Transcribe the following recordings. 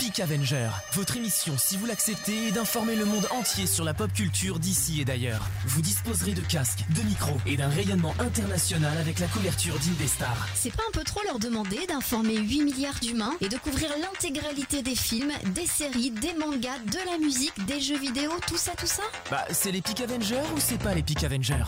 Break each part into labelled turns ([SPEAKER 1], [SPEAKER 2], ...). [SPEAKER 1] Peak Avenger, votre émission si vous l'acceptez est d'informer le monde entier sur la pop culture d'ici et d'ailleurs. Vous disposerez de casques, de micros et d'un rayonnement international avec la couverture d'Indestar.
[SPEAKER 2] C'est pas un peu trop leur demander d'informer 8 milliards d'humains et de couvrir l'intégralité des films, des séries, des mangas, de la musique, des jeux vidéo, tout ça, tout ça
[SPEAKER 1] Bah, c'est les Peak Avengers ou c'est pas les Peak Avengers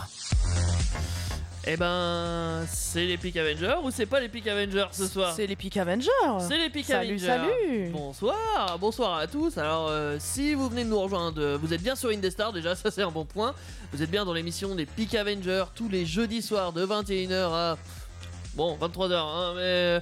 [SPEAKER 3] Eh ben, c'est les Peak Avengers ou c'est pas les Peak Avengers ce soir
[SPEAKER 4] C'est les Peak Avengers
[SPEAKER 3] C'est les Peak
[SPEAKER 4] Salut,
[SPEAKER 3] Avengers
[SPEAKER 4] salut
[SPEAKER 3] Bonsoir, bonsoir à tous. Alors, euh, si vous venez de nous rejoindre, euh, vous êtes bien sur Indestar déjà, ça c'est un bon point. Vous êtes bien dans l'émission des Peak Avengers tous les jeudis soirs de 21h à. Bon, 23h, hein, mais.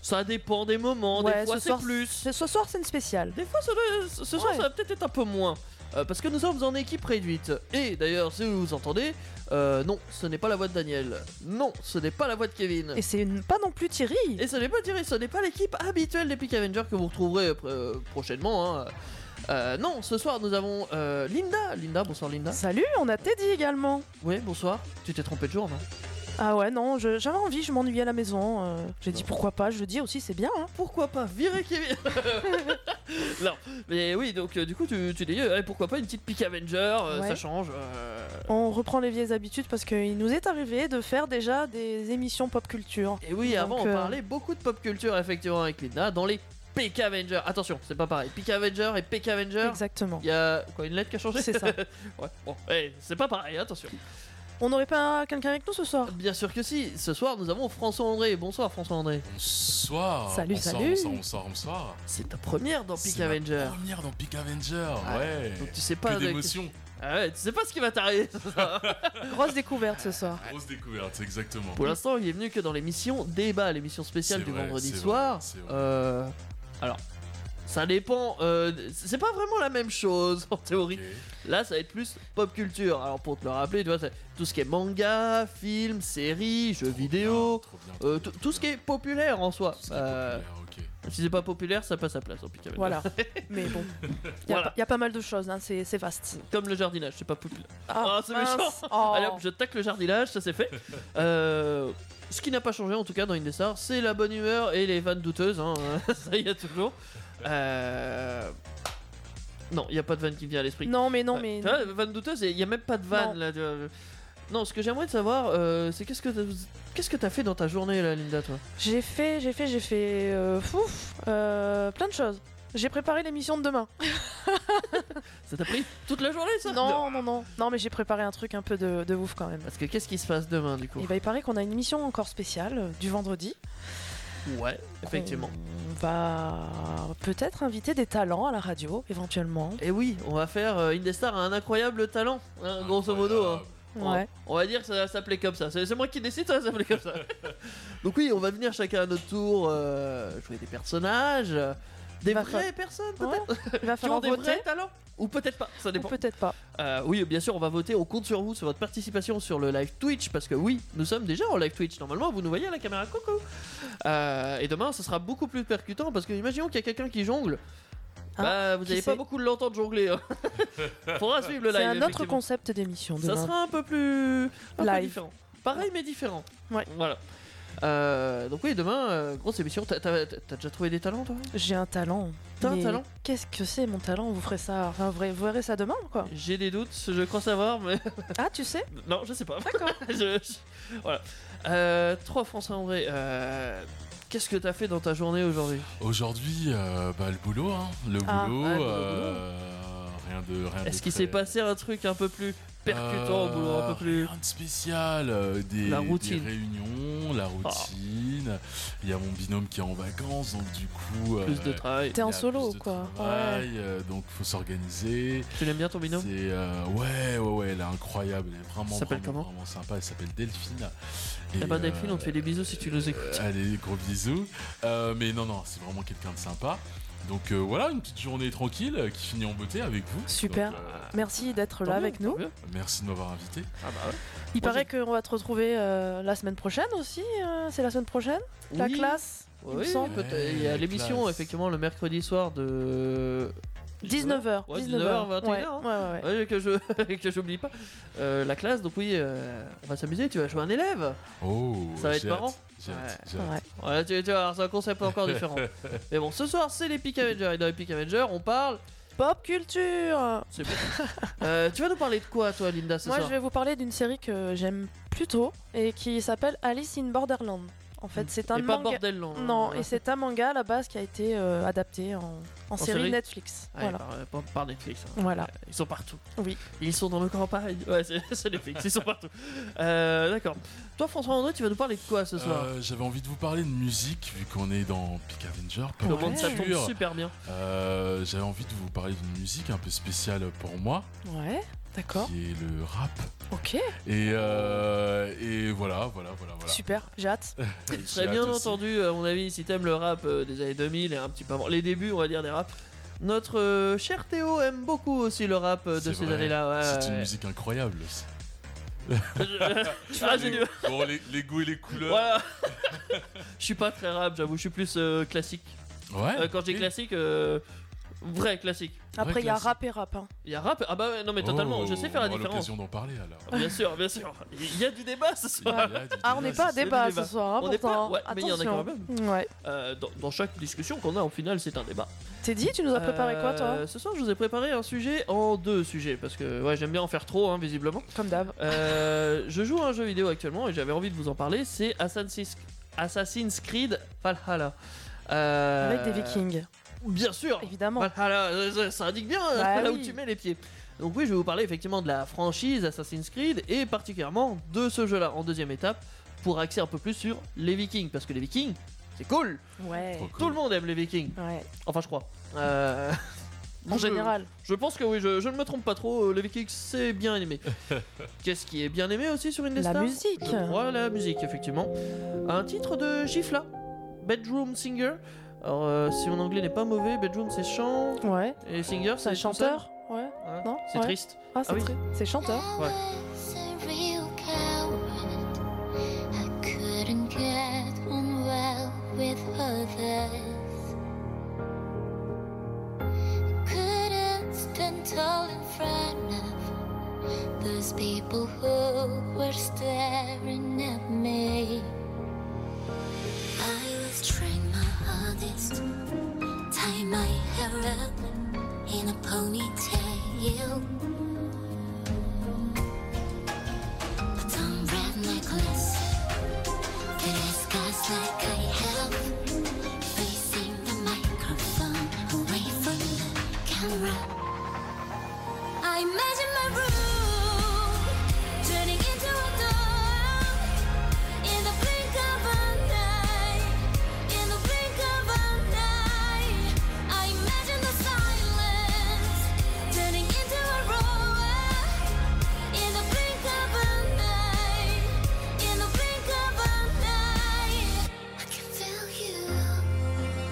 [SPEAKER 3] Ça dépend des moments,
[SPEAKER 4] Ouais,
[SPEAKER 3] des fois
[SPEAKER 4] ce
[SPEAKER 3] c'est
[SPEAKER 4] soir,
[SPEAKER 3] plus.
[SPEAKER 4] Ce, ce soir, c'est une spéciale.
[SPEAKER 3] Des fois, ça doit- ce soir,
[SPEAKER 4] Ouais.
[SPEAKER 3] ça va peut-être être un peu moins. Euh, parce que nous sommes en équipe réduite. Et d'ailleurs, si vous vous entendez, euh, non, ce n'est pas la voix de Daniel. Non, ce n'est pas la voix de Kevin.
[SPEAKER 4] Et c'est une- pas non plus Thierry
[SPEAKER 3] Et ce n'est pas Thierry, ce n'est pas l'équipe habituelle des Peak Avengers que vous retrouverez euh, prochainement. hein. Euh, non, ce soir nous avons euh, Linda. Linda, bonsoir Linda.
[SPEAKER 4] Salut, on a Teddy également
[SPEAKER 3] Oui, bonsoir. Tu t'es trompé de jour, non
[SPEAKER 4] Ah ouais, non, je- j'avais envie, je m'ennuyais à la maison. euh, J'ai dit
[SPEAKER 3] Non.
[SPEAKER 4] pourquoi pas, je dis aussi c'est bien. hein.
[SPEAKER 3] Pourquoi pas virer Kevin Non, mais oui, donc euh, du coup tu, tu dis euh, pourquoi pas une petite Peak Avenger, euh,
[SPEAKER 4] Ouais.
[SPEAKER 3] ça change. euh,
[SPEAKER 4] On reprend les vieilles habitudes parce qu'il nous est arrivé de faire déjà des émissions pop culture.
[SPEAKER 3] Et oui, avant
[SPEAKER 4] Donc,
[SPEAKER 3] on
[SPEAKER 4] euh,
[SPEAKER 3] parlait beaucoup de pop culture effectivement avec Linda dans les PK Avengers. Attention, c'est pas pareil. PK Avenger et PK Avenger.
[SPEAKER 4] Exactement.
[SPEAKER 3] Il y a quoi une lettre qui a changé
[SPEAKER 4] C'est ça.
[SPEAKER 3] ouais. Bon, ouais, c'est pas pareil, attention.
[SPEAKER 4] On n'aurait pas quelqu'un avec nous ce soir
[SPEAKER 3] Bien sûr que si. Ce soir, nous avons François André. Bonsoir François André.
[SPEAKER 5] Bonsoir.
[SPEAKER 4] Salut,
[SPEAKER 5] bonsoir,
[SPEAKER 4] salut.
[SPEAKER 5] Bonsoir, bonsoir, bonsoir.
[SPEAKER 3] C'est ta première dans Peak
[SPEAKER 5] C'est ma
[SPEAKER 3] Avenger.
[SPEAKER 5] Première dans Peak Avenger.
[SPEAKER 3] Ah,
[SPEAKER 5] ouais.
[SPEAKER 3] Donc tu sais pas
[SPEAKER 5] Que
[SPEAKER 3] de-
[SPEAKER 5] d'émotion.
[SPEAKER 3] Ah ouais, tu sais pas ce qui va t'arriver.
[SPEAKER 4] Grosse découverte ce soir.
[SPEAKER 5] Grosse découverte, exactement.
[SPEAKER 3] Pour l'instant, il est venu que dans l'émission débat, l'émission spéciale
[SPEAKER 5] C'est
[SPEAKER 3] du
[SPEAKER 5] vrai,
[SPEAKER 3] vendredi
[SPEAKER 5] c'est vrai,
[SPEAKER 3] soir.
[SPEAKER 5] c'est vrai.
[SPEAKER 3] Euh, alors, ça dépend. euh, c'est pas vraiment la même chose en théorie.
[SPEAKER 5] Ok.
[SPEAKER 3] Là, ça va être plus pop culture. Alors, pour te le rappeler, tu vois, c'est tout ce qui est manga, films, séries, jeux
[SPEAKER 5] Trop bien,
[SPEAKER 3] vidéo,
[SPEAKER 5] trop bien,
[SPEAKER 3] euh,
[SPEAKER 5] trop
[SPEAKER 3] tout tout ce qui est populaire en soi.
[SPEAKER 5] Tout ce qui est
[SPEAKER 3] Euh,
[SPEAKER 5] populaire, ok.
[SPEAKER 3] si c'est pas populaire, ça passe à place en Picabel.
[SPEAKER 4] Voilà. Mais bon, il y, a
[SPEAKER 3] Voilà.
[SPEAKER 4] pas- y a pas mal de choses, hein, c'est c'est vaste.
[SPEAKER 3] Comme le jardinage, c'est pas populaire. Ah, c'est
[SPEAKER 4] mince.
[SPEAKER 3] méchant.
[SPEAKER 4] Oh.
[SPEAKER 3] Allez hop, je tacle le jardinage, ça c'est fait. Euh, ce qui n'a pas changé en tout cas dans Indestar, c'est la bonne humeur et les vannes douteuses. hein. ça y a toujours. Euh, Non, il n'y a pas de vanne qui me vient à l'esprit.
[SPEAKER 4] Non mais non
[SPEAKER 3] Ouais.
[SPEAKER 4] mais...
[SPEAKER 3] Bah, Tu vois, vanne douteuse, il n'y a même pas de vanne
[SPEAKER 4] Non.
[SPEAKER 3] là. tu vois. Non, ce que j'aimerais de savoir, euh, c'est qu'est-ce que t'as, qu'est-ce que t'as fait dans ta journée là, Linda, toi
[SPEAKER 4] J'ai fait, j'ai fait, j'ai fait... euh, fouf, euh, plein de choses. J'ai préparé l'émission de demain.
[SPEAKER 3] Ça t'a pris toute la journée, ça
[SPEAKER 4] Non, non, non. Non, mais j'ai préparé un truc un peu de, de ouf quand même.
[SPEAKER 3] Parce que qu'est-ce qui se passe demain, du coup
[SPEAKER 4] Et bah, il paraît qu'on a une émission encore spéciale euh, du vendredi.
[SPEAKER 3] Ouais,
[SPEAKER 4] euh,
[SPEAKER 3] effectivement.
[SPEAKER 4] On va peut-être inviter des talents à la radio, éventuellement.
[SPEAKER 3] Et oui, on va faire euh, Indestar a un incroyable talent, hein, grosso modo. hein.
[SPEAKER 5] Incroyable.
[SPEAKER 3] On-
[SPEAKER 4] Ouais.
[SPEAKER 3] On va dire que ça va s'appeler comme ça. C'est c'est moi qui décide, ça va s'appeler comme ça. Donc oui, on va venir chacun à notre tour euh, jouer des personnages, euh, des
[SPEAKER 4] Va
[SPEAKER 3] vraies personnes peut-être,
[SPEAKER 4] Ouais. Il va
[SPEAKER 3] qui
[SPEAKER 4] falloir
[SPEAKER 3] ont des
[SPEAKER 4] voter.
[SPEAKER 3] vrais talents, ou peut-être pas, ça
[SPEAKER 4] Ou
[SPEAKER 3] dépend.
[SPEAKER 4] peut-être pas.
[SPEAKER 3] Euh, oui, bien sûr, on va voter. On compte sur vous, sur votre participation sur le live Twitch, parce que oui, nous sommes déjà en live Twitch. Normalement, vous nous voyez à la caméra. Coucou. Euh, et demain, ce sera beaucoup plus percutant, parce que imaginons qu'il y a quelqu'un qui jongle.
[SPEAKER 4] Ah,
[SPEAKER 3] bah, vous
[SPEAKER 4] qui
[SPEAKER 3] n'allez pas
[SPEAKER 4] sait
[SPEAKER 3] beaucoup de l'entendre jongler. hein. Faudra suivre le live.
[SPEAKER 4] C'est un autre
[SPEAKER 3] effectivement.
[SPEAKER 4] concept d'émission
[SPEAKER 3] Ça
[SPEAKER 4] demain.
[SPEAKER 3] sera un peu plus un peu
[SPEAKER 4] Live.
[SPEAKER 3] différent. Pareil, mais différent.
[SPEAKER 4] Ouais.
[SPEAKER 3] Voilà. Euh, donc oui, demain, euh, grosse émission. T'as- T'as t'as déjà trouvé des talents, toi
[SPEAKER 4] J'ai un talent.
[SPEAKER 3] T'as un
[SPEAKER 4] Mais
[SPEAKER 3] talent
[SPEAKER 4] Qu'est-ce que c'est mon talent Vous ferez ça. Enfin, vous verrez- vous verrez ça demain, quoi.
[SPEAKER 3] J'ai des doutes. Je crois savoir, mais
[SPEAKER 4] Ah, tu sais
[SPEAKER 3] non, je sais pas.
[SPEAKER 4] D'accord.
[SPEAKER 3] Je- je- Voilà. Euh, 3 François André, euh, qu'est-ce que t'as fait dans ta journée aujourd'hui
[SPEAKER 5] Aujourd'hui, euh, bah, le boulot, hein. Le
[SPEAKER 4] Ah,
[SPEAKER 5] boulot.
[SPEAKER 3] ouais, le boulot.
[SPEAKER 5] euh, rien de. Rien de
[SPEAKER 3] Est-ce qu'il
[SPEAKER 5] très-
[SPEAKER 3] s'est passé un truc un peu plus percutant au boulot, un peu
[SPEAKER 5] Euh,
[SPEAKER 3] plus.
[SPEAKER 5] Rien de spécial, euh, des,
[SPEAKER 3] La routine. Oh.
[SPEAKER 5] des réunions, la routine. Il y a mon binôme qui est en vacances, donc du coup.
[SPEAKER 3] Plus de
[SPEAKER 5] euh,
[SPEAKER 3] travail.
[SPEAKER 4] T'es en
[SPEAKER 5] il y a
[SPEAKER 4] solo,
[SPEAKER 5] plus de
[SPEAKER 4] quoi. Ouais.
[SPEAKER 5] travail, euh, donc faut s'organiser.
[SPEAKER 3] Tu l'aimes bien ton binôme
[SPEAKER 5] C'est euh, ouais, ouais, ouais, elle est incroyable, elle est vraiment,
[SPEAKER 3] Ça s'appelle
[SPEAKER 5] vraiment,
[SPEAKER 3] comment
[SPEAKER 5] vraiment sympa. Elle s'appelle Delphine.
[SPEAKER 3] Eh ben,
[SPEAKER 5] euh,
[SPEAKER 3] Delphine, on te fait des bisous si tu nous écoutes.
[SPEAKER 5] Allez, gros bisous. Euh, mais non, non, c'est vraiment quelqu'un de sympa. Donc euh, voilà, une petite journée tranquille euh, qui finit en beauté avec vous.
[SPEAKER 4] Super.
[SPEAKER 5] Donc, euh,
[SPEAKER 4] Merci d'être
[SPEAKER 3] Tant
[SPEAKER 4] là
[SPEAKER 3] mieux,
[SPEAKER 4] avec
[SPEAKER 3] tant
[SPEAKER 4] nous.
[SPEAKER 3] mieux.
[SPEAKER 5] merci de m'avoir invité.
[SPEAKER 3] Ah bah ouais.
[SPEAKER 4] Il
[SPEAKER 3] Moi,
[SPEAKER 4] paraît qu'on va te retrouver euh, la semaine prochaine aussi. euh, c'est la semaine prochaine La
[SPEAKER 3] Oui.
[SPEAKER 4] classe il me
[SPEAKER 3] Oui,
[SPEAKER 4] semble.
[SPEAKER 3] peut-être. Il y a
[SPEAKER 5] Ouais,
[SPEAKER 3] l'émission,
[SPEAKER 5] classe.
[SPEAKER 3] effectivement, le mercredi soir de.
[SPEAKER 4] 19h.
[SPEAKER 3] Ouais,
[SPEAKER 4] 19h,
[SPEAKER 3] 21h,
[SPEAKER 4] ouais, ouais, ouais, ouais.
[SPEAKER 3] Ouais, que je que j'oublie pas. Euh, la classe, donc oui, euh, on va s'amuser, tu vas jouer un élève.
[SPEAKER 5] Oh,
[SPEAKER 3] Ça va être
[SPEAKER 5] j'ai hâte,
[SPEAKER 3] marrant.
[SPEAKER 5] J'ai hâte, j'ai hâte.
[SPEAKER 4] Ouais.
[SPEAKER 3] Ouais, tu, tu vas voir, c'est un concept encore différent. Mais bon, ce soir, c'est les Peak Avengers. Et dans les Peak Avengers, on parle.
[SPEAKER 4] Pop culture
[SPEAKER 3] C'est bon. Euh, tu vas nous parler de quoi, toi, Linda, ce
[SPEAKER 4] Moi, je
[SPEAKER 3] soir
[SPEAKER 4] vais vous parler d'une série que j'aime plutôt et qui s'appelle Alice in Borderland. En fait,
[SPEAKER 3] Mm.
[SPEAKER 4] c'est un
[SPEAKER 3] Et pas
[SPEAKER 4] manga.
[SPEAKER 3] bordel, non. hein.
[SPEAKER 4] Non,
[SPEAKER 3] Voilà.
[SPEAKER 4] et c'est un manga à la base qui a été euh, adapté en, en série,
[SPEAKER 3] série
[SPEAKER 4] Netflix.
[SPEAKER 3] Ouais,
[SPEAKER 4] voilà.
[SPEAKER 3] par, euh, par- par Netflix. hein.
[SPEAKER 4] Voilà.
[SPEAKER 3] Euh, Ils sont partout.
[SPEAKER 4] Oui.
[SPEAKER 3] Ils sont dans le campagne. Ouais, c'est c'est Netflix, ils sont partout. Euh, D'accord. Toi, François-André, tu vas nous parler de quoi ce soir
[SPEAKER 5] Euh, J'avais envie de vous parler de musique, vu qu'on est dans Peak Avenger. Pop
[SPEAKER 3] Comment ça tombe
[SPEAKER 5] culture.
[SPEAKER 3] super bien.
[SPEAKER 5] Euh, J'avais envie de vous parler d'une musique un peu spéciale pour moi,
[SPEAKER 4] Ouais, d'accord.
[SPEAKER 5] qui est le rap.
[SPEAKER 4] Ok,
[SPEAKER 5] Et, euh, et voilà, voilà, voilà, voilà.
[SPEAKER 4] super, j'ai hâte.
[SPEAKER 5] J'ai
[SPEAKER 3] Très
[SPEAKER 5] hâte
[SPEAKER 3] bien
[SPEAKER 5] aussi.
[SPEAKER 3] entendu, à mon avis, si t'aimes le rap euh, des années 2000 et un petit peu avant, les débuts, on va dire, des raps. Notre euh, cher Théo aime beaucoup aussi le rap euh, de
[SPEAKER 5] C'est
[SPEAKER 3] ces
[SPEAKER 5] vrai.
[SPEAKER 3] années-là. ouais,
[SPEAKER 5] C'est une
[SPEAKER 3] ouais.
[SPEAKER 5] musique incroyable. aussi.
[SPEAKER 3] Ah, j'ai du-
[SPEAKER 5] Bon, les, les goûts et les couleurs.
[SPEAKER 3] Voilà. Je suis pas très rap, j'avoue, je suis plus euh, classique.
[SPEAKER 5] Ouais.
[SPEAKER 3] Euh, quand j'ai
[SPEAKER 5] oui.
[SPEAKER 3] classique, euh, vrai classique.
[SPEAKER 4] Après, il y a
[SPEAKER 5] classe.
[SPEAKER 4] rap et rap. hein.
[SPEAKER 3] Il y a rap Ah bah ouais, non mais totalement,
[SPEAKER 5] Oh,
[SPEAKER 3] je sais faire la
[SPEAKER 5] On aura
[SPEAKER 3] différence.
[SPEAKER 5] l'occasion d'en parler alors.
[SPEAKER 3] Bien sûr, bien sûr. Il y a du débat ce
[SPEAKER 5] Il y
[SPEAKER 3] soir.
[SPEAKER 5] a du
[SPEAKER 4] Ah, on
[SPEAKER 5] débat,
[SPEAKER 4] n'est pas à
[SPEAKER 5] c'est-
[SPEAKER 3] c'est le
[SPEAKER 4] débat
[SPEAKER 3] débat.
[SPEAKER 4] ce soir, hein,
[SPEAKER 3] On n'est pas-
[SPEAKER 4] pourtant.
[SPEAKER 3] ouais, mais il y en a
[SPEAKER 4] Attention.
[SPEAKER 3] quand même.
[SPEAKER 4] Ouais.
[SPEAKER 3] Euh, dans, dans chaque discussion qu'on a, au final, c'est un débat.
[SPEAKER 4] T'es dit, tu nous as préparé quoi, toi
[SPEAKER 3] Euh, Ce soir, je vous ai préparé un sujet en deux sujets, parce que ouais, j'aime bien en faire trop, hein, visiblement.
[SPEAKER 4] Comme d'hab.
[SPEAKER 3] Euh, je joue à un jeu vidéo actuellement et j'avais envie de vous en parler, c'est Assassin's Assassin's Creed Valhalla. Euh,
[SPEAKER 4] Avec des vikings,
[SPEAKER 3] Bien sûr
[SPEAKER 4] évidemment.
[SPEAKER 3] Valhalla, euh, ça- ça indique bien euh,
[SPEAKER 4] Bah
[SPEAKER 3] là où
[SPEAKER 4] oui.
[SPEAKER 3] tu mets les pieds. Donc oui, je vais vous parler effectivement de la franchise Assassin's Creed et particulièrement de ce jeu-là en deuxième étape pour axer un peu plus sur les vikings, parce que les vikings, c'est cool
[SPEAKER 4] Ouais.
[SPEAKER 5] Trop
[SPEAKER 3] Tout
[SPEAKER 5] cool.
[SPEAKER 3] le monde aime les vikings,
[SPEAKER 4] Ouais.
[SPEAKER 3] enfin je crois. Euh,
[SPEAKER 4] En
[SPEAKER 3] je-
[SPEAKER 4] général.
[SPEAKER 3] je pense que oui, je, je ne me trompe pas trop, euh, le Viking c'est bien aimé. Qu'est-ce qui est bien aimé aussi sur Indestar
[SPEAKER 4] La musique.
[SPEAKER 3] Je crois la musique, effectivement. Un titre de Gifla, Bedroom Singer. Alors, euh, si mon anglais n'est pas mauvais, Bedroom c'est chant,
[SPEAKER 4] Ouais.
[SPEAKER 3] et Singer
[SPEAKER 4] C'est
[SPEAKER 3] c'est
[SPEAKER 4] chanteur. Ouais.
[SPEAKER 3] tout seul. Ouais,
[SPEAKER 4] Non
[SPEAKER 3] C'est
[SPEAKER 4] Ouais.
[SPEAKER 3] triste.
[SPEAKER 4] Ah, c'est
[SPEAKER 3] Ah oui.
[SPEAKER 4] très- c'est chanteur.
[SPEAKER 3] Ouais.
[SPEAKER 6] was a real coward. I couldn't get on well with others. Couldn't stand tall in front of those people who were staring at me. I was trying my hardest, tie my hair up in a ponytail. Put on red necklace that is cast like I have. Facing the microphone, away from the camera. I imagine my room turning into a door in the blink of an eye. In the blink of an eye, I imagine the silence turning into a roar. In the blink of an eye, in the blink of an eye, I can feel you.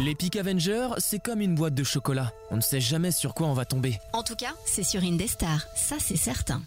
[SPEAKER 1] Les Peak Avengers, c'est comme une boîte de chocolat. On ne sait jamais sur quoi on va tomber.
[SPEAKER 2] En tout cas, c'est sur Indestar, ça c'est certain.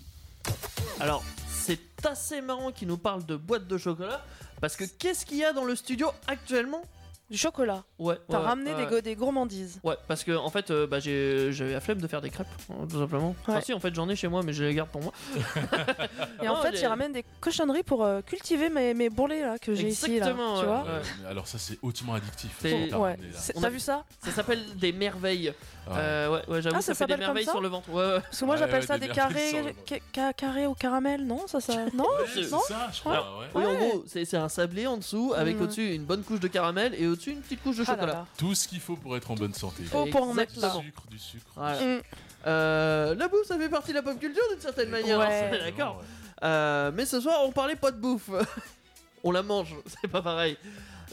[SPEAKER 3] Alors, c'est assez marrant qu'il nous parle de boîte de chocolat parce que qu'est-ce qu'il y a dans le studio actuellement
[SPEAKER 4] Du chocolat.
[SPEAKER 3] Ouais.
[SPEAKER 4] T'as
[SPEAKER 3] ouais,
[SPEAKER 4] ramené
[SPEAKER 3] ouais,
[SPEAKER 4] des,
[SPEAKER 3] ouais.
[SPEAKER 4] go- des gourmandises.
[SPEAKER 3] Ouais, parce que en fait, euh, bah, j'ai- j'avais la flemme de faire des crêpes, hein, tout simplement. Enfin,
[SPEAKER 4] Ouais.
[SPEAKER 3] si, en fait, j'en ai chez moi, mais je les garde pour moi.
[SPEAKER 4] Et
[SPEAKER 3] Ah bah Non,
[SPEAKER 4] en fait,
[SPEAKER 3] les-
[SPEAKER 4] ils ramènent des cochonneries pour euh, cultiver mes, mes bourrelets là, que j'ai ici. Là,
[SPEAKER 3] Exactement,
[SPEAKER 4] tu
[SPEAKER 3] ouais.
[SPEAKER 4] vois
[SPEAKER 5] Ouais, mais alors ça c'est hautement addictif.
[SPEAKER 3] C'est-
[SPEAKER 5] ce que t'as
[SPEAKER 4] Ouais.
[SPEAKER 5] ramené, là.
[SPEAKER 4] C'est-
[SPEAKER 3] On
[SPEAKER 4] T'as
[SPEAKER 3] a-
[SPEAKER 4] vu ça
[SPEAKER 3] Ça s'appelle des merveilles.
[SPEAKER 5] Ouais.
[SPEAKER 3] Euh, ouais, ouais, j'avoue,
[SPEAKER 4] Ah, ça
[SPEAKER 3] ça, fait des
[SPEAKER 4] s'appelle comme
[SPEAKER 3] merveilles
[SPEAKER 4] ça
[SPEAKER 3] sur le ventre. Ouais, ouais.
[SPEAKER 4] Parce que moi
[SPEAKER 5] Ouais,
[SPEAKER 4] j'appelle
[SPEAKER 5] ouais,
[SPEAKER 4] ça
[SPEAKER 5] des
[SPEAKER 4] des
[SPEAKER 5] merveilles sur
[SPEAKER 4] carrés,
[SPEAKER 5] le-
[SPEAKER 4] ca- ca- carrés au caramel, non Ça, ça. Non
[SPEAKER 5] Ouais, c'est
[SPEAKER 4] Non
[SPEAKER 5] ça, je crois. ouais.
[SPEAKER 3] Oui, en
[SPEAKER 4] Ouais.
[SPEAKER 3] gros, c'est c'est un sablé en dessous avec
[SPEAKER 4] Mm.
[SPEAKER 3] au-dessus une bonne couche de caramel et au-dessus une petite couche de
[SPEAKER 4] Ah là
[SPEAKER 3] chocolat.
[SPEAKER 4] là.
[SPEAKER 5] Tout ce qu'il faut pour être en bonne santé.
[SPEAKER 4] Faut pour en mettre
[SPEAKER 5] Du
[SPEAKER 4] là.
[SPEAKER 3] Exactement.
[SPEAKER 5] sucre, du sucre.
[SPEAKER 3] Voilà.
[SPEAKER 4] Mm.
[SPEAKER 3] Euh, la bouffe, ça fait partie de la pop culture d'une certaine manière.
[SPEAKER 4] Ouais.
[SPEAKER 3] hein, D'accord. Euh, mais ce soir, on parlait pas de bouffe. on la mange, c'est pas pareil.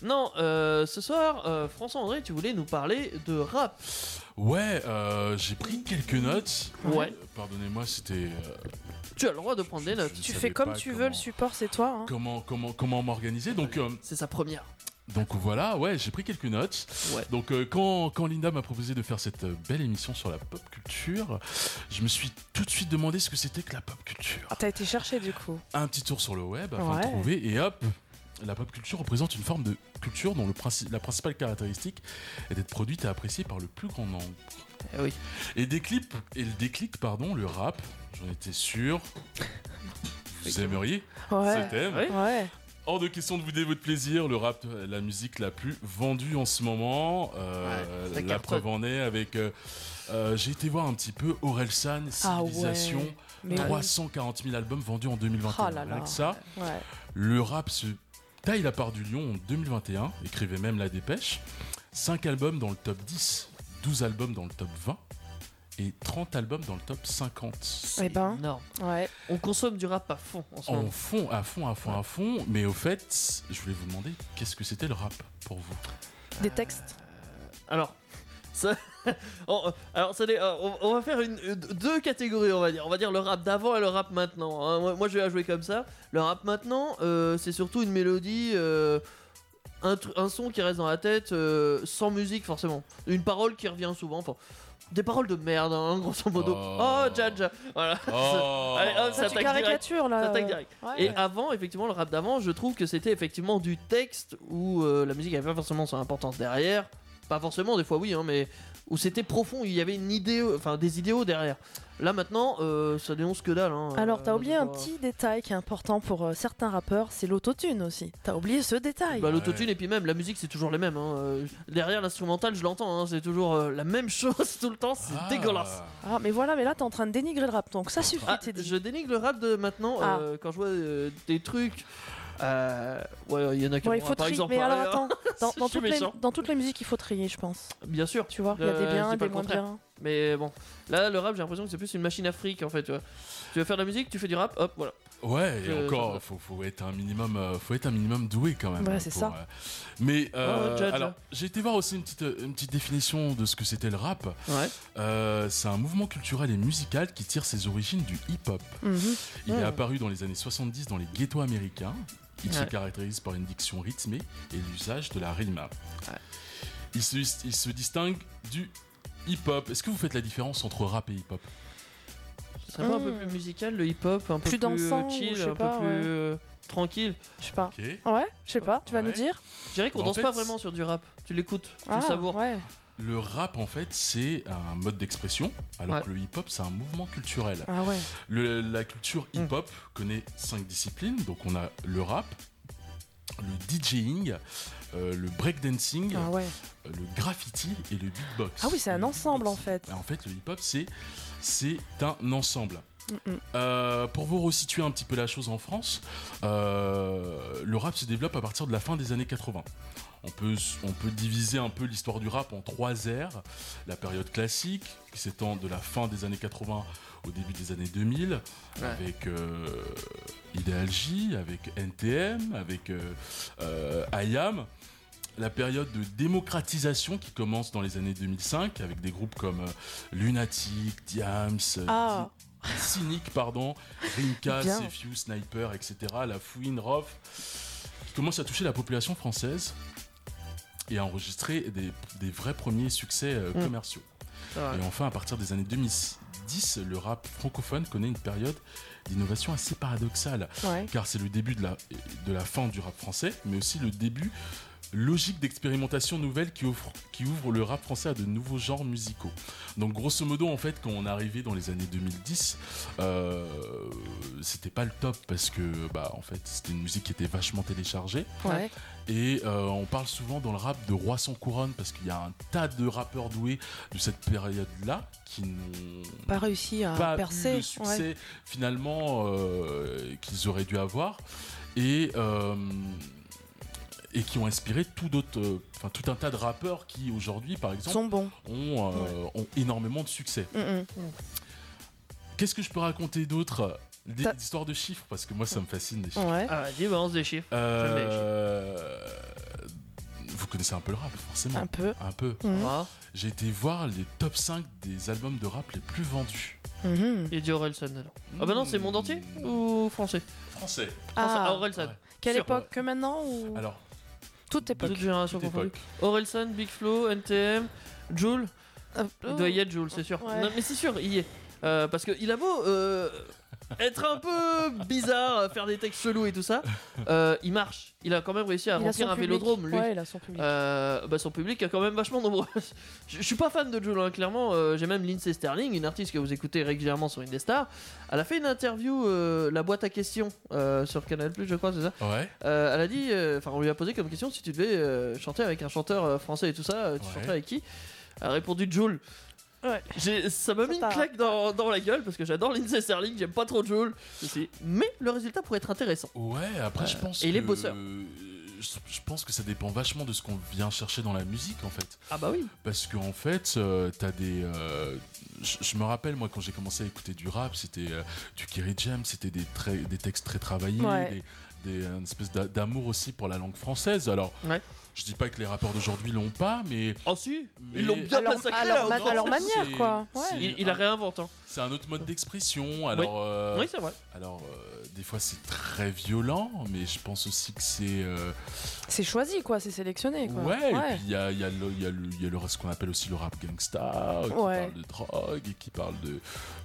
[SPEAKER 3] Non, euh, ce soir, euh, François-André, tu voulais nous parler de rap.
[SPEAKER 5] Ouais, euh, j'ai pris quelques notes.
[SPEAKER 3] Ouais.
[SPEAKER 5] Euh, Pardonnez-moi, c'était. euh,
[SPEAKER 3] Tu as le droit de prendre des notes.
[SPEAKER 5] Je
[SPEAKER 4] Tu
[SPEAKER 5] savais
[SPEAKER 4] fais comme
[SPEAKER 5] pas
[SPEAKER 4] tu
[SPEAKER 5] comment-
[SPEAKER 4] veux, le support c'est toi. hein.
[SPEAKER 5] Comment comment comment m'organiser Donc euh,
[SPEAKER 3] C'est sa première.
[SPEAKER 5] donc voilà, ouais, j'ai pris quelques notes.
[SPEAKER 3] Ouais.
[SPEAKER 5] Donc euh, quand quand Linda m'a proposé de faire cette euh, belle émission sur la pop culture, je me suis tout de suite demandé ce que c'était que la pop culture.
[SPEAKER 4] Ah, T'as été cherché du coup.
[SPEAKER 5] un petit tour sur le web afin de
[SPEAKER 4] Ouais.
[SPEAKER 5] trouver et hop la pop culture représente une forme de culture dont le princi- la principale caractéristique est d'être produite et appréciée par le plus grand nombre.
[SPEAKER 3] Eh oui.
[SPEAKER 5] Et des clips, et le déclic, pardon, le rap, j'en étais sûr. Vous aimeriez
[SPEAKER 4] Ouais.
[SPEAKER 5] ce thème
[SPEAKER 3] Oui.
[SPEAKER 4] Ouais.
[SPEAKER 5] Hors de question de vous donner votre plaisir, le rap, la musique la plus vendue en ce moment. euh,
[SPEAKER 3] Ouais, ça
[SPEAKER 5] la
[SPEAKER 3] cartonne.
[SPEAKER 5] preuve en est avec. euh, euh, J'ai été voir un petit peu Orelsan,
[SPEAKER 4] Ah ouais.
[SPEAKER 5] Civilisation,
[SPEAKER 4] Mais
[SPEAKER 5] 340 000 albums vendus en 2021.
[SPEAKER 4] Ah là là.
[SPEAKER 5] Rien que ça.
[SPEAKER 4] oui. Ouais.
[SPEAKER 5] Le rap se taille la part du lion en 2021, écrivait même La Dépêche. 5 albums dans le top 10, 12 albums dans le top 20 et 30 albums dans le top 50.
[SPEAKER 4] Eh ben.
[SPEAKER 3] Énorme.
[SPEAKER 4] Ouais.
[SPEAKER 3] On consomme du rap à fond en ce
[SPEAKER 5] En
[SPEAKER 3] moment.
[SPEAKER 5] fond, à fond, à fond, à fond, mais au fait, je voulais vous demander qu'est-ce que c'était le rap pour vous
[SPEAKER 3] Ah.
[SPEAKER 4] Des textes.
[SPEAKER 3] Alors, ça... on, euh, alors, ça dé- euh, on, on va faire une, euh, deux catégories, on va dire. On va dire le rap d'avant et le rap maintenant. hein. Moi, moi, je vais la jouer comme ça. Le rap maintenant, euh, c'est surtout une mélodie, euh, un, tru- un son qui reste dans la tête, euh, sans musique forcément. Une parole qui revient souvent. Enfin, des paroles de merde, hein, grosso modo.
[SPEAKER 5] Oh.
[SPEAKER 3] Oh, Jaja Voilà. Oh. Allez,
[SPEAKER 4] Ça,
[SPEAKER 3] hop, ça
[SPEAKER 4] tu
[SPEAKER 3] attaque direct.
[SPEAKER 4] caricatures là. euh,
[SPEAKER 3] Ça attaque direct.
[SPEAKER 4] Ouais.
[SPEAKER 3] Et avant, effectivement, le rap d'avant, je trouve que c'était effectivement du texte où euh, la musique avait pas forcément son importance derrière. Pas forcément, des fois oui, hein, mais où c'était profond, il y avait une idée, enfin des idéaux derrière. Là maintenant, euh, ça dénonce que dalle. hein.
[SPEAKER 4] Alors, t'as
[SPEAKER 3] Euh,
[SPEAKER 4] oublié un
[SPEAKER 3] bah,
[SPEAKER 4] petit détail qui est important pour euh, certains rappeurs, c'est l'autotune aussi. T'as oublié ce détail.
[SPEAKER 3] Bah, l'autotune et puis même la musique c'est toujours les mêmes. hein. Euh, Derrière l'instrumental je l'entends, hein, c'est toujours euh, la même chose tout le temps, c'est dégueulasse.
[SPEAKER 4] Ah, mais voilà, mais là, t'es en train de dénigrer le rap, donc ça suffit,
[SPEAKER 3] Ah,
[SPEAKER 4] t'es dit.
[SPEAKER 3] je dénigre le rap de maintenant
[SPEAKER 4] Ah.
[SPEAKER 3] euh, quand je vois euh, des trucs. euh, ouais, il y en a qui
[SPEAKER 4] Ouais, il
[SPEAKER 3] bon,
[SPEAKER 4] faut
[SPEAKER 3] par
[SPEAKER 4] trier.
[SPEAKER 3] exemple.
[SPEAKER 4] Mais
[SPEAKER 3] hein,
[SPEAKER 4] alors, attends, dans,
[SPEAKER 3] Je
[SPEAKER 4] dans
[SPEAKER 3] suis
[SPEAKER 4] toutes les,
[SPEAKER 3] méchant.
[SPEAKER 4] dans toutes les musiques, il faut trier, je pense.
[SPEAKER 3] Bien sûr.
[SPEAKER 4] Tu vois, il y a
[SPEAKER 3] Euh,
[SPEAKER 4] des
[SPEAKER 3] je dis
[SPEAKER 4] biens,
[SPEAKER 3] pas
[SPEAKER 4] des
[SPEAKER 3] le
[SPEAKER 4] moins
[SPEAKER 3] contraire.
[SPEAKER 4] biens.
[SPEAKER 3] Mais bon, là le rap j'ai l'impression que c'est plus une machine à fric en fait. Tu, vois. tu veux faire de la musique, tu fais du rap, hop voilà.
[SPEAKER 5] Ouais, et
[SPEAKER 3] Euh,
[SPEAKER 5] encore,
[SPEAKER 3] ça-
[SPEAKER 5] faut, faut être un minimum, euh, faut être un minimum doué quand même.
[SPEAKER 4] Ouais,
[SPEAKER 5] hein,
[SPEAKER 4] c'est
[SPEAKER 5] pour,
[SPEAKER 4] ça.
[SPEAKER 5] euh, mais euh,
[SPEAKER 3] Oh, judge.
[SPEAKER 5] alors, j'ai été voir aussi une petite, euh, une petite définition de ce que c'était le rap.
[SPEAKER 3] Ouais.
[SPEAKER 5] Euh, c'est un mouvement culturel et musical qui tire ses origines du hip-hop.
[SPEAKER 4] Mhm.
[SPEAKER 5] Il est
[SPEAKER 3] Ah.
[SPEAKER 5] apparu dans les années 70 dans les ghettos américains. Il se
[SPEAKER 3] Ouais.
[SPEAKER 5] caractérise par une diction rythmée et l'usage de la rima. Il, se, il se distingue du hip-hop. Est-ce que vous faites la différence entre rap et hip-hop
[SPEAKER 3] Ce serait pas un peu plus musical le hip hop, un peu plus,
[SPEAKER 4] Hmm. Plus dansant,
[SPEAKER 3] euh,
[SPEAKER 4] ou
[SPEAKER 3] chill,
[SPEAKER 4] je sais
[SPEAKER 3] un
[SPEAKER 4] pas,
[SPEAKER 3] peu
[SPEAKER 4] ouais.
[SPEAKER 3] plus euh, tranquille.
[SPEAKER 4] Je sais pas.
[SPEAKER 5] Ok.
[SPEAKER 4] Ouais, je sais pas, tu vas
[SPEAKER 5] Ouais.
[SPEAKER 4] nous dire
[SPEAKER 3] Je dirais qu'on
[SPEAKER 5] En
[SPEAKER 3] danse
[SPEAKER 5] fait,
[SPEAKER 3] pas vraiment sur du rap. Tu l'écoutes, tu
[SPEAKER 4] Ah,
[SPEAKER 3] le savoures.
[SPEAKER 4] Ouais.
[SPEAKER 5] Le rap, en fait, c'est un mode d'expression, alors
[SPEAKER 3] Ouais.
[SPEAKER 5] que le hip-hop, c'est un mouvement culturel.
[SPEAKER 4] Ah ouais.
[SPEAKER 5] Le- la culture
[SPEAKER 3] Hmm.
[SPEAKER 5] hip-hop connaît cinq disciplines. Donc, on a le rap, le DJing, euh, le breakdancing,
[SPEAKER 4] Ah ouais.
[SPEAKER 5] euh, le graffiti et le beatbox.
[SPEAKER 4] Ah oui, c'est un
[SPEAKER 5] Le
[SPEAKER 4] ensemble en
[SPEAKER 5] beatbox.
[SPEAKER 4] fait.
[SPEAKER 5] Et En fait, le hip-hop, c'est, c'est un ensemble.
[SPEAKER 4] Mm, mm.
[SPEAKER 5] Euh, pour vous resituer un petit peu la chose en France, euh, le rap se développe à partir de la fin des années 80. On peut, s- on peut diviser un peu l'histoire du rap en trois ères. La période classique, qui s'étend de la fin des années 80 au début des années 2000,
[SPEAKER 3] Ouais.
[SPEAKER 5] avec euh, Ideal J, avec NTM, avec euh, euh, IAM. La période de démocratisation qui commence dans les années 2005 avec des groupes comme euh, Lunatic, Diams, euh,
[SPEAKER 4] Ah.
[SPEAKER 5] Cynic, pardon, Rimka,
[SPEAKER 4] Bien.
[SPEAKER 5] Sefiu, Sniper, etc., La Fouine, Rof, qui commence à toucher la population française. et a enregistré des, des vrais premiers succès euh,
[SPEAKER 3] Mm.
[SPEAKER 5] commerciaux.
[SPEAKER 3] C'est vrai.
[SPEAKER 5] Et enfin, à partir des années 2010, le rap francophone connaît une période d'innovation assez paradoxale,
[SPEAKER 4] Ouais.
[SPEAKER 5] car c'est le début de la, de la fin du rap français, mais aussi le début logique d'expérimentation nouvelle qui ouvre, qui ouvre le rap français à de nouveaux genres musicaux. Donc grosso modo, en fait, quand on est arrivé dans les années 2010, euh, c'était pas le top parce que, bah, en fait, c'était une musique qui était vachement téléchargée.
[SPEAKER 4] Ouais.
[SPEAKER 5] Et euh, on parle souvent dans le rap de roi sans couronne parce qu'il y a un tas de rappeurs doués de cette période-là qui n'ont
[SPEAKER 4] Pas réussi à
[SPEAKER 5] pas eu
[SPEAKER 4] percer.
[SPEAKER 5] le succès finalement euh, qu'ils auraient dû avoir et euh, et qui ont inspiré tout d'autres, euh, enfin tout un tas de rappeurs qui aujourd'hui, par
[SPEAKER 4] Ils
[SPEAKER 5] exemple,
[SPEAKER 4] sont bons.
[SPEAKER 5] ont, euh, ont énormément de succès.
[SPEAKER 4] Mm, mm.
[SPEAKER 5] Qu'est-ce que je peux raconter d'autre Des
[SPEAKER 4] T'as-
[SPEAKER 5] des histoires de chiffres parce que moi ça me fascine les chiffres.
[SPEAKER 4] Ouais.
[SPEAKER 3] Ah, vas-y, balance des chiffres.
[SPEAKER 5] Euh, vous connaissez un peu le rap, forcément.
[SPEAKER 4] Un peu.
[SPEAKER 5] Un peu.
[SPEAKER 4] Mhm.
[SPEAKER 3] Ah,
[SPEAKER 5] J'ai été voir les top 5 des albums de rap les plus vendus.
[SPEAKER 4] Mhm.
[SPEAKER 3] il y a du Orelsan dedans. Ah, bah non, c'est monde entier ou français
[SPEAKER 5] Français.
[SPEAKER 3] Français,
[SPEAKER 4] Ah,
[SPEAKER 3] Orelsan.
[SPEAKER 5] Ouais.
[SPEAKER 4] quelle
[SPEAKER 3] Sûr.
[SPEAKER 5] euh,
[SPEAKER 4] époque Que maintenant ou
[SPEAKER 5] Alors,
[SPEAKER 4] toute époque
[SPEAKER 3] Toute génération
[SPEAKER 5] toute
[SPEAKER 3] confondue.
[SPEAKER 5] époque.
[SPEAKER 3] Orelsan, Big Flo, NTM, Joule.
[SPEAKER 4] euh,
[SPEAKER 3] Il doit y être Jules, c'est sûr.
[SPEAKER 4] Oh. Ouais.
[SPEAKER 3] Non, mais c'est sûr, il y est. Euh, parce que il a beau euh, être un peu bizarre, euh, faire des textes chelous et tout ça, euh, il marche. Il a quand même réussi à
[SPEAKER 4] Il a son
[SPEAKER 3] remplir un
[SPEAKER 4] public.
[SPEAKER 3] vélodrome, lui.
[SPEAKER 4] Ouais, il a son public.
[SPEAKER 3] Euh, bah, son public est quand même vachement nombreux. je, je suis pas fan de Jules, hein, clairement. euh, J'ai même Lindsay Sterling, une artiste que vous écoutez régulièrement sur Indestar. Elle a fait une interview, euh, la boîte à questions, euh, sur Canal+, je crois, c'est ça
[SPEAKER 5] Ouais.
[SPEAKER 3] euh, elle a dit, euh, enfin on lui a posé comme question si tu devais euh, chanter avec un chanteur euh, français et tout ça, euh, tu
[SPEAKER 5] Ouais.
[SPEAKER 3] chanterais avec qui Elle a répondu Joule.
[SPEAKER 4] Ouais.
[SPEAKER 3] J'ai- Ça m'a
[SPEAKER 4] Ça
[SPEAKER 3] mis une
[SPEAKER 4] t'a-
[SPEAKER 3] claque dans, dans la gueule parce que j'adore Lindsay Sterling, j'aime pas trop Joule. Je me suis dit, Mais le résultat pourrait être intéressant.
[SPEAKER 5] Ouais, après je
[SPEAKER 3] Euh,
[SPEAKER 5] pense
[SPEAKER 3] et les
[SPEAKER 5] que-
[SPEAKER 3] bosseurs.
[SPEAKER 5] Je je pense que ça dépend vachement de ce qu'on vient chercher dans la musique en fait.
[SPEAKER 3] Ah bah oui.
[SPEAKER 5] Parce qu'en fait, euh, t'as des. euh, je je me rappelle, moi, quand j'ai commencé à écouter du rap, c'était euh, du Kerry James, c'était des, très- des textes très travaillés,
[SPEAKER 4] Ouais.
[SPEAKER 5] des, des- une espèce d'a- d'amour aussi pour la langue française. Alors,
[SPEAKER 3] Ouais.
[SPEAKER 5] je dis pas que les rappeurs d'aujourd'hui l'ont pas, mais.
[SPEAKER 3] Ah si,
[SPEAKER 5] mais-
[SPEAKER 3] ils l'ont bien
[SPEAKER 4] À leur-
[SPEAKER 3] massacré
[SPEAKER 4] à
[SPEAKER 3] là,
[SPEAKER 4] leur
[SPEAKER 3] au
[SPEAKER 4] ma-
[SPEAKER 3] grand-
[SPEAKER 4] à leur manière,
[SPEAKER 5] c'est-
[SPEAKER 4] quoi. Ouais.
[SPEAKER 5] c'est
[SPEAKER 3] Il, il a
[SPEAKER 5] un-
[SPEAKER 3] réinventé. hein.
[SPEAKER 5] C'est un autre mode d'expression. Alors, euh,
[SPEAKER 3] Oui, c'est vrai.
[SPEAKER 5] alors euh, des fois, c'est très violent, mais je pense aussi que c'est. euh,
[SPEAKER 4] C'est choisi, quoi. C'est sélectionné, quoi.
[SPEAKER 5] Ouais, et puis il y a, il y a le- il y a le- il y a le reste qu'on appelle aussi le rap gangsta, qui
[SPEAKER 4] Ouais.
[SPEAKER 5] parle de drogue, et qui parle de.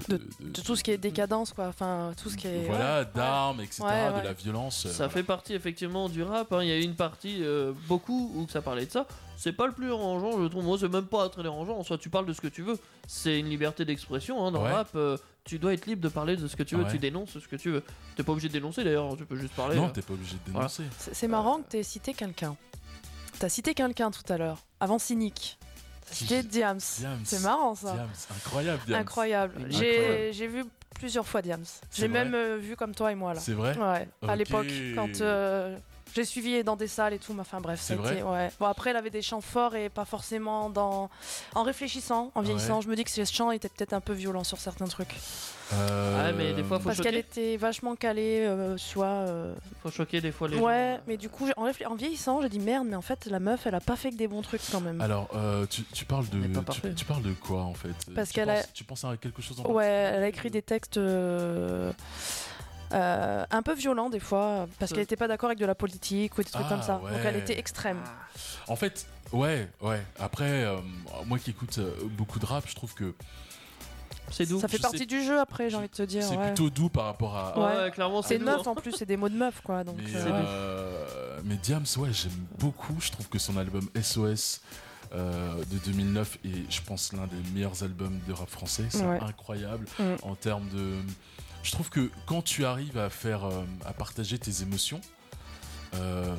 [SPEAKER 4] De- De tout ce qui est décadence, quoi. Enfin, tout ce qui est.
[SPEAKER 5] Voilà, d'armes, etc.,
[SPEAKER 4] Ouais, ouais.
[SPEAKER 5] de la violence. euh,
[SPEAKER 3] Ça fait partie effectivement du rap. hein. Il y a eu une partie, euh, beaucoup, où ça parlait de ça. C'est pas le plus dérangeant, je trouve. Moi, c'est même pas très dérangeant. En soi, tu parles de ce que tu veux. C'est une liberté d'expression. hein, Dans
[SPEAKER 5] Ouais.
[SPEAKER 3] le rap, euh, tu dois être libre de parler de ce que tu veux.
[SPEAKER 5] Ouais.
[SPEAKER 3] Tu dénonces ce que tu veux. T'es pas obligé de dénoncer d'ailleurs, tu peux juste parler.
[SPEAKER 5] Non,
[SPEAKER 3] euh.
[SPEAKER 5] t'es pas obligé de
[SPEAKER 3] Voilà.
[SPEAKER 5] dénoncer.
[SPEAKER 4] C'est c'est marrant que t'aies cité quelqu'un. T'as cité quelqu'un tout à l'heure, avant Cynique.
[SPEAKER 5] Qui-
[SPEAKER 4] T'as cité Diams.
[SPEAKER 5] Diams.
[SPEAKER 4] C'est marrant ça.
[SPEAKER 5] Diams, incroyable, Diams.
[SPEAKER 4] Incroyable.
[SPEAKER 3] Incroyable.
[SPEAKER 4] J'ai j'ai vu plusieurs fois Diams.
[SPEAKER 5] C'est
[SPEAKER 4] J'ai
[SPEAKER 5] vrai
[SPEAKER 4] même euh, vu comme toi et moi là.
[SPEAKER 5] C'est vrai
[SPEAKER 4] Ouais, à
[SPEAKER 5] Ok.
[SPEAKER 4] l'époque, quand euh, j'ai suivi dans des salles et tout, mais enfin bref,
[SPEAKER 5] C'est
[SPEAKER 4] c'était. Ouais. Bon, après, elle avait des chants forts et pas forcément dans. En réfléchissant, en vieillissant, je me dis que ces chants étaient peut-être un peu violents sur certains trucs.
[SPEAKER 5] Euh,
[SPEAKER 3] Ouais, mais des fois, faut-
[SPEAKER 4] Parce qu'elle
[SPEAKER 3] choquer.
[SPEAKER 4] était vachement calée, euh, soit. euh,
[SPEAKER 3] Faut choquer des fois les
[SPEAKER 4] ouais,
[SPEAKER 3] gens.
[SPEAKER 4] mais du coup, j'ai- en, réfl- en vieillissant, j'ai dit merde, mais en fait, la meuf, elle a pas fait que des bons trucs quand même.
[SPEAKER 5] Alors, euh, tu, tu parles
[SPEAKER 3] On n'est pas
[SPEAKER 5] de,
[SPEAKER 3] parfait.
[SPEAKER 5] tu, tu parles de quoi en fait
[SPEAKER 4] Parce
[SPEAKER 5] Tu
[SPEAKER 4] qu'elle
[SPEAKER 5] penses-
[SPEAKER 4] a-
[SPEAKER 5] Tu penses à quelque chose en
[SPEAKER 4] Ouais, elle a écrit des textes euh, euh, un peu violents des fois, parce
[SPEAKER 3] Ça-
[SPEAKER 4] qu'elle n'était pas d'accord avec de la politique ou des trucs
[SPEAKER 5] Ah,
[SPEAKER 4] comme ça. Donc elle
[SPEAKER 5] ouais.
[SPEAKER 4] était extrême.
[SPEAKER 3] Ah.
[SPEAKER 5] En fait, ouais, ouais. Après, euh, moi qui écoute euh, beaucoup de rap, je trouve que
[SPEAKER 3] C'est doux.
[SPEAKER 4] ça fait
[SPEAKER 5] je
[SPEAKER 4] partie
[SPEAKER 5] sais-
[SPEAKER 4] du jeu après, j'ai envie de te dire.
[SPEAKER 5] c'est
[SPEAKER 4] ouais.
[SPEAKER 5] plutôt doux par rapport à,
[SPEAKER 4] Ouais.
[SPEAKER 3] Ah Ouais, clairement,
[SPEAKER 4] C'est
[SPEAKER 3] c'est doux,
[SPEAKER 4] neuf
[SPEAKER 3] hein.
[SPEAKER 4] en plus, c'est des mots de meuf quoi. Donc,
[SPEAKER 5] Mais,
[SPEAKER 4] euh,
[SPEAKER 5] euh, mais Diams, ouais, j'aime beaucoup. Je trouve que son album SOS euh, de 2009 est, je pense, l'un des meilleurs albums de rap français. C'est
[SPEAKER 4] Ouais.
[SPEAKER 5] incroyable
[SPEAKER 4] Mm.
[SPEAKER 5] en termes de. Je trouve que quand tu arrives à faire, euh, à partager tes émotions, euh,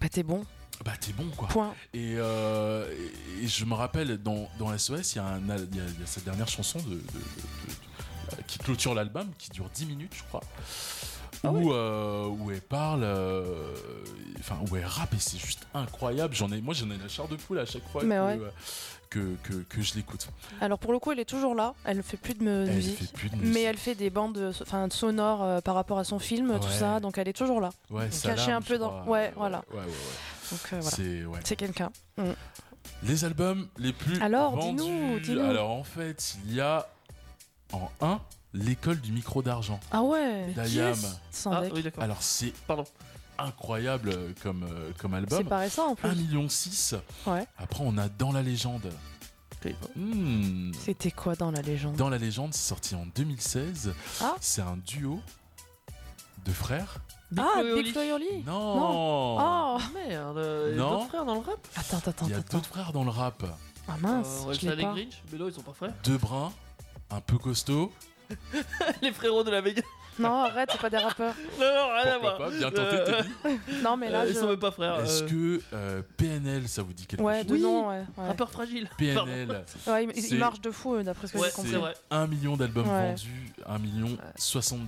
[SPEAKER 4] bah, t'es bon,
[SPEAKER 5] bah t'es bon quoi.
[SPEAKER 4] point.
[SPEAKER 5] Et, euh, et- et je me rappelle dans, dans SOS, il y, a un al- il y a- il y a cette dernière chanson de, de- de- de- de- qui clôture l'album, qui dure 10 minutes, je crois.
[SPEAKER 4] Ah
[SPEAKER 5] où, euh, où elle parle, euh, enfin où elle rappe et c'est juste incroyable. J'en ai, moi j'en ai la chair de poule à chaque fois que,
[SPEAKER 4] Mais ouais.
[SPEAKER 5] euh, que, que, que je l'écoute.
[SPEAKER 4] Alors pour le coup, elle est toujours là, elle ne fait plus de me-
[SPEAKER 5] Elle
[SPEAKER 4] musique.
[SPEAKER 5] fait plus de
[SPEAKER 4] Mais
[SPEAKER 5] musique.
[SPEAKER 4] elle fait des bandes euh, so- enfin, sonores euh, par rapport à son film, tout
[SPEAKER 5] Ouais.
[SPEAKER 4] ça, donc elle est toujours là.
[SPEAKER 5] ouais,
[SPEAKER 4] cachait
[SPEAKER 5] Salam,
[SPEAKER 4] un peu
[SPEAKER 5] je
[SPEAKER 4] dans-
[SPEAKER 5] crois.
[SPEAKER 4] ouais, voilà.
[SPEAKER 5] ouais, ouais, ouais.
[SPEAKER 4] Donc euh, voilà.
[SPEAKER 5] C'est ouais.
[SPEAKER 4] C'est quelqu'un.
[SPEAKER 5] Les albums les plus
[SPEAKER 4] Alors,
[SPEAKER 5] vendus.
[SPEAKER 4] dis-nous, dis-nous.
[SPEAKER 5] Alors en fait, il y a en 1 l'école du micro d'argent.
[SPEAKER 4] Ah ouais
[SPEAKER 5] Dayam.
[SPEAKER 4] Sans
[SPEAKER 3] Ah
[SPEAKER 4] deck.
[SPEAKER 3] oui, d'accord.
[SPEAKER 5] Alors c'est
[SPEAKER 3] Pardon.
[SPEAKER 5] incroyable euh, comme, euh, comme
[SPEAKER 4] C'est
[SPEAKER 5] album.
[SPEAKER 4] pas récent
[SPEAKER 5] 1,6
[SPEAKER 4] en plus.
[SPEAKER 5] million.
[SPEAKER 4] Ouais.
[SPEAKER 5] Après, on a Dans la légende.
[SPEAKER 3] Ok.
[SPEAKER 4] Oh.
[SPEAKER 5] Hmm.
[SPEAKER 4] C'était quoi dans la légende
[SPEAKER 5] Dans la légende, c'est sorti en 2016.
[SPEAKER 4] Ah.
[SPEAKER 5] C'est un duo de frères.
[SPEAKER 4] Ah,
[SPEAKER 3] Flo et Oli.
[SPEAKER 4] Big Flo et Oli
[SPEAKER 5] Non,
[SPEAKER 4] Oh
[SPEAKER 3] Merde, euh, il y a
[SPEAKER 5] Non.
[SPEAKER 3] d'autres frères dans le rap
[SPEAKER 4] Attends, attends,
[SPEAKER 5] Il y a
[SPEAKER 4] attends.
[SPEAKER 5] d'autres frères dans le rap.
[SPEAKER 4] Ah mince,
[SPEAKER 3] Euh,
[SPEAKER 4] je
[SPEAKER 3] Orelsan
[SPEAKER 4] l'ai
[SPEAKER 3] et
[SPEAKER 4] pas.
[SPEAKER 3] Grinch, Bello, ils sont pas frères.
[SPEAKER 5] Deux bruns, un peu costauds.
[SPEAKER 3] Les frérots de la Vega.
[SPEAKER 4] Non, arrête, c'est pas des rappeurs.
[SPEAKER 3] Non, non, rien à
[SPEAKER 5] Pourquoi pas
[SPEAKER 3] voir.
[SPEAKER 5] Bien tenté,
[SPEAKER 3] Ah, Euh,
[SPEAKER 5] Teddy.
[SPEAKER 4] Non, mais là,
[SPEAKER 3] euh,
[SPEAKER 4] je...
[SPEAKER 3] Ils sont même pas frères.
[SPEAKER 5] Est-ce
[SPEAKER 3] euh,
[SPEAKER 5] que euh, PNL, ça vous dit quelque
[SPEAKER 4] Ouais,
[SPEAKER 5] chose
[SPEAKER 4] de
[SPEAKER 3] Oui.
[SPEAKER 4] nom, ouais. ouais.
[SPEAKER 3] Rappeur fragile.
[SPEAKER 5] PNL,
[SPEAKER 4] Ouais, ils, ils
[SPEAKER 5] c'est-
[SPEAKER 4] marchent de fou, euh, d'après ce que
[SPEAKER 3] Ouais,
[SPEAKER 4] j'ai compris.
[SPEAKER 3] c'est vrai.
[SPEAKER 5] 1 million d'albums
[SPEAKER 4] Ouais.
[SPEAKER 5] vendus, 1 million 60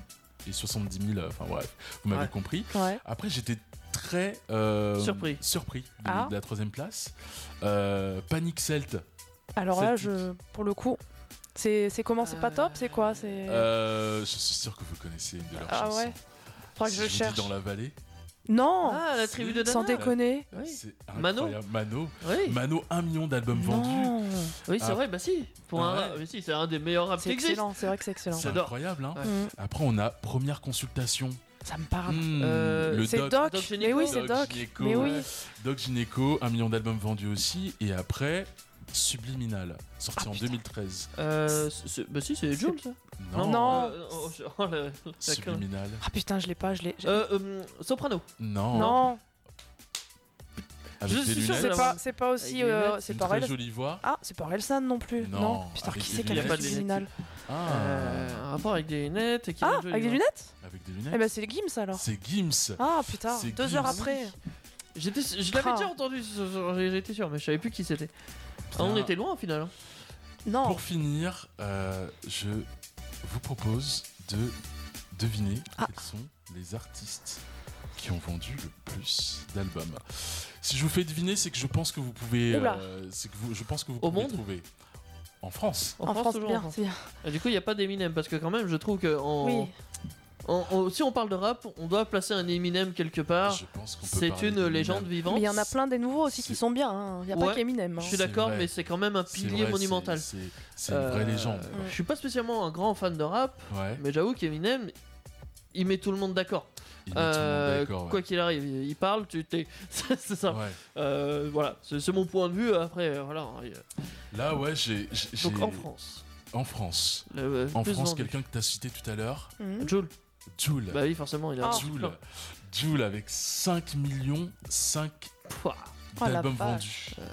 [SPEAKER 5] et 70 000, euh, enfin bref, vous m'avez
[SPEAKER 3] Ouais.
[SPEAKER 5] compris.
[SPEAKER 4] Ouais.
[SPEAKER 5] Après, j'étais très euh,
[SPEAKER 3] Surpris.
[SPEAKER 5] surpris de,
[SPEAKER 4] Ah.
[SPEAKER 5] de la troisième place. Euh, Panic Celt,
[SPEAKER 4] Alors là,
[SPEAKER 5] C'est-
[SPEAKER 4] je... pour le coup, c'est c'est comment C'est pas top C'est quoi C'est.
[SPEAKER 5] euh, je suis sûr que vous connaissez une de leurs
[SPEAKER 4] Ah
[SPEAKER 5] chansons.
[SPEAKER 4] ouais. Faudra
[SPEAKER 5] Si
[SPEAKER 4] que je
[SPEAKER 5] vous dis
[SPEAKER 4] cherche.
[SPEAKER 5] dans la vallée,
[SPEAKER 4] Non
[SPEAKER 3] Ah, la tribu de Dana.
[SPEAKER 4] Sans déconner.
[SPEAKER 3] Oui.
[SPEAKER 5] c'est
[SPEAKER 3] Mano.
[SPEAKER 5] incroyable. Mano.
[SPEAKER 3] Oui,
[SPEAKER 5] Mano, 1 million d'albums vendus.
[SPEAKER 4] Non
[SPEAKER 3] oui c'est
[SPEAKER 5] Ah.
[SPEAKER 3] vrai, bah si. Pour un
[SPEAKER 5] Ouais.
[SPEAKER 3] rap, mais si, c'est un des meilleurs raps qui
[SPEAKER 4] C'est
[SPEAKER 3] existe.
[SPEAKER 4] excellent, c'est vrai que c'est excellent.
[SPEAKER 5] C'est
[SPEAKER 3] J'adore.
[SPEAKER 5] incroyable. Hein.
[SPEAKER 3] Ouais.
[SPEAKER 4] Mm.
[SPEAKER 5] Après, on a Première Consultation.
[SPEAKER 4] Ça me parle.
[SPEAKER 5] Hmm,
[SPEAKER 3] Euh,
[SPEAKER 5] le
[SPEAKER 4] Ah, C'est
[SPEAKER 5] doc.
[SPEAKER 4] Doc,
[SPEAKER 3] Doc chez
[SPEAKER 4] mais
[SPEAKER 3] Nico.
[SPEAKER 4] oui, c'est
[SPEAKER 5] Doc
[SPEAKER 4] Doc.
[SPEAKER 5] Gynéco,
[SPEAKER 4] Mais oui,
[SPEAKER 5] ouais. Doc Gynéco, 1 million d'albums vendus aussi. Et après, Subliminal, sorti
[SPEAKER 4] Ah,
[SPEAKER 5] en
[SPEAKER 4] putain.
[SPEAKER 5] 2013.
[SPEAKER 3] Euh, c'est- bah si, c'est Jules. ça.
[SPEAKER 5] Non,
[SPEAKER 4] Non.
[SPEAKER 3] Euh, oh, je- oh, la- la crème.
[SPEAKER 5] Subliminal.
[SPEAKER 4] Ah putain, je l'ai pas, je l'ai. j'ai-
[SPEAKER 3] Euh, euh, Soprano.
[SPEAKER 5] Non.
[SPEAKER 4] Non,
[SPEAKER 5] Avec
[SPEAKER 3] Je
[SPEAKER 5] des
[SPEAKER 3] suis sûr
[SPEAKER 5] lunettes.
[SPEAKER 3] que
[SPEAKER 4] c'est
[SPEAKER 3] la
[SPEAKER 4] pas,
[SPEAKER 3] main.
[SPEAKER 4] c'est pas aussi.
[SPEAKER 3] Avec des
[SPEAKER 4] euh,
[SPEAKER 3] lunettes,
[SPEAKER 4] c'est
[SPEAKER 5] une
[SPEAKER 4] pas
[SPEAKER 5] très
[SPEAKER 4] Relsan.
[SPEAKER 5] jolie voix.
[SPEAKER 4] Ah, c'est pas Relsan non plus.
[SPEAKER 5] Non,
[SPEAKER 4] Non. Putain,
[SPEAKER 5] avec
[SPEAKER 4] qui
[SPEAKER 5] des
[SPEAKER 4] c'est qui a
[SPEAKER 5] lunettes.
[SPEAKER 4] fait
[SPEAKER 3] Il y a pas de
[SPEAKER 4] Subliminal
[SPEAKER 5] Ah,
[SPEAKER 3] Euh, un rapport avec des lunettes. et qui
[SPEAKER 4] Ah,
[SPEAKER 3] est jolie,
[SPEAKER 4] avec des
[SPEAKER 3] ouais.
[SPEAKER 4] lunettes
[SPEAKER 5] avec des lunettes.
[SPEAKER 4] Eh ben, c'est les Gims alors.
[SPEAKER 5] C'est Gims.
[SPEAKER 4] Ah putain,
[SPEAKER 5] C'est
[SPEAKER 4] deux
[SPEAKER 5] Gims.
[SPEAKER 4] heures après.
[SPEAKER 3] J'étais, je l'avais
[SPEAKER 4] Ah.
[SPEAKER 3] déjà entendu, ce- ce- j'ai- j'étais sûr, mais je savais plus qui c'était. Ah, on
[SPEAKER 5] Putain.
[SPEAKER 3] était loin au final.
[SPEAKER 4] Non.
[SPEAKER 5] Pour finir, euh, je vous propose de deviner
[SPEAKER 4] Ah.
[SPEAKER 5] quels sont les artistes qui ont vendu le plus d'albums. Si je vous fais deviner, c'est que je pense que vous pouvez,
[SPEAKER 4] Oula.
[SPEAKER 5] euh, c'est que vous, je pense que vous
[SPEAKER 3] Au
[SPEAKER 5] pouvez
[SPEAKER 3] monde
[SPEAKER 5] trouver en France. hein.
[SPEAKER 4] En France,
[SPEAKER 3] toujours en
[SPEAKER 4] bien,
[SPEAKER 3] France.
[SPEAKER 4] c'est bien.
[SPEAKER 3] Et Du coup, il n'y a pas d'Eminem parce que quand même, je trouve que en-
[SPEAKER 4] Oui.
[SPEAKER 3] en- en- si on parle de rap, on doit placer un Eminem quelque
[SPEAKER 4] Ah.
[SPEAKER 3] part.
[SPEAKER 5] je pense qu'on peut
[SPEAKER 3] C'est
[SPEAKER 5] parler
[SPEAKER 3] une
[SPEAKER 5] d'Eminem.
[SPEAKER 3] légende vivante.
[SPEAKER 4] Mais il y en a plein des nouveaux aussi qui
[SPEAKER 5] C'est-
[SPEAKER 4] sont bien. hein. Il n'y a
[SPEAKER 3] Ouais.
[SPEAKER 4] pas qu'Eminem. hein.
[SPEAKER 3] Je suis
[SPEAKER 5] C'est
[SPEAKER 3] d'accord,
[SPEAKER 5] vrai.
[SPEAKER 3] mais c'est quand même un
[SPEAKER 5] C'est
[SPEAKER 3] pilier
[SPEAKER 5] vrai,
[SPEAKER 3] monumental.
[SPEAKER 5] c'est- C'est c'est une vraie
[SPEAKER 3] Euh,
[SPEAKER 5] légende.
[SPEAKER 3] Je suis pas spécialement un grand fan de rap,
[SPEAKER 5] Ouais.
[SPEAKER 3] mais j'avoue qu'Eminem, il met tout le monde d'accord.
[SPEAKER 5] Il est tout le monde
[SPEAKER 3] Euh,
[SPEAKER 5] d'accord.
[SPEAKER 3] Quoi
[SPEAKER 5] ouais.
[SPEAKER 3] qu'il arrive, il parle, tu t'es. c'est c'est ça.
[SPEAKER 5] Ouais.
[SPEAKER 3] Euh, voilà, c'est c'est mon point de vue. Après, euh, voilà.
[SPEAKER 5] Là, ouais, j'ai. j'ai-
[SPEAKER 3] Donc
[SPEAKER 5] j'ai-
[SPEAKER 3] en France.
[SPEAKER 5] En France.
[SPEAKER 3] le- le
[SPEAKER 5] En
[SPEAKER 3] plus
[SPEAKER 5] France,
[SPEAKER 3] vendu.
[SPEAKER 5] quelqu'un que tu as cité tout à l'heure,
[SPEAKER 4] Mhm.
[SPEAKER 3] Jul.
[SPEAKER 5] Joule.
[SPEAKER 3] Bah oui, forcément, il a.
[SPEAKER 4] Ah.
[SPEAKER 5] Joule. Joule avec 5 millions 5
[SPEAKER 3] Pouah.
[SPEAKER 4] Oh la
[SPEAKER 5] d'albums
[SPEAKER 4] vache.
[SPEAKER 5] vendus.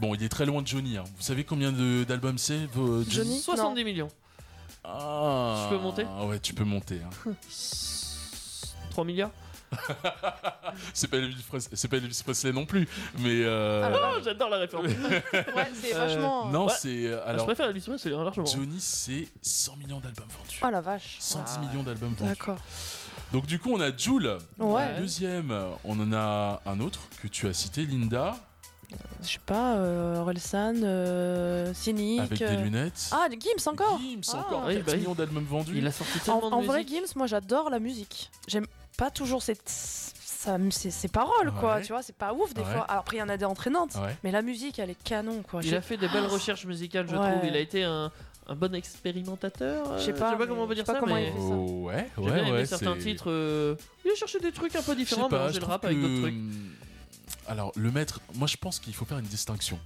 [SPEAKER 5] Bon, il est très loin de Johnny. hein. Vous savez combien de- d'albums c'est vos-
[SPEAKER 4] Johnny
[SPEAKER 3] 70 millions.
[SPEAKER 5] Ah,
[SPEAKER 3] Je peux monter
[SPEAKER 5] Ouais, tu peux monter. hein.
[SPEAKER 3] 3 milliards
[SPEAKER 5] C'est pas, Elvis Pres- c'est pas Elvis Presley non plus, mais.
[SPEAKER 4] Ah,
[SPEAKER 5] euh,
[SPEAKER 3] Oh, J'adore la réforme.
[SPEAKER 4] bah, Ouais, c'est
[SPEAKER 3] Euh,
[SPEAKER 4] vachement.
[SPEAKER 5] non,
[SPEAKER 3] Ouais.
[SPEAKER 5] c'est. euh,
[SPEAKER 3] je
[SPEAKER 5] Alors,
[SPEAKER 3] préfère la Presley, c'est largement.
[SPEAKER 5] Johnny, c'est 100 millions d'albums vendus.
[SPEAKER 4] Oh la vache.
[SPEAKER 5] 110
[SPEAKER 3] Ah.
[SPEAKER 5] millions d'albums vendus.
[SPEAKER 4] D'accord.
[SPEAKER 5] Donc, du coup, on a Joule.
[SPEAKER 4] Ouais.
[SPEAKER 5] Deuxième, on en a un autre que tu as cité, Linda,
[SPEAKER 4] Je sais pas, euh, Orelsan, euh, Cynic.
[SPEAKER 5] avec des
[SPEAKER 4] euh,
[SPEAKER 5] lunettes.
[SPEAKER 4] Ah, les Gims encore
[SPEAKER 5] Gims
[SPEAKER 4] Ah.
[SPEAKER 5] encore,
[SPEAKER 3] Oui,
[SPEAKER 5] 4
[SPEAKER 3] bah oui.
[SPEAKER 5] millions d'albums vendus.
[SPEAKER 3] Il a sorti
[SPEAKER 4] En,
[SPEAKER 3] tellement de
[SPEAKER 4] en
[SPEAKER 3] musique.
[SPEAKER 4] vrai, Gims, moi j'adore la musique. J'aime pas toujours ses, sa- ses, ses paroles, quoi.
[SPEAKER 5] Ouais.
[SPEAKER 4] Tu vois, c'est pas ouf des
[SPEAKER 5] Ouais.
[SPEAKER 4] fois. Après, il y en a des
[SPEAKER 3] Ah.
[SPEAKER 4] entraînantes.
[SPEAKER 5] Ouais.
[SPEAKER 4] Mais la musique, elle est canon, quoi.
[SPEAKER 3] Il
[SPEAKER 4] Je-
[SPEAKER 3] a fait des belles recherches musicales, je
[SPEAKER 4] Ouais.
[SPEAKER 3] trouve. Il a été un, un bon expérimentateur. euh,
[SPEAKER 4] Je sais pas, mais
[SPEAKER 3] comment on peut
[SPEAKER 4] je sais
[SPEAKER 3] dire
[SPEAKER 4] pas
[SPEAKER 3] ça,
[SPEAKER 4] comment
[SPEAKER 3] mais.
[SPEAKER 4] il fait.
[SPEAKER 5] Oh, ouais,
[SPEAKER 3] J'ai bien
[SPEAKER 5] ouais,
[SPEAKER 3] aimé
[SPEAKER 5] ouais.
[SPEAKER 3] certains
[SPEAKER 5] c'est-
[SPEAKER 3] titres. euh, Il a cherché des trucs un peu
[SPEAKER 5] Je sais
[SPEAKER 3] différents,
[SPEAKER 5] pas,
[SPEAKER 3] mélanger
[SPEAKER 5] je
[SPEAKER 3] le
[SPEAKER 5] trouve
[SPEAKER 3] rap avec
[SPEAKER 5] que- hmm,
[SPEAKER 3] d'autres trucs.
[SPEAKER 5] Alors, le maître, moi je pense qu'il faut faire une distinction.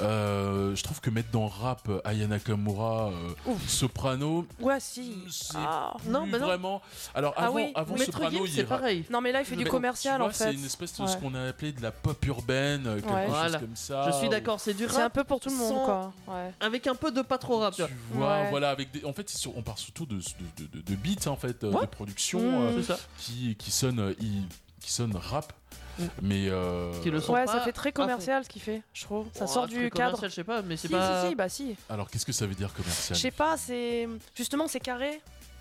[SPEAKER 5] Euh, je trouve que mettre dans rap euh, Aya Nakamura, euh,
[SPEAKER 4] Ouf.
[SPEAKER 5] Soprano,
[SPEAKER 4] Ouais, si.
[SPEAKER 5] Mm, c'est
[SPEAKER 4] Ah.
[SPEAKER 5] plus
[SPEAKER 3] Non, bah non.
[SPEAKER 5] vraiment. Alors
[SPEAKER 4] Ah
[SPEAKER 5] avant,
[SPEAKER 4] oui,
[SPEAKER 5] avant
[SPEAKER 3] Maître
[SPEAKER 5] Soprano,
[SPEAKER 3] Gims,
[SPEAKER 5] il
[SPEAKER 3] c'est pareil.
[SPEAKER 4] Non, mais là, il fait
[SPEAKER 5] Mais
[SPEAKER 4] du
[SPEAKER 5] quand-
[SPEAKER 4] commercial
[SPEAKER 5] tu vois,
[SPEAKER 4] en fait.
[SPEAKER 5] C'est une espèce de ce
[SPEAKER 4] Ouais.
[SPEAKER 5] qu'on a appelé de la pop urbaine, euh, quelque
[SPEAKER 4] Ouais.
[SPEAKER 5] chose
[SPEAKER 3] Voilà.
[SPEAKER 5] comme ça.
[SPEAKER 3] Je suis
[SPEAKER 5] ou-
[SPEAKER 3] d'accord, c'est du
[SPEAKER 4] C'est un
[SPEAKER 3] rap
[SPEAKER 4] peu pour tout le monde,
[SPEAKER 3] sans-
[SPEAKER 4] quoi. Ouais.
[SPEAKER 3] avec un peu de pas trop rap. tu
[SPEAKER 5] Tu
[SPEAKER 3] vois.
[SPEAKER 5] vois,
[SPEAKER 4] Ouais.
[SPEAKER 5] voilà, avec des. En fait, c'est sur- on part surtout de, de, de- de beats, en fait, euh,
[SPEAKER 3] Ouais.
[SPEAKER 5] de production.
[SPEAKER 4] Mm.
[SPEAKER 5] euh,
[SPEAKER 3] C'est ça.
[SPEAKER 5] qui, qui sonne euh, i- qui sonne rap
[SPEAKER 4] Mmh.
[SPEAKER 3] Mm.
[SPEAKER 5] mais euh,
[SPEAKER 3] Qui le sont
[SPEAKER 4] Ouais,
[SPEAKER 3] pas
[SPEAKER 4] ça fait
[SPEAKER 3] à
[SPEAKER 4] très
[SPEAKER 3] fond.
[SPEAKER 4] commercial ce qu'il fait, je trouve. Ça
[SPEAKER 3] Oh,
[SPEAKER 4] sort
[SPEAKER 3] un
[SPEAKER 4] du
[SPEAKER 3] truc
[SPEAKER 4] cadre.
[SPEAKER 3] commercial, Je sais pas, mais c'est
[SPEAKER 4] Si,
[SPEAKER 3] pas.
[SPEAKER 4] si, si, bah si.
[SPEAKER 5] alors qu'est-ce que ça veut dire
[SPEAKER 4] Je
[SPEAKER 5] commercial
[SPEAKER 4] sais pas, c'est. Justement, c'est carré.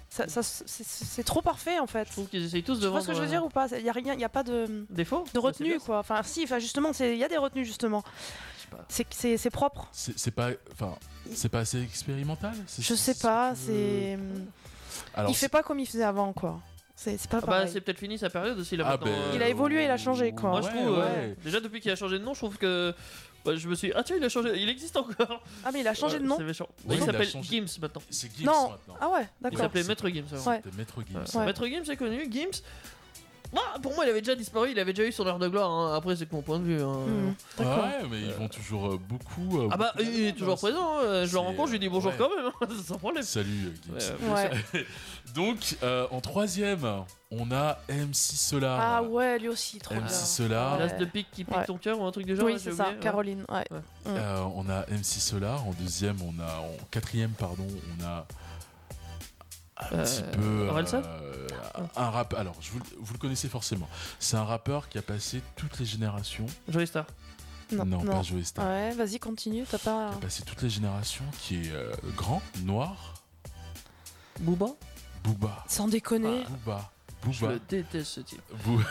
[SPEAKER 4] Ça, ça- c'est- c'est c'est trop parfait en fait.
[SPEAKER 3] Je
[SPEAKER 4] Tu
[SPEAKER 3] trouve qu'ils essayent tous de
[SPEAKER 4] vois
[SPEAKER 3] vendre.
[SPEAKER 4] ce que je veux
[SPEAKER 3] euh,
[SPEAKER 4] dire ou pas Il y a rien, il y a pas de.
[SPEAKER 3] Défaut
[SPEAKER 4] de retenue
[SPEAKER 3] Ouais, c'est
[SPEAKER 4] quoi. Enfin si, enfin justement, c'est- il y a des retenues justement.
[SPEAKER 3] pas.
[SPEAKER 4] C'est c'est c'est propre.
[SPEAKER 5] c'est c'est pas enfin c'est pas assez expérimental c'est-
[SPEAKER 4] Je sais
[SPEAKER 5] ce
[SPEAKER 4] pas,
[SPEAKER 5] que-
[SPEAKER 4] c'est hum,
[SPEAKER 5] alors
[SPEAKER 4] il fait pas comme il faisait avant quoi. C'est c'est pas
[SPEAKER 3] bien. Ah bah
[SPEAKER 4] pareil.
[SPEAKER 3] c'est peut-être fini sa période aussi là
[SPEAKER 5] ah
[SPEAKER 3] maintenant,
[SPEAKER 5] ben,
[SPEAKER 3] euh,
[SPEAKER 4] Il a évolué, il a changé, quoi.
[SPEAKER 3] Moi je
[SPEAKER 5] ouais,
[SPEAKER 3] trouve. euh,
[SPEAKER 5] ouais.
[SPEAKER 3] déjà depuis qu'il a changé de nom, je trouve que. bah, je me suis. Ah tiens, il a changé. Il existe encore.
[SPEAKER 4] ah mais il a changé
[SPEAKER 3] Ouais,
[SPEAKER 4] de nom.
[SPEAKER 3] C'est méchant.
[SPEAKER 5] Oui, il
[SPEAKER 3] il
[SPEAKER 5] a
[SPEAKER 3] s'appelle
[SPEAKER 5] changé.
[SPEAKER 3] Gims maintenant.
[SPEAKER 5] c'est Gims
[SPEAKER 4] Non.
[SPEAKER 5] maintenant
[SPEAKER 4] Ah ouais,
[SPEAKER 3] Il
[SPEAKER 4] d'accord.
[SPEAKER 3] s'appelait
[SPEAKER 5] c'est-
[SPEAKER 3] Maître Gims. avant.
[SPEAKER 4] Ouais.
[SPEAKER 5] C'était Maître Gims
[SPEAKER 3] Ouais. Maître Gims est connu. Gims. Bah, pour moi, il avait déjà disparu, il avait déjà eu son heure de gloire. hein. Après, c'est que mon point de vue. hein.
[SPEAKER 4] Hmm. D'accord.
[SPEAKER 5] Ouais, mais ils vont toujours euh, beaucoup. euh,
[SPEAKER 3] Ah bah,
[SPEAKER 5] beaucoup-
[SPEAKER 3] il est toujours présent. hein. Je le
[SPEAKER 5] C'est- euh,
[SPEAKER 3] rencontre, je lui dis bonjour
[SPEAKER 5] ouais.
[SPEAKER 3] quand même. hein, Sans problème.
[SPEAKER 5] Salut, euh, Gibbs.
[SPEAKER 3] Ouais, ouais.
[SPEAKER 4] Ouais.
[SPEAKER 5] Donc, euh, en troisième, on a MC Solar.
[SPEAKER 4] Ah ouais, lui aussi, trop bien.
[SPEAKER 5] MC Solar.
[SPEAKER 3] L'as de pique qui pique
[SPEAKER 4] Ouais.
[SPEAKER 3] ton cœur ou un truc du genre.
[SPEAKER 4] oui,
[SPEAKER 3] là,
[SPEAKER 4] c'est
[SPEAKER 3] j'ai
[SPEAKER 4] ça,
[SPEAKER 3] oublié, hein. ouais.
[SPEAKER 4] Caroline. Ouais.
[SPEAKER 5] Euh, on a MC Solar. En deuxième, on a. En quatrième, pardon, on a. Un
[SPEAKER 3] Euh,
[SPEAKER 5] petit peu.
[SPEAKER 3] Orelsan
[SPEAKER 5] euh, un rap. Alors, je vous, le- vous le connaissez forcément. C'est un rappeur qui a passé toutes les générations.
[SPEAKER 3] Joey Star.
[SPEAKER 4] Non, non. Ah.
[SPEAKER 5] pas Joey Star.
[SPEAKER 4] Ouais, vas-y, continue, t'as pas.
[SPEAKER 5] Qui a passé toutes les générations, qui est euh, grand, noir,
[SPEAKER 3] Booba
[SPEAKER 5] Booba.
[SPEAKER 4] Sans déconner.
[SPEAKER 5] Booba.
[SPEAKER 3] Je
[SPEAKER 5] Booba.
[SPEAKER 3] le déteste ce type.
[SPEAKER 5] Boo-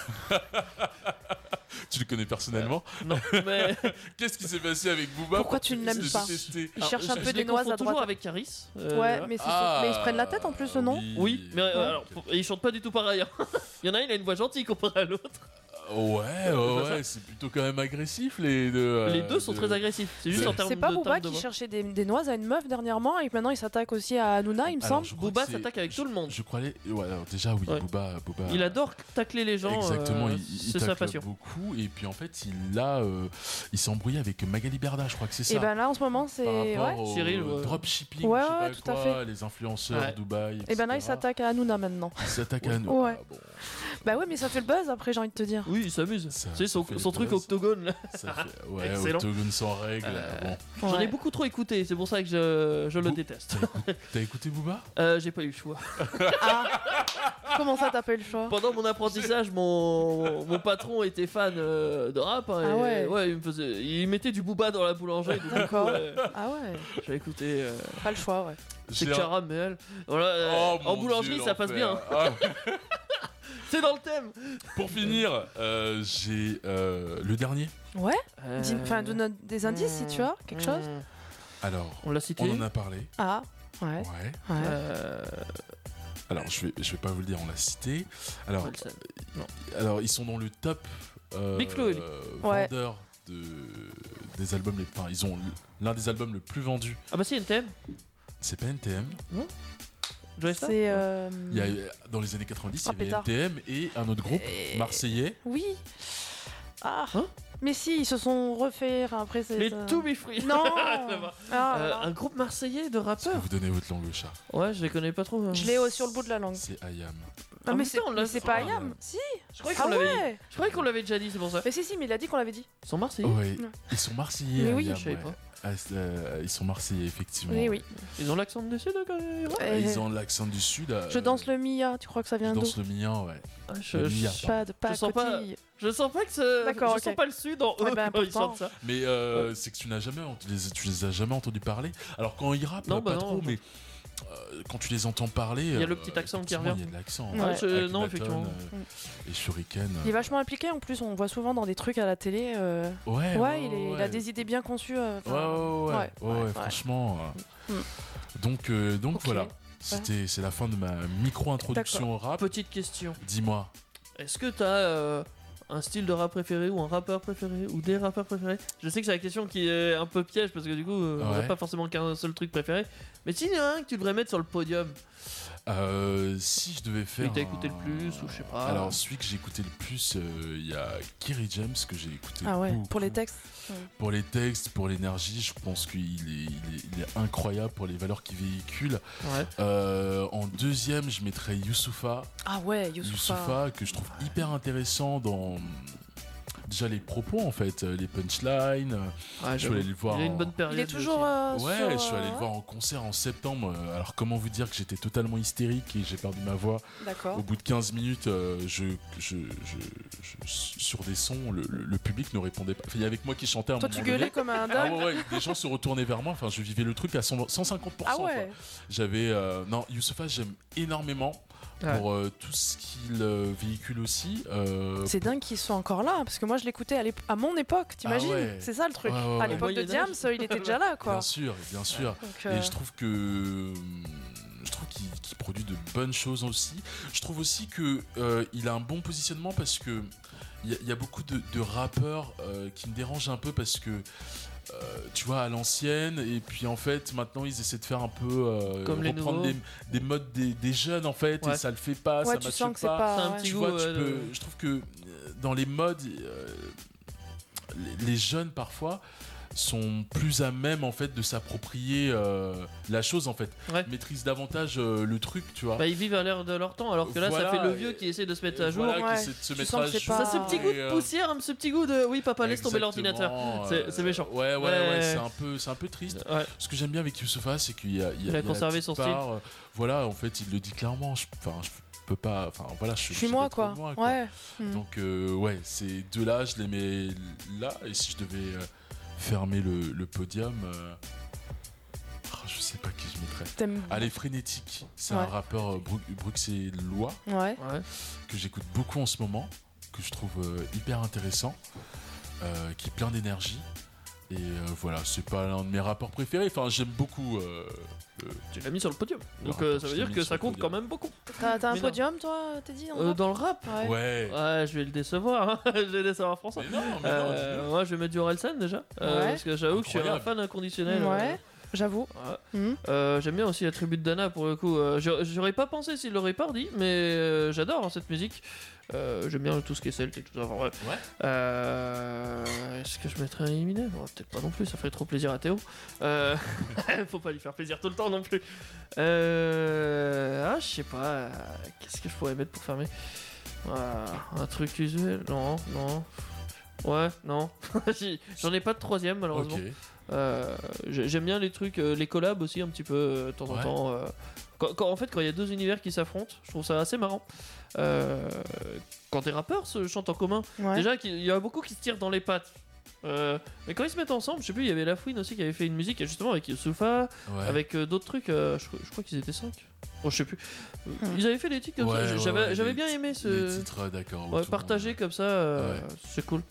[SPEAKER 5] tu le connais personnellement
[SPEAKER 3] Non,
[SPEAKER 5] Ah,
[SPEAKER 3] mais
[SPEAKER 5] Qu'est-ce qui s'est passé avec Booba
[SPEAKER 4] Pourquoi
[SPEAKER 5] pour
[SPEAKER 4] tu ne
[SPEAKER 5] qu'il
[SPEAKER 4] l'aimes
[SPEAKER 5] se
[SPEAKER 4] pas
[SPEAKER 5] détestait
[SPEAKER 4] Il cherche un
[SPEAKER 3] je-
[SPEAKER 4] peu
[SPEAKER 3] je
[SPEAKER 4] des
[SPEAKER 3] les
[SPEAKER 4] noises
[SPEAKER 3] confonds
[SPEAKER 4] à droite.
[SPEAKER 3] toujours avec Caris. euh,
[SPEAKER 4] Ouais, mais, c'est-
[SPEAKER 5] Ah,
[SPEAKER 4] mais ils se prennent la tête en plus, non
[SPEAKER 3] Oui, mais euh, alors, pour- et il chante pas du tout pareil. hein. Il y en a un, il a une voix gentille comparé à l'autre.
[SPEAKER 5] Ouais,
[SPEAKER 3] pas
[SPEAKER 5] ouais,
[SPEAKER 3] euh, ça.
[SPEAKER 5] ouais, c'est plutôt quand même agressif les deux. euh,
[SPEAKER 3] Les deux sont
[SPEAKER 5] de-
[SPEAKER 3] très agressifs. C'est juste
[SPEAKER 5] C'est-
[SPEAKER 3] en termes de
[SPEAKER 4] C'est pas Booba
[SPEAKER 3] termes de
[SPEAKER 4] qui
[SPEAKER 3] voix.
[SPEAKER 4] cherchait des, des noises à une meuf dernièrement et maintenant il s'attaque aussi à Hanouna, Ah, il me
[SPEAKER 5] Alors,
[SPEAKER 4] semble.
[SPEAKER 5] je crois
[SPEAKER 3] Booba
[SPEAKER 5] que c'est-
[SPEAKER 3] s'attaque avec tout le monde.
[SPEAKER 5] Je croyais. ouais, alors déjà, oui,
[SPEAKER 3] Ouais.
[SPEAKER 5] Booba, Booba.
[SPEAKER 3] Il adore tacler les gens.
[SPEAKER 5] Exactement,
[SPEAKER 3] euh,
[SPEAKER 5] il, il
[SPEAKER 3] c'est sa
[SPEAKER 5] tacle
[SPEAKER 3] passion.
[SPEAKER 5] beaucoup et puis en fait il l'a, euh, il s'est embrouillé avec Magali Berda, je crois que c'est ça.
[SPEAKER 4] Et ben là en ce moment
[SPEAKER 5] par
[SPEAKER 4] c'est.
[SPEAKER 5] rapport
[SPEAKER 4] Ouais.
[SPEAKER 5] au
[SPEAKER 3] Cyril, ouais.
[SPEAKER 5] dropshipping,
[SPEAKER 4] Ouais,
[SPEAKER 5] je sais
[SPEAKER 4] ouais,
[SPEAKER 5] pas
[SPEAKER 4] tout à
[SPEAKER 5] quoi, les influenceurs,
[SPEAKER 3] Ouais.
[SPEAKER 5] Dubaï.
[SPEAKER 4] Et ben là il
[SPEAKER 5] etc..
[SPEAKER 4] s'attaque à Hanouna maintenant.
[SPEAKER 5] Il s'attaque à nous.
[SPEAKER 4] Ouais.
[SPEAKER 5] Ah, bon,
[SPEAKER 4] Bah ouais, mais ça fait le buzz après, j'ai envie de te dire.
[SPEAKER 3] Oui, il s'amuse.
[SPEAKER 5] Ça-
[SPEAKER 3] Tu sais, son,
[SPEAKER 5] ça fait
[SPEAKER 3] son
[SPEAKER 5] le
[SPEAKER 3] truc
[SPEAKER 5] buzz.
[SPEAKER 3] octogone. là.
[SPEAKER 5] ça fait- ouais,
[SPEAKER 3] Excellent.
[SPEAKER 5] Octogone sans règles.
[SPEAKER 3] Euh,
[SPEAKER 5] bon.
[SPEAKER 3] J'en ai
[SPEAKER 4] Ouais.
[SPEAKER 3] beaucoup trop écouté, c'est pour ça que je, je le
[SPEAKER 5] Bou-
[SPEAKER 3] déteste.
[SPEAKER 5] T'as écouté, t'as écouté Booba
[SPEAKER 3] Euh, J'ai pas eu le choix.
[SPEAKER 4] Comment ça t'appelles le choix
[SPEAKER 3] Pendant mon apprentissage, mon, mon patron était fan euh, de rap. hein,
[SPEAKER 4] Ah
[SPEAKER 3] et-
[SPEAKER 4] ouais.
[SPEAKER 3] il, me faisait, il mettait du booba dans la boulangerie. donc,
[SPEAKER 4] D'accord.
[SPEAKER 3] euh,
[SPEAKER 4] Ah ouais,
[SPEAKER 3] J'ai écouté. euh,
[SPEAKER 4] pas le choix, ouais.
[SPEAKER 3] C'est
[SPEAKER 5] J'ai-
[SPEAKER 3] caramel. Voilà, euh,
[SPEAKER 5] Oh,
[SPEAKER 3] en
[SPEAKER 5] mon
[SPEAKER 3] boulangerie,
[SPEAKER 5] Dieu,
[SPEAKER 3] ça passe
[SPEAKER 5] l'enfer.
[SPEAKER 3] bien.
[SPEAKER 5] Ah,
[SPEAKER 3] C'est dans le thème.
[SPEAKER 5] pour finir, euh, j'ai euh, le dernier.
[SPEAKER 4] Ouais
[SPEAKER 3] Euh,
[SPEAKER 4] dis- Enfin, donne des indices si tu as quelque chose.
[SPEAKER 3] Mmh.
[SPEAKER 5] Alors,
[SPEAKER 3] On l'a cité.
[SPEAKER 5] on en a parlé.
[SPEAKER 4] Ah, ouais,
[SPEAKER 5] Ouais.
[SPEAKER 4] ouais.
[SPEAKER 3] Euh,
[SPEAKER 5] Alors, je vais, je vais pas vous le dire, on l'a cité. Alors,
[SPEAKER 3] Wilson.
[SPEAKER 5] alors, ils sont dans le top euh,
[SPEAKER 3] Big Flo et lui.
[SPEAKER 4] Ouais.
[SPEAKER 5] vendeur de, des albums. Les, enfin, ils ont l'un des albums le plus vendu.
[SPEAKER 3] Ah bah si, il y a une thème.
[SPEAKER 5] C'est pas NTM.
[SPEAKER 3] Joey Star
[SPEAKER 4] C'est. euh,
[SPEAKER 5] Il y
[SPEAKER 3] Mm.
[SPEAKER 5] a, dans les années 90,
[SPEAKER 4] Ah,
[SPEAKER 5] il y avait
[SPEAKER 4] pétard.
[SPEAKER 5] NTM et un autre groupe
[SPEAKER 4] Et-
[SPEAKER 5] marseillais.
[SPEAKER 4] Oui. Ah.
[SPEAKER 3] Hein
[SPEAKER 4] mais si, ils se sont refaits après. c'est-
[SPEAKER 3] Les
[SPEAKER 4] ça-
[SPEAKER 3] To Be Free.
[SPEAKER 4] Non.
[SPEAKER 3] Ça va.
[SPEAKER 4] Ah,
[SPEAKER 3] Euh,
[SPEAKER 4] voilà.
[SPEAKER 3] un groupe marseillais de rappeurs
[SPEAKER 5] Vous donnez votre langue au chat.
[SPEAKER 3] Ouais, je les connais pas trop. hein.
[SPEAKER 4] Je l'ai euh, sur le bout de la langue.
[SPEAKER 5] C'est Ayam.
[SPEAKER 4] Ah,
[SPEAKER 3] en
[SPEAKER 4] mais
[SPEAKER 3] même
[SPEAKER 4] c'est
[SPEAKER 3] temps, on l'a-
[SPEAKER 4] mais c'est pas
[SPEAKER 5] Ah,
[SPEAKER 4] Ayam.
[SPEAKER 5] ouais.
[SPEAKER 4] Si.
[SPEAKER 3] Je croyais
[SPEAKER 4] Ah
[SPEAKER 3] qu'on l'avait
[SPEAKER 4] ouais.
[SPEAKER 3] je croyais qu'on l'avait déjà dit, c'est pour ça.
[SPEAKER 4] Mais si, si, mais il a dit qu'on l'avait dit.
[SPEAKER 3] Ils sont marseillais
[SPEAKER 5] Ouais,
[SPEAKER 4] Non.
[SPEAKER 5] ils sont marseillais.
[SPEAKER 4] Mais oui,
[SPEAKER 5] Ayam,
[SPEAKER 3] Je savais
[SPEAKER 5] Oh, ouais.
[SPEAKER 3] pas.
[SPEAKER 5] Ah, c'est, euh, ils sont marseillais, effectivement.
[SPEAKER 4] Oui, oui.
[SPEAKER 3] Ils ont l'accent de dessus, là, quand même. Ouais.
[SPEAKER 5] Ah,
[SPEAKER 4] Euh,
[SPEAKER 5] Ils ont l'accent du sud. euh,
[SPEAKER 4] Je danse le Mia. Tu crois que ça
[SPEAKER 5] Je
[SPEAKER 4] vient d'où
[SPEAKER 5] danse le mignon, ouais.
[SPEAKER 3] Ah, je,
[SPEAKER 5] Il y a
[SPEAKER 3] je-
[SPEAKER 4] Pas de pas
[SPEAKER 3] Je sens pas-
[SPEAKER 4] cotille.
[SPEAKER 3] je sens pas que ce.
[SPEAKER 4] D'accord,
[SPEAKER 3] je
[SPEAKER 4] ok.
[SPEAKER 3] sens pas le sud en eux
[SPEAKER 4] Eh ben,
[SPEAKER 3] quand ils
[SPEAKER 4] pourtant.
[SPEAKER 3] chantent ça.
[SPEAKER 5] Mais euh, c'est que tu n'as jamais, tu les, tu les as jamais entendus parler. Alors quand ils rappent,
[SPEAKER 3] Non,
[SPEAKER 5] pas
[SPEAKER 3] bah non.
[SPEAKER 5] trop, mais euh, quand tu les entends parler, il
[SPEAKER 3] y a le petit accent qui revient.
[SPEAKER 5] Il y a de l'accent.
[SPEAKER 4] Ouais. Mm.
[SPEAKER 5] hein,
[SPEAKER 3] Ah, je-
[SPEAKER 5] avec
[SPEAKER 3] non,
[SPEAKER 5] Baton,
[SPEAKER 3] effectivement.
[SPEAKER 5] euh, et Shuriken.
[SPEAKER 4] Il est vachement impliqué en plus, on le voit souvent dans des trucs à la télé. euh,
[SPEAKER 5] euh, Ouais,
[SPEAKER 4] Ouais, il, est- il a des idées bien conçues. euh,
[SPEAKER 5] Ouais, ouais,
[SPEAKER 4] enfin,
[SPEAKER 5] ouais,
[SPEAKER 4] Ouais,
[SPEAKER 5] ouais, ouais,
[SPEAKER 4] ouais.
[SPEAKER 5] franchement. euh,
[SPEAKER 4] Mm.
[SPEAKER 5] Donc, euh, donc
[SPEAKER 4] Ok.
[SPEAKER 5] voilà, c'était c'est la fin de ma micro introduction au rap.
[SPEAKER 3] Ah, Petite question.
[SPEAKER 5] Dis-moi.
[SPEAKER 3] Est-ce que t'as euh, un style de rap préféré ou un rappeur préféré ou des rappeurs préférés Je sais que c'est la question qui est un peu piège parce que du coup, euh, on n'a
[SPEAKER 5] Ouais.
[SPEAKER 3] pas forcément qu'un seul truc préféré. Mais s'il y en a un que tu devrais mettre sur le podium,
[SPEAKER 5] Euh, si je devais faire.
[SPEAKER 3] Celui que t'as
[SPEAKER 5] un-
[SPEAKER 3] écouté le plus, ou je sais pas.
[SPEAKER 4] Ah.
[SPEAKER 5] Alors, celui que j'ai écouté le plus, euh, il y a Kerry James que j'ai écouté.
[SPEAKER 4] Ah ouais,
[SPEAKER 5] beaucoup.
[SPEAKER 4] pour les textes.
[SPEAKER 5] Pour les textes, pour l'énergie, je pense qu'il est, il est, il est incroyable pour les valeurs qu'il véhicule.
[SPEAKER 3] ouais.
[SPEAKER 5] Euh, en deuxième, je mettrais Youssoufa.
[SPEAKER 4] Ah ouais,
[SPEAKER 5] Youssoufa,
[SPEAKER 4] Youssoufa.
[SPEAKER 5] que je trouve hyper intéressant dans. mm, Déjà les propos en fait, euh, les punchlines.
[SPEAKER 3] Ouais,
[SPEAKER 5] je suis allé le voir.
[SPEAKER 3] Ah, Il a une
[SPEAKER 5] en-
[SPEAKER 3] bonne période.
[SPEAKER 4] Il est
[SPEAKER 3] lui
[SPEAKER 4] toujours.
[SPEAKER 3] aussi.
[SPEAKER 4] euh,
[SPEAKER 5] Ouais,
[SPEAKER 4] sur,
[SPEAKER 5] je suis allé
[SPEAKER 4] euh,
[SPEAKER 5] le voir en concert en septembre. euh, Alors comment vous dire que j'étais totalement hystérique et j'ai perdu ma voix
[SPEAKER 4] D'accord.
[SPEAKER 5] Au bout de 15 minutes, euh, je, je- je- je- sur des sons, le, le- le public ne répondait pas. Enfin, il y avait que moi qui chantais à un
[SPEAKER 4] Toi,
[SPEAKER 5] moment
[SPEAKER 4] tu
[SPEAKER 5] donné.
[SPEAKER 4] gueulais comme un
[SPEAKER 5] Ah
[SPEAKER 4] dingue.
[SPEAKER 5] ouais, ouais, des gens se retournaient vers moi. Enfin, je vivais le truc à 100 150%.
[SPEAKER 4] Ah
[SPEAKER 5] quoi.
[SPEAKER 4] ouais.
[SPEAKER 5] J'avais euh, non, Youssoupha, j'aime énormément
[SPEAKER 3] Ouais.
[SPEAKER 5] pour euh, tout ce qu'il euh, véhicule aussi. euh,
[SPEAKER 4] C'est
[SPEAKER 5] pour-
[SPEAKER 4] dingue qu'ils soient encore là, parce que moi je l'écoutais à, l'ép- à mon époque, t'imagines
[SPEAKER 5] Ah ouais.
[SPEAKER 4] C'est ça le truc.
[SPEAKER 5] Ouais, ouais, ouais.
[SPEAKER 4] À l'époque de
[SPEAKER 3] Moyen Âge.
[SPEAKER 4] Diams, il était déjà là, quoi.
[SPEAKER 5] Bien sûr, bien sûr.
[SPEAKER 4] Donc,
[SPEAKER 5] Et
[SPEAKER 4] euh,
[SPEAKER 5] je trouve que hum, je trouve qu'il qu'il produit de bonnes choses aussi. Je trouve aussi que euh, il a un bon positionnement parce que il y, a- il y a beaucoup de, de rappeurs euh, qui me dérangent un peu parce que tu vois, à l'ancienne. Et puis en fait, maintenant, ils essaient de faire un peu euh,
[SPEAKER 3] Comme les
[SPEAKER 5] reprendre
[SPEAKER 3] nouveaux.
[SPEAKER 5] des, des modes des, des jeunes en fait,
[SPEAKER 3] Ouais.
[SPEAKER 5] et ça le fait pas,
[SPEAKER 4] Ouais,
[SPEAKER 5] ah, ça
[SPEAKER 4] tu
[SPEAKER 5] matche
[SPEAKER 4] sens que c'est
[SPEAKER 5] pas.
[SPEAKER 3] C'est
[SPEAKER 4] pas.
[SPEAKER 3] un
[SPEAKER 4] ouais.
[SPEAKER 3] petit
[SPEAKER 5] Tu vois,
[SPEAKER 3] goût,
[SPEAKER 5] tu
[SPEAKER 3] euh,
[SPEAKER 5] peux-
[SPEAKER 3] de-
[SPEAKER 5] je trouve que euh, dans les modes, euh, les, les jeunes parfois sont plus à même en fait de s'approprier euh, la chose en fait,
[SPEAKER 3] Ouais.
[SPEAKER 5] maîtrise davantage euh, le truc, tu vois.
[SPEAKER 3] Bah, ils vivent à l'heure de leur temps, alors que là,
[SPEAKER 5] Voilà,
[SPEAKER 3] ça fait le
[SPEAKER 5] et-
[SPEAKER 3] vieux qui essaie de se mettre
[SPEAKER 5] Et
[SPEAKER 3] à jour.
[SPEAKER 5] voilà,
[SPEAKER 4] ouais.
[SPEAKER 5] qui essaie de se
[SPEAKER 4] Tu
[SPEAKER 5] mettre
[SPEAKER 4] sens
[SPEAKER 5] à
[SPEAKER 4] que c'est
[SPEAKER 5] jour. euh,
[SPEAKER 3] Ça,
[SPEAKER 4] pas-
[SPEAKER 3] ce petit goût de poussière, hein, ce petit goût de oui, papa, laisse tomber l'ordinateur.
[SPEAKER 5] Exactement,
[SPEAKER 3] C'est-
[SPEAKER 5] euh,
[SPEAKER 3] c'est méchant.
[SPEAKER 5] Ouais, ouais, ouais,
[SPEAKER 3] Ouais.
[SPEAKER 5] c'est un peu, c'est un peu triste.
[SPEAKER 3] Ouais.
[SPEAKER 5] Ce que j'aime bien avec Youssoufa, c'est qu'il y a, il y
[SPEAKER 3] Il a
[SPEAKER 5] il y
[SPEAKER 3] conservé
[SPEAKER 5] cette
[SPEAKER 3] son style.
[SPEAKER 5] part, euh, voilà, en fait, il le dit clairement. je- Enfin, je peux pas. Enfin, voilà, je
[SPEAKER 4] Je suis
[SPEAKER 5] je
[SPEAKER 4] moi
[SPEAKER 5] vais trop loin,
[SPEAKER 4] quoi. Ouais. Mm.
[SPEAKER 5] Donc euh, ouais, ces deux-là, je les mets là. Et si je devais euh, fermer le, le podium, euh, oh, je sais pas qui je mettrais.
[SPEAKER 4] T'aimes.
[SPEAKER 5] Allez, Frénétique, c'est
[SPEAKER 4] Ouais.
[SPEAKER 5] un rappeur euh, bru- bruxellois
[SPEAKER 4] Ouais.
[SPEAKER 3] Ouais.
[SPEAKER 5] que j'écoute beaucoup en ce moment, que je trouve euh, hyper intéressant, euh, qui est plein d'énergie. Et euh, voilà, c'est pas l'un de mes rappeurs préférés. Enfin, j'aime beaucoup. euh, le-
[SPEAKER 3] Tu l'as mis sur le podium.
[SPEAKER 5] Le
[SPEAKER 3] Donc
[SPEAKER 5] rapport,
[SPEAKER 3] euh, ça
[SPEAKER 5] je
[SPEAKER 3] veut
[SPEAKER 5] l'ai
[SPEAKER 3] dire
[SPEAKER 5] mis
[SPEAKER 3] que
[SPEAKER 5] sur
[SPEAKER 3] ça
[SPEAKER 5] le
[SPEAKER 3] compte quand
[SPEAKER 5] podium.
[SPEAKER 3] même beaucoup.
[SPEAKER 4] T'as t'as un
[SPEAKER 3] Mais non.
[SPEAKER 4] podium toi, t'as dit dans le
[SPEAKER 3] Euh,
[SPEAKER 4] rap
[SPEAKER 3] dans le rap
[SPEAKER 4] Ouais.
[SPEAKER 5] Ouais.
[SPEAKER 3] Ouais, je vais le décevoir. hein. je vais décevoir François.
[SPEAKER 5] Mais non, mais non,
[SPEAKER 3] Euh,
[SPEAKER 5] dis-le.
[SPEAKER 3] moi, je vais mettre du Orelsan déjà. Euh,
[SPEAKER 4] Ouais.
[SPEAKER 3] Parce que j'avoue que je suis un
[SPEAKER 5] Incroyable.
[SPEAKER 3] fan inconditionnel.
[SPEAKER 4] Ouais. J'avoue.
[SPEAKER 3] euh, ouais.
[SPEAKER 4] Mm.
[SPEAKER 3] Euh, J'aime bien aussi la tribu de Dana pour le coup. Euh, j'a- J'aurais pas pensé s'il l'aurait pas dit, mais euh, j'adore hein, cette musique. Euh, J'aime bien tout ce qui est celt et tout ça. enfin, bref.
[SPEAKER 5] Ouais.
[SPEAKER 3] Euh, Est-ce que je mettrais un éliminé Bon, Peut-être pas non plus, ça ferait trop plaisir à Théo. Euh, faut pas lui faire plaisir tout le temps non plus. Euh, ah, je sais pas. euh, Qu'est-ce que je pourrais mettre pour fermer Ah, Un truc usuel Non, non. Ouais, non. J'en ai pas de troisième malheureusement.
[SPEAKER 5] Ok.
[SPEAKER 3] Euh, j'ai- J'aime bien les trucs, euh, les collabs aussi un petit peu euh, de temps en
[SPEAKER 5] Ouais.
[SPEAKER 3] temps. euh, quand, quand- en fait, quand il y a deux univers qui s'affrontent, je trouve ça assez marrant. Euh, quand des rappeurs se chantent en commun,
[SPEAKER 4] Ouais.
[SPEAKER 3] déjà qu'il il y en a beaucoup qui se tirent dans les pattes. Euh, mais quand ils se mettent ensemble, je sais plus, il y avait La Fouine aussi qui avait fait une musique et justement avec Youssoufa,
[SPEAKER 5] Ouais.
[SPEAKER 3] avec euh, d'autres trucs, euh, je, je crois qu'ils étaient 5. Bon, je sais plus. Euh, Ils avaient fait des titres comme
[SPEAKER 5] Ouais,
[SPEAKER 3] ça.
[SPEAKER 5] ouais,
[SPEAKER 3] J'avais
[SPEAKER 5] ouais,
[SPEAKER 3] j'avais
[SPEAKER 5] les
[SPEAKER 3] bien
[SPEAKER 5] ti-
[SPEAKER 3] aimé
[SPEAKER 5] Les
[SPEAKER 3] ce.
[SPEAKER 5] titres, euh, d'accord.
[SPEAKER 3] ouais,
[SPEAKER 5] autour, on-
[SPEAKER 3] partagé comme ça, euh,
[SPEAKER 5] Ouais.
[SPEAKER 3] c'est cool.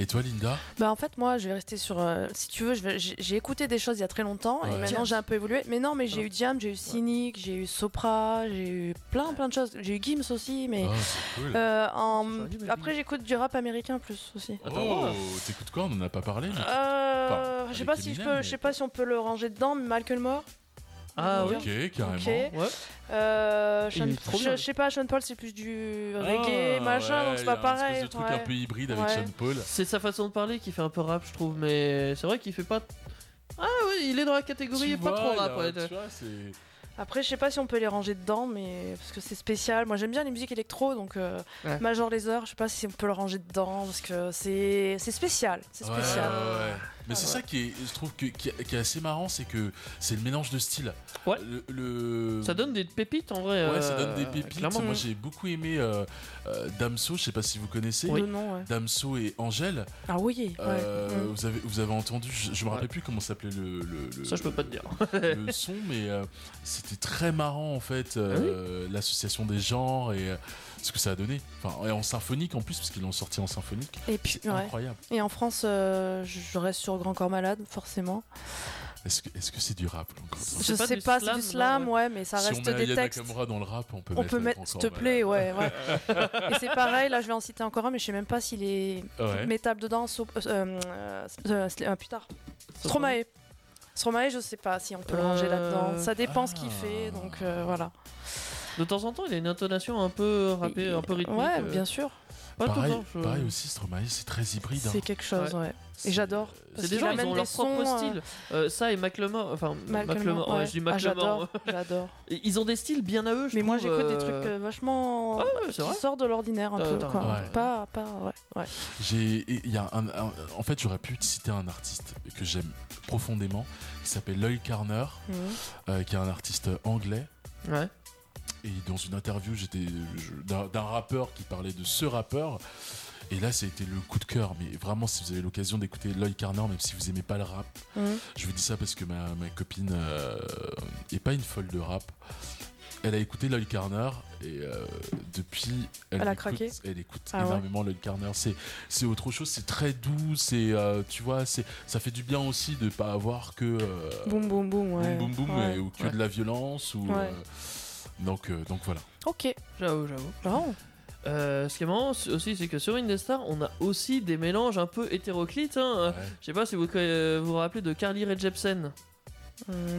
[SPEAKER 5] Et toi, Linda
[SPEAKER 4] Bah en fait moi je vais rester sur euh, si tu veux je vais- j'ai j'ai écouté des choses il y a très longtemps et
[SPEAKER 5] Ouais.
[SPEAKER 4] maintenant j'ai un peu évolué mais non mais j'ai
[SPEAKER 3] Ah.
[SPEAKER 4] eu Jam j'ai eu Cynic j'ai eu Sopra j'ai eu plein plein de choses j'ai eu Gims aussi mais
[SPEAKER 5] Ah, c'est cool.
[SPEAKER 4] euh, en-
[SPEAKER 3] Ça aurait dû me
[SPEAKER 4] après j'écoute du rap américain plus aussi
[SPEAKER 3] attends,
[SPEAKER 5] oh,
[SPEAKER 3] ouais.
[SPEAKER 5] t'écoutes quoi On en a pas parlé mais-
[SPEAKER 4] euh,
[SPEAKER 5] Enfin,
[SPEAKER 4] je sais
[SPEAKER 5] avec
[SPEAKER 4] pas si je
[SPEAKER 5] Eminem,
[SPEAKER 4] peux je
[SPEAKER 5] mais-
[SPEAKER 4] sais pas si on peut le ranger dedans mais Malcolm Moore
[SPEAKER 3] Ah oui.
[SPEAKER 5] Ok, carrément.
[SPEAKER 4] ok
[SPEAKER 5] Ouais,
[SPEAKER 3] Ouais.
[SPEAKER 4] euh,
[SPEAKER 3] Il est
[SPEAKER 4] Sean-
[SPEAKER 3] trop bien.
[SPEAKER 4] je, je sais pas Sean Paul c'est plus du reggae
[SPEAKER 5] Ah,
[SPEAKER 4] machin
[SPEAKER 5] ouais,
[SPEAKER 4] donc c'est
[SPEAKER 5] il y a
[SPEAKER 4] pas
[SPEAKER 5] un
[SPEAKER 4] pareil
[SPEAKER 5] espèce de truc
[SPEAKER 4] ouais.
[SPEAKER 5] un peu hybride avec
[SPEAKER 4] Ouais.
[SPEAKER 5] Sean Paul.
[SPEAKER 3] C'est sa façon de parler qui fait un peu rap, je trouve, mais c'est vrai qu'il fait pas. Ah oui, il est dans la
[SPEAKER 5] Tu
[SPEAKER 3] catégorie pas
[SPEAKER 5] vois,
[SPEAKER 3] trop rap.
[SPEAKER 5] là,
[SPEAKER 3] ouais.
[SPEAKER 5] tu vois, c'est-
[SPEAKER 4] Après, je sais pas si on peut les ranger dedans, mais parce que c'est spécial. Moi, j'aime bien les musiques électro, donc euh,
[SPEAKER 3] Ouais.
[SPEAKER 4] Major Lazer, je sais pas si on peut le ranger dedans parce que c'est c'est spécial, c'est
[SPEAKER 5] Ouais,
[SPEAKER 4] spécial.
[SPEAKER 5] ouais, ouais. Mais c'est
[SPEAKER 4] Ouais.
[SPEAKER 5] ça qui est, je trouve, que, qui, est- qui est assez marrant, c'est que c'est le mélange de styles.
[SPEAKER 3] Ouais.
[SPEAKER 5] Le, le-
[SPEAKER 3] Ça donne des pépites en vrai.
[SPEAKER 5] Ouais, ça
[SPEAKER 3] euh,
[SPEAKER 5] donne des pépites.
[SPEAKER 3] clairement.
[SPEAKER 5] Moi, j'ai beaucoup aimé euh, euh, Damso, je sais pas si vous connaissez.
[SPEAKER 4] Non, non, ouais.
[SPEAKER 5] Damso et Angèle.
[SPEAKER 4] Ah oui. ouais.
[SPEAKER 5] Euh,
[SPEAKER 4] Mm.
[SPEAKER 5] vous, avez, vous avez entendu, je, je me
[SPEAKER 3] Ouais.
[SPEAKER 5] rappelle plus comment s'appelait le, le- le-
[SPEAKER 3] Ça, je peux pas te dire.
[SPEAKER 5] le son, mais euh, c'était très marrant en fait,
[SPEAKER 4] Ah
[SPEAKER 5] euh, l'association des genres et euh, ce que ça a donné. Enfin, et en symphonique en plus, parce qu'ils l'ont sorti en symphonique.
[SPEAKER 4] Et puis,
[SPEAKER 5] C'est
[SPEAKER 4] ouais.
[SPEAKER 5] incroyable.
[SPEAKER 4] Et en France, euh, je je reste sur Grand Corps Malade, forcément.
[SPEAKER 5] Est-ce que est-ce que c'est -ce du rap encore
[SPEAKER 4] Je
[SPEAKER 3] pas
[SPEAKER 4] sais
[SPEAKER 3] du
[SPEAKER 4] pas, c'est
[SPEAKER 3] slam,
[SPEAKER 4] du
[SPEAKER 3] non,
[SPEAKER 4] slam,
[SPEAKER 3] ouais.
[SPEAKER 4] ouais. mais ça
[SPEAKER 5] Si
[SPEAKER 4] reste
[SPEAKER 5] on met
[SPEAKER 4] des
[SPEAKER 5] Ayana
[SPEAKER 4] textes.
[SPEAKER 5] Kamura dans le rap, on peut
[SPEAKER 4] On
[SPEAKER 5] mettre.
[SPEAKER 4] peut
[SPEAKER 5] le
[SPEAKER 4] mettre,
[SPEAKER 5] grand
[SPEAKER 4] s'il te
[SPEAKER 5] corps,
[SPEAKER 4] plaît, ouais. ouais. Et c'est pareil, là, je vais en citer encore un, mais je sais même pas s'il est
[SPEAKER 5] voilà. Ouais.
[SPEAKER 4] métable dedans. so- euh, euh, euh, euh, putain. Stromae. Stromae, je sais pas si on peut le ranger
[SPEAKER 3] Euh,
[SPEAKER 4] là-dedans. Ça dépend ce
[SPEAKER 5] ah.
[SPEAKER 4] qu'il fait, donc euh, voilà.
[SPEAKER 3] De temps en temps, il a une intonation un peu rappée, un peu rythmique.
[SPEAKER 4] Ouais,
[SPEAKER 3] euh,
[SPEAKER 4] bien sûr.
[SPEAKER 3] Pas tout le
[SPEAKER 5] pareil,
[SPEAKER 3] temps. je-
[SPEAKER 5] pareil aussi, Stromae, c'est très hybride. hein. euh,
[SPEAKER 4] C'est quelque chose, ouais. Et j'adore.
[SPEAKER 3] C'est
[SPEAKER 4] Parce
[SPEAKER 3] des
[SPEAKER 4] qu'il
[SPEAKER 3] gens, ils
[SPEAKER 4] amène
[SPEAKER 3] ont
[SPEAKER 4] des
[SPEAKER 3] leur propre
[SPEAKER 4] sons,
[SPEAKER 3] style. Euh, ça et McLemore, enfin
[SPEAKER 4] Malcolm
[SPEAKER 3] McLemore,
[SPEAKER 4] Moore,
[SPEAKER 3] ouais,
[SPEAKER 4] ouais.
[SPEAKER 3] je dis
[SPEAKER 4] Ah,
[SPEAKER 3] McLemore.
[SPEAKER 4] j'adore, j'adore.
[SPEAKER 3] ils ont des styles bien à eux, je
[SPEAKER 4] Mais moi,
[SPEAKER 3] trouve,
[SPEAKER 4] j'écoute des
[SPEAKER 3] euh, Ah
[SPEAKER 4] trucs euh, vachement.
[SPEAKER 3] ouais, ouais, c'est
[SPEAKER 4] qui
[SPEAKER 3] vrai.
[SPEAKER 4] sortent de l'ordinaire un
[SPEAKER 3] Euh,
[SPEAKER 4] peu,
[SPEAKER 3] attends,
[SPEAKER 4] quoi.
[SPEAKER 5] ouais.
[SPEAKER 4] Pas, pas, ouais. ouais.
[SPEAKER 5] J'ai, et il y a un- un- en fait, j'aurais pu te citer un artiste que j'aime profondément, qui s'appelle Lloyd Carner,
[SPEAKER 4] Mhm.
[SPEAKER 3] Mmh.
[SPEAKER 5] euh, qui est un artiste anglais.
[SPEAKER 3] Ouais.
[SPEAKER 5] Et dans une interview, j'étais je- d'un d'un rappeur qui parlait de ce rappeur. Et là, ça a été le coup de cœur. Mais vraiment, si vous avez l'occasion d'écouter Lloyd Carner, même si vous aimez pas le rap,
[SPEAKER 4] Mhm.
[SPEAKER 5] je vous dis ça parce que ma, ma copine euh, est pas une folle de rap. Elle a écouté Lloyd Carner et euh, depuis, elle,
[SPEAKER 4] Elle a
[SPEAKER 5] écoute-
[SPEAKER 4] craqué
[SPEAKER 5] Elle écoute
[SPEAKER 4] Ah ouais.
[SPEAKER 5] énormément Lloyd Carner. C'est c'est autre chose. C'est très doux. C'est euh, tu vois, c'est ça fait du bien aussi de pas avoir que euh,
[SPEAKER 4] Boum, boum, boum, ouais.
[SPEAKER 5] boum boum boum,
[SPEAKER 4] Ouais.
[SPEAKER 5] et- ou que
[SPEAKER 3] Ouais.
[SPEAKER 5] de la violence ou
[SPEAKER 4] Ouais.
[SPEAKER 5] euh, donc euh, donc voilà.
[SPEAKER 4] Ok,
[SPEAKER 3] J'avoue, j'avoue.
[SPEAKER 4] bon.
[SPEAKER 3] Euh, ce qui est marrant c'est- aussi, c'est que sur Indestar, on a aussi des mélanges un peu hétéroclites. hein. Euh,
[SPEAKER 5] Ouais.
[SPEAKER 3] Je sais pas si vous euh, vous vous rappelez de Carly Rae Jepsen,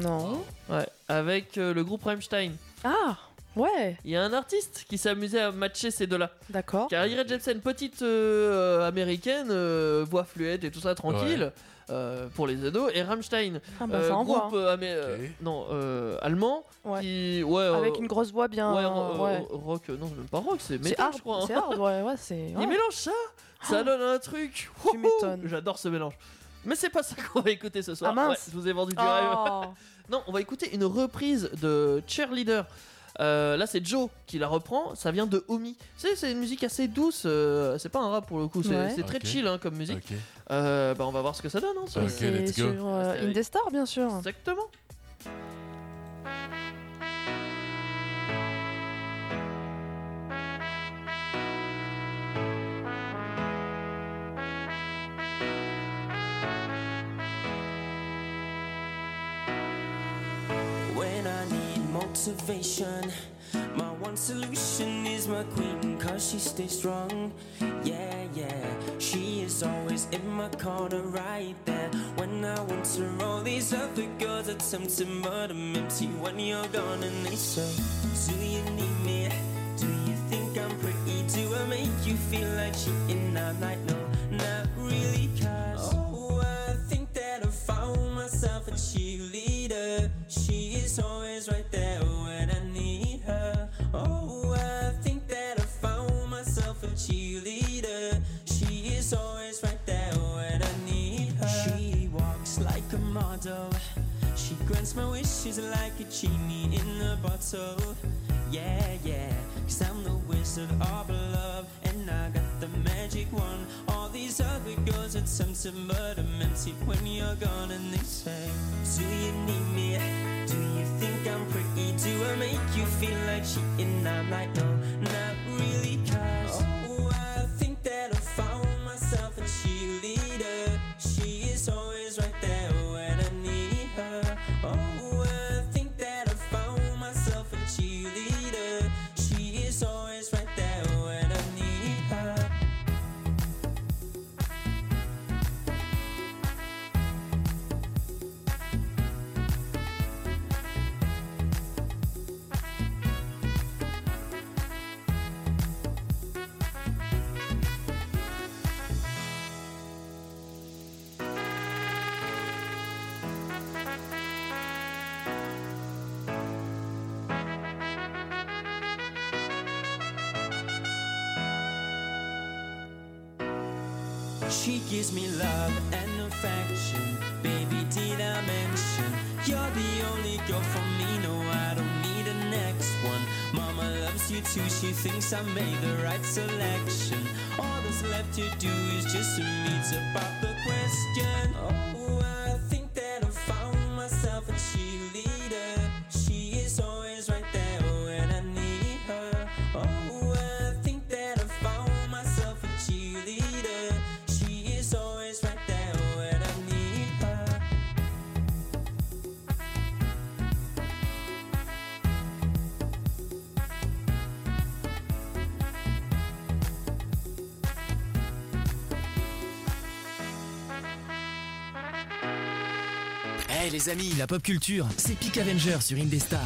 [SPEAKER 4] Non.
[SPEAKER 3] ouais, avec euh, le groupe Rammstein.
[SPEAKER 4] Ah, ouais,
[SPEAKER 3] Il y a un artiste qui s'amusait à matcher ces deux-là.
[SPEAKER 4] d'accord.
[SPEAKER 3] Carly Rae Jepsen, petite euh, américaine, euh, voix fluette et tout ça, tranquille, euh, pour les ados, et Rammstein,
[SPEAKER 4] Ah, bah,
[SPEAKER 3] euh,
[SPEAKER 4] ça envoie.
[SPEAKER 3] groupe euh, amé- euh,
[SPEAKER 5] Ok.
[SPEAKER 3] non, euh, allemand,
[SPEAKER 4] Ouais.
[SPEAKER 3] qui... Ouais, euh,
[SPEAKER 4] Avec une grosse voix bien.
[SPEAKER 3] ouais,
[SPEAKER 4] euh,
[SPEAKER 3] ro-
[SPEAKER 4] ouais.
[SPEAKER 3] ro- rock, euh, non, c'est même pas rock, c'est
[SPEAKER 4] C'est
[SPEAKER 3] métal,
[SPEAKER 4] hard,
[SPEAKER 3] je crois. hein.
[SPEAKER 4] c'est hard, ouais, ouais, c'est. ouais. Ah.
[SPEAKER 3] Il mélange ça, ça donne un truc. Wouhou
[SPEAKER 4] m'étonnes.
[SPEAKER 3] J'adore ce mélange. Mais c'est pas ça qu'on va écouter ce soir.
[SPEAKER 4] Ah, mince.
[SPEAKER 3] Ouais, je vous ai vendu du rêve.
[SPEAKER 4] Oh.
[SPEAKER 3] Non, on va écouter une reprise de Cheerleader. Euh, là, c'est Joe qui la reprend. Ça vient de Omi. Tu sais, c'est une musique assez douce. euh, c'est pas un rap pour le coup. C'est
[SPEAKER 4] Ouais.
[SPEAKER 3] c'est très
[SPEAKER 5] Ok.
[SPEAKER 3] chill hein, comme musique.
[SPEAKER 5] Ok.
[SPEAKER 3] Euh, bah, on va voir ce que ça donne. hein, ça.
[SPEAKER 5] Ok,
[SPEAKER 4] C'est
[SPEAKER 5] let's go.
[SPEAKER 4] Sur euh,
[SPEAKER 3] C'est-
[SPEAKER 4] Indestar, bien sûr.
[SPEAKER 3] Exactement.
[SPEAKER 7] When I need motivation, my one solution is my queen, cause she stays strong. Yeah, yeah, she is always in my corner right there. When I want her, all these other girls attempt to murder me. See when you're gone and they say, Do you need me? Do you think I'm pretty? Do I make you feel like cheating? I'm like, No, not really, cause oh, I think that I found myself a cheerleader. She is always right there when I need her. Oh, I think that I found myself a cheerleader. She is always right there when I need her. She walks like a model. She grants my wishes like a genie in a bottle. Yeah, yeah, cause I'm the wizard of love, and I got the magic wand. All these other girls attempt to murder me See when you're gone, and they say, Do you need me? Do you think I'm pretty? Do I make you feel like cheating? I'm like, No, not really, cause oh, I think that I found myself a cheerleader. She is always right there when I need her. Oh, I think that I found myself a cheerleader. She is always right there when I need her. She gives me love and affection. Baby, did I mention you're the only girl for me? No, I don't need a next one. Mama loves you too. She thinks I made the right selection. All that's left to do is just to meet about the question. Oh, I think that I found myself a cheerleader. She is always right there when I need her. Oh, I think that I found myself a cheerleader. She is always right there when I need her.
[SPEAKER 1] Eh les amis, la pop culture, c'est Peak Avenger sur Indestar.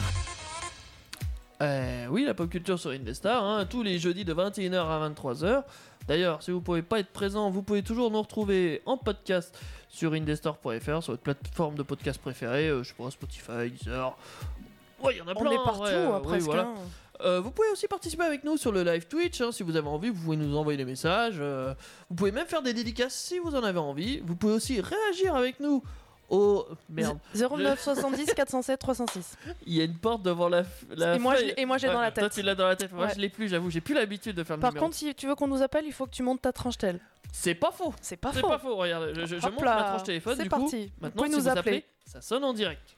[SPEAKER 3] Euh, oui, la pop culture sur Indestar, hein, tous les jeudis de 21h à 23h. D'ailleurs, si vous pouvez pas être présent, vous pouvez toujours nous retrouver en podcast sur indestar.fr, sur votre plateforme de podcast préférée, euh, je sais pas, Spotify, Deezer. Ouais, il y en a
[SPEAKER 4] On
[SPEAKER 3] plein.
[SPEAKER 4] est
[SPEAKER 3] hein,
[SPEAKER 4] partout,
[SPEAKER 3] ouais,
[SPEAKER 4] hein,
[SPEAKER 3] euh, oui,
[SPEAKER 4] presque.
[SPEAKER 3] voilà.
[SPEAKER 4] hein.
[SPEAKER 3] Euh, vous pouvez aussi participer avec nous sur le live Twitch. hein, si vous avez envie, vous pouvez nous envoyer des messages. euh, vous pouvez même faire des dédicaces si vous en avez envie. Vous pouvez aussi réagir avec nous. Oh merde,
[SPEAKER 4] 09 70 407 306.
[SPEAKER 3] il y a une porte devant la. f- la
[SPEAKER 4] et moi, je
[SPEAKER 3] feuille.
[SPEAKER 4] l'ai- et moi, j'ai dans
[SPEAKER 3] Ouais,
[SPEAKER 4] la
[SPEAKER 3] Toi,
[SPEAKER 4] tête.
[SPEAKER 3] tu l'as dans la tête. Moi,
[SPEAKER 4] Ouais.
[SPEAKER 3] je l'ai plus, j'avoue. J'ai plus l'habitude de faire le
[SPEAKER 4] Par
[SPEAKER 3] numéro.
[SPEAKER 4] contre, si tu veux qu'on nous appelle, il faut que tu montes ta tranche telle.
[SPEAKER 3] c'est pas faux.
[SPEAKER 4] C'est pas
[SPEAKER 3] C'est
[SPEAKER 4] faux.
[SPEAKER 3] pas faux. Regarde, je, je, je
[SPEAKER 4] Hop
[SPEAKER 3] montre
[SPEAKER 4] là,
[SPEAKER 3] ma tranche téléphone.
[SPEAKER 4] C'est
[SPEAKER 3] du coup,
[SPEAKER 4] parti. vous
[SPEAKER 3] maintenant,
[SPEAKER 4] pouvez
[SPEAKER 3] si
[SPEAKER 4] nous
[SPEAKER 3] vous appelez,
[SPEAKER 4] appeler.
[SPEAKER 3] ça sonne en direct.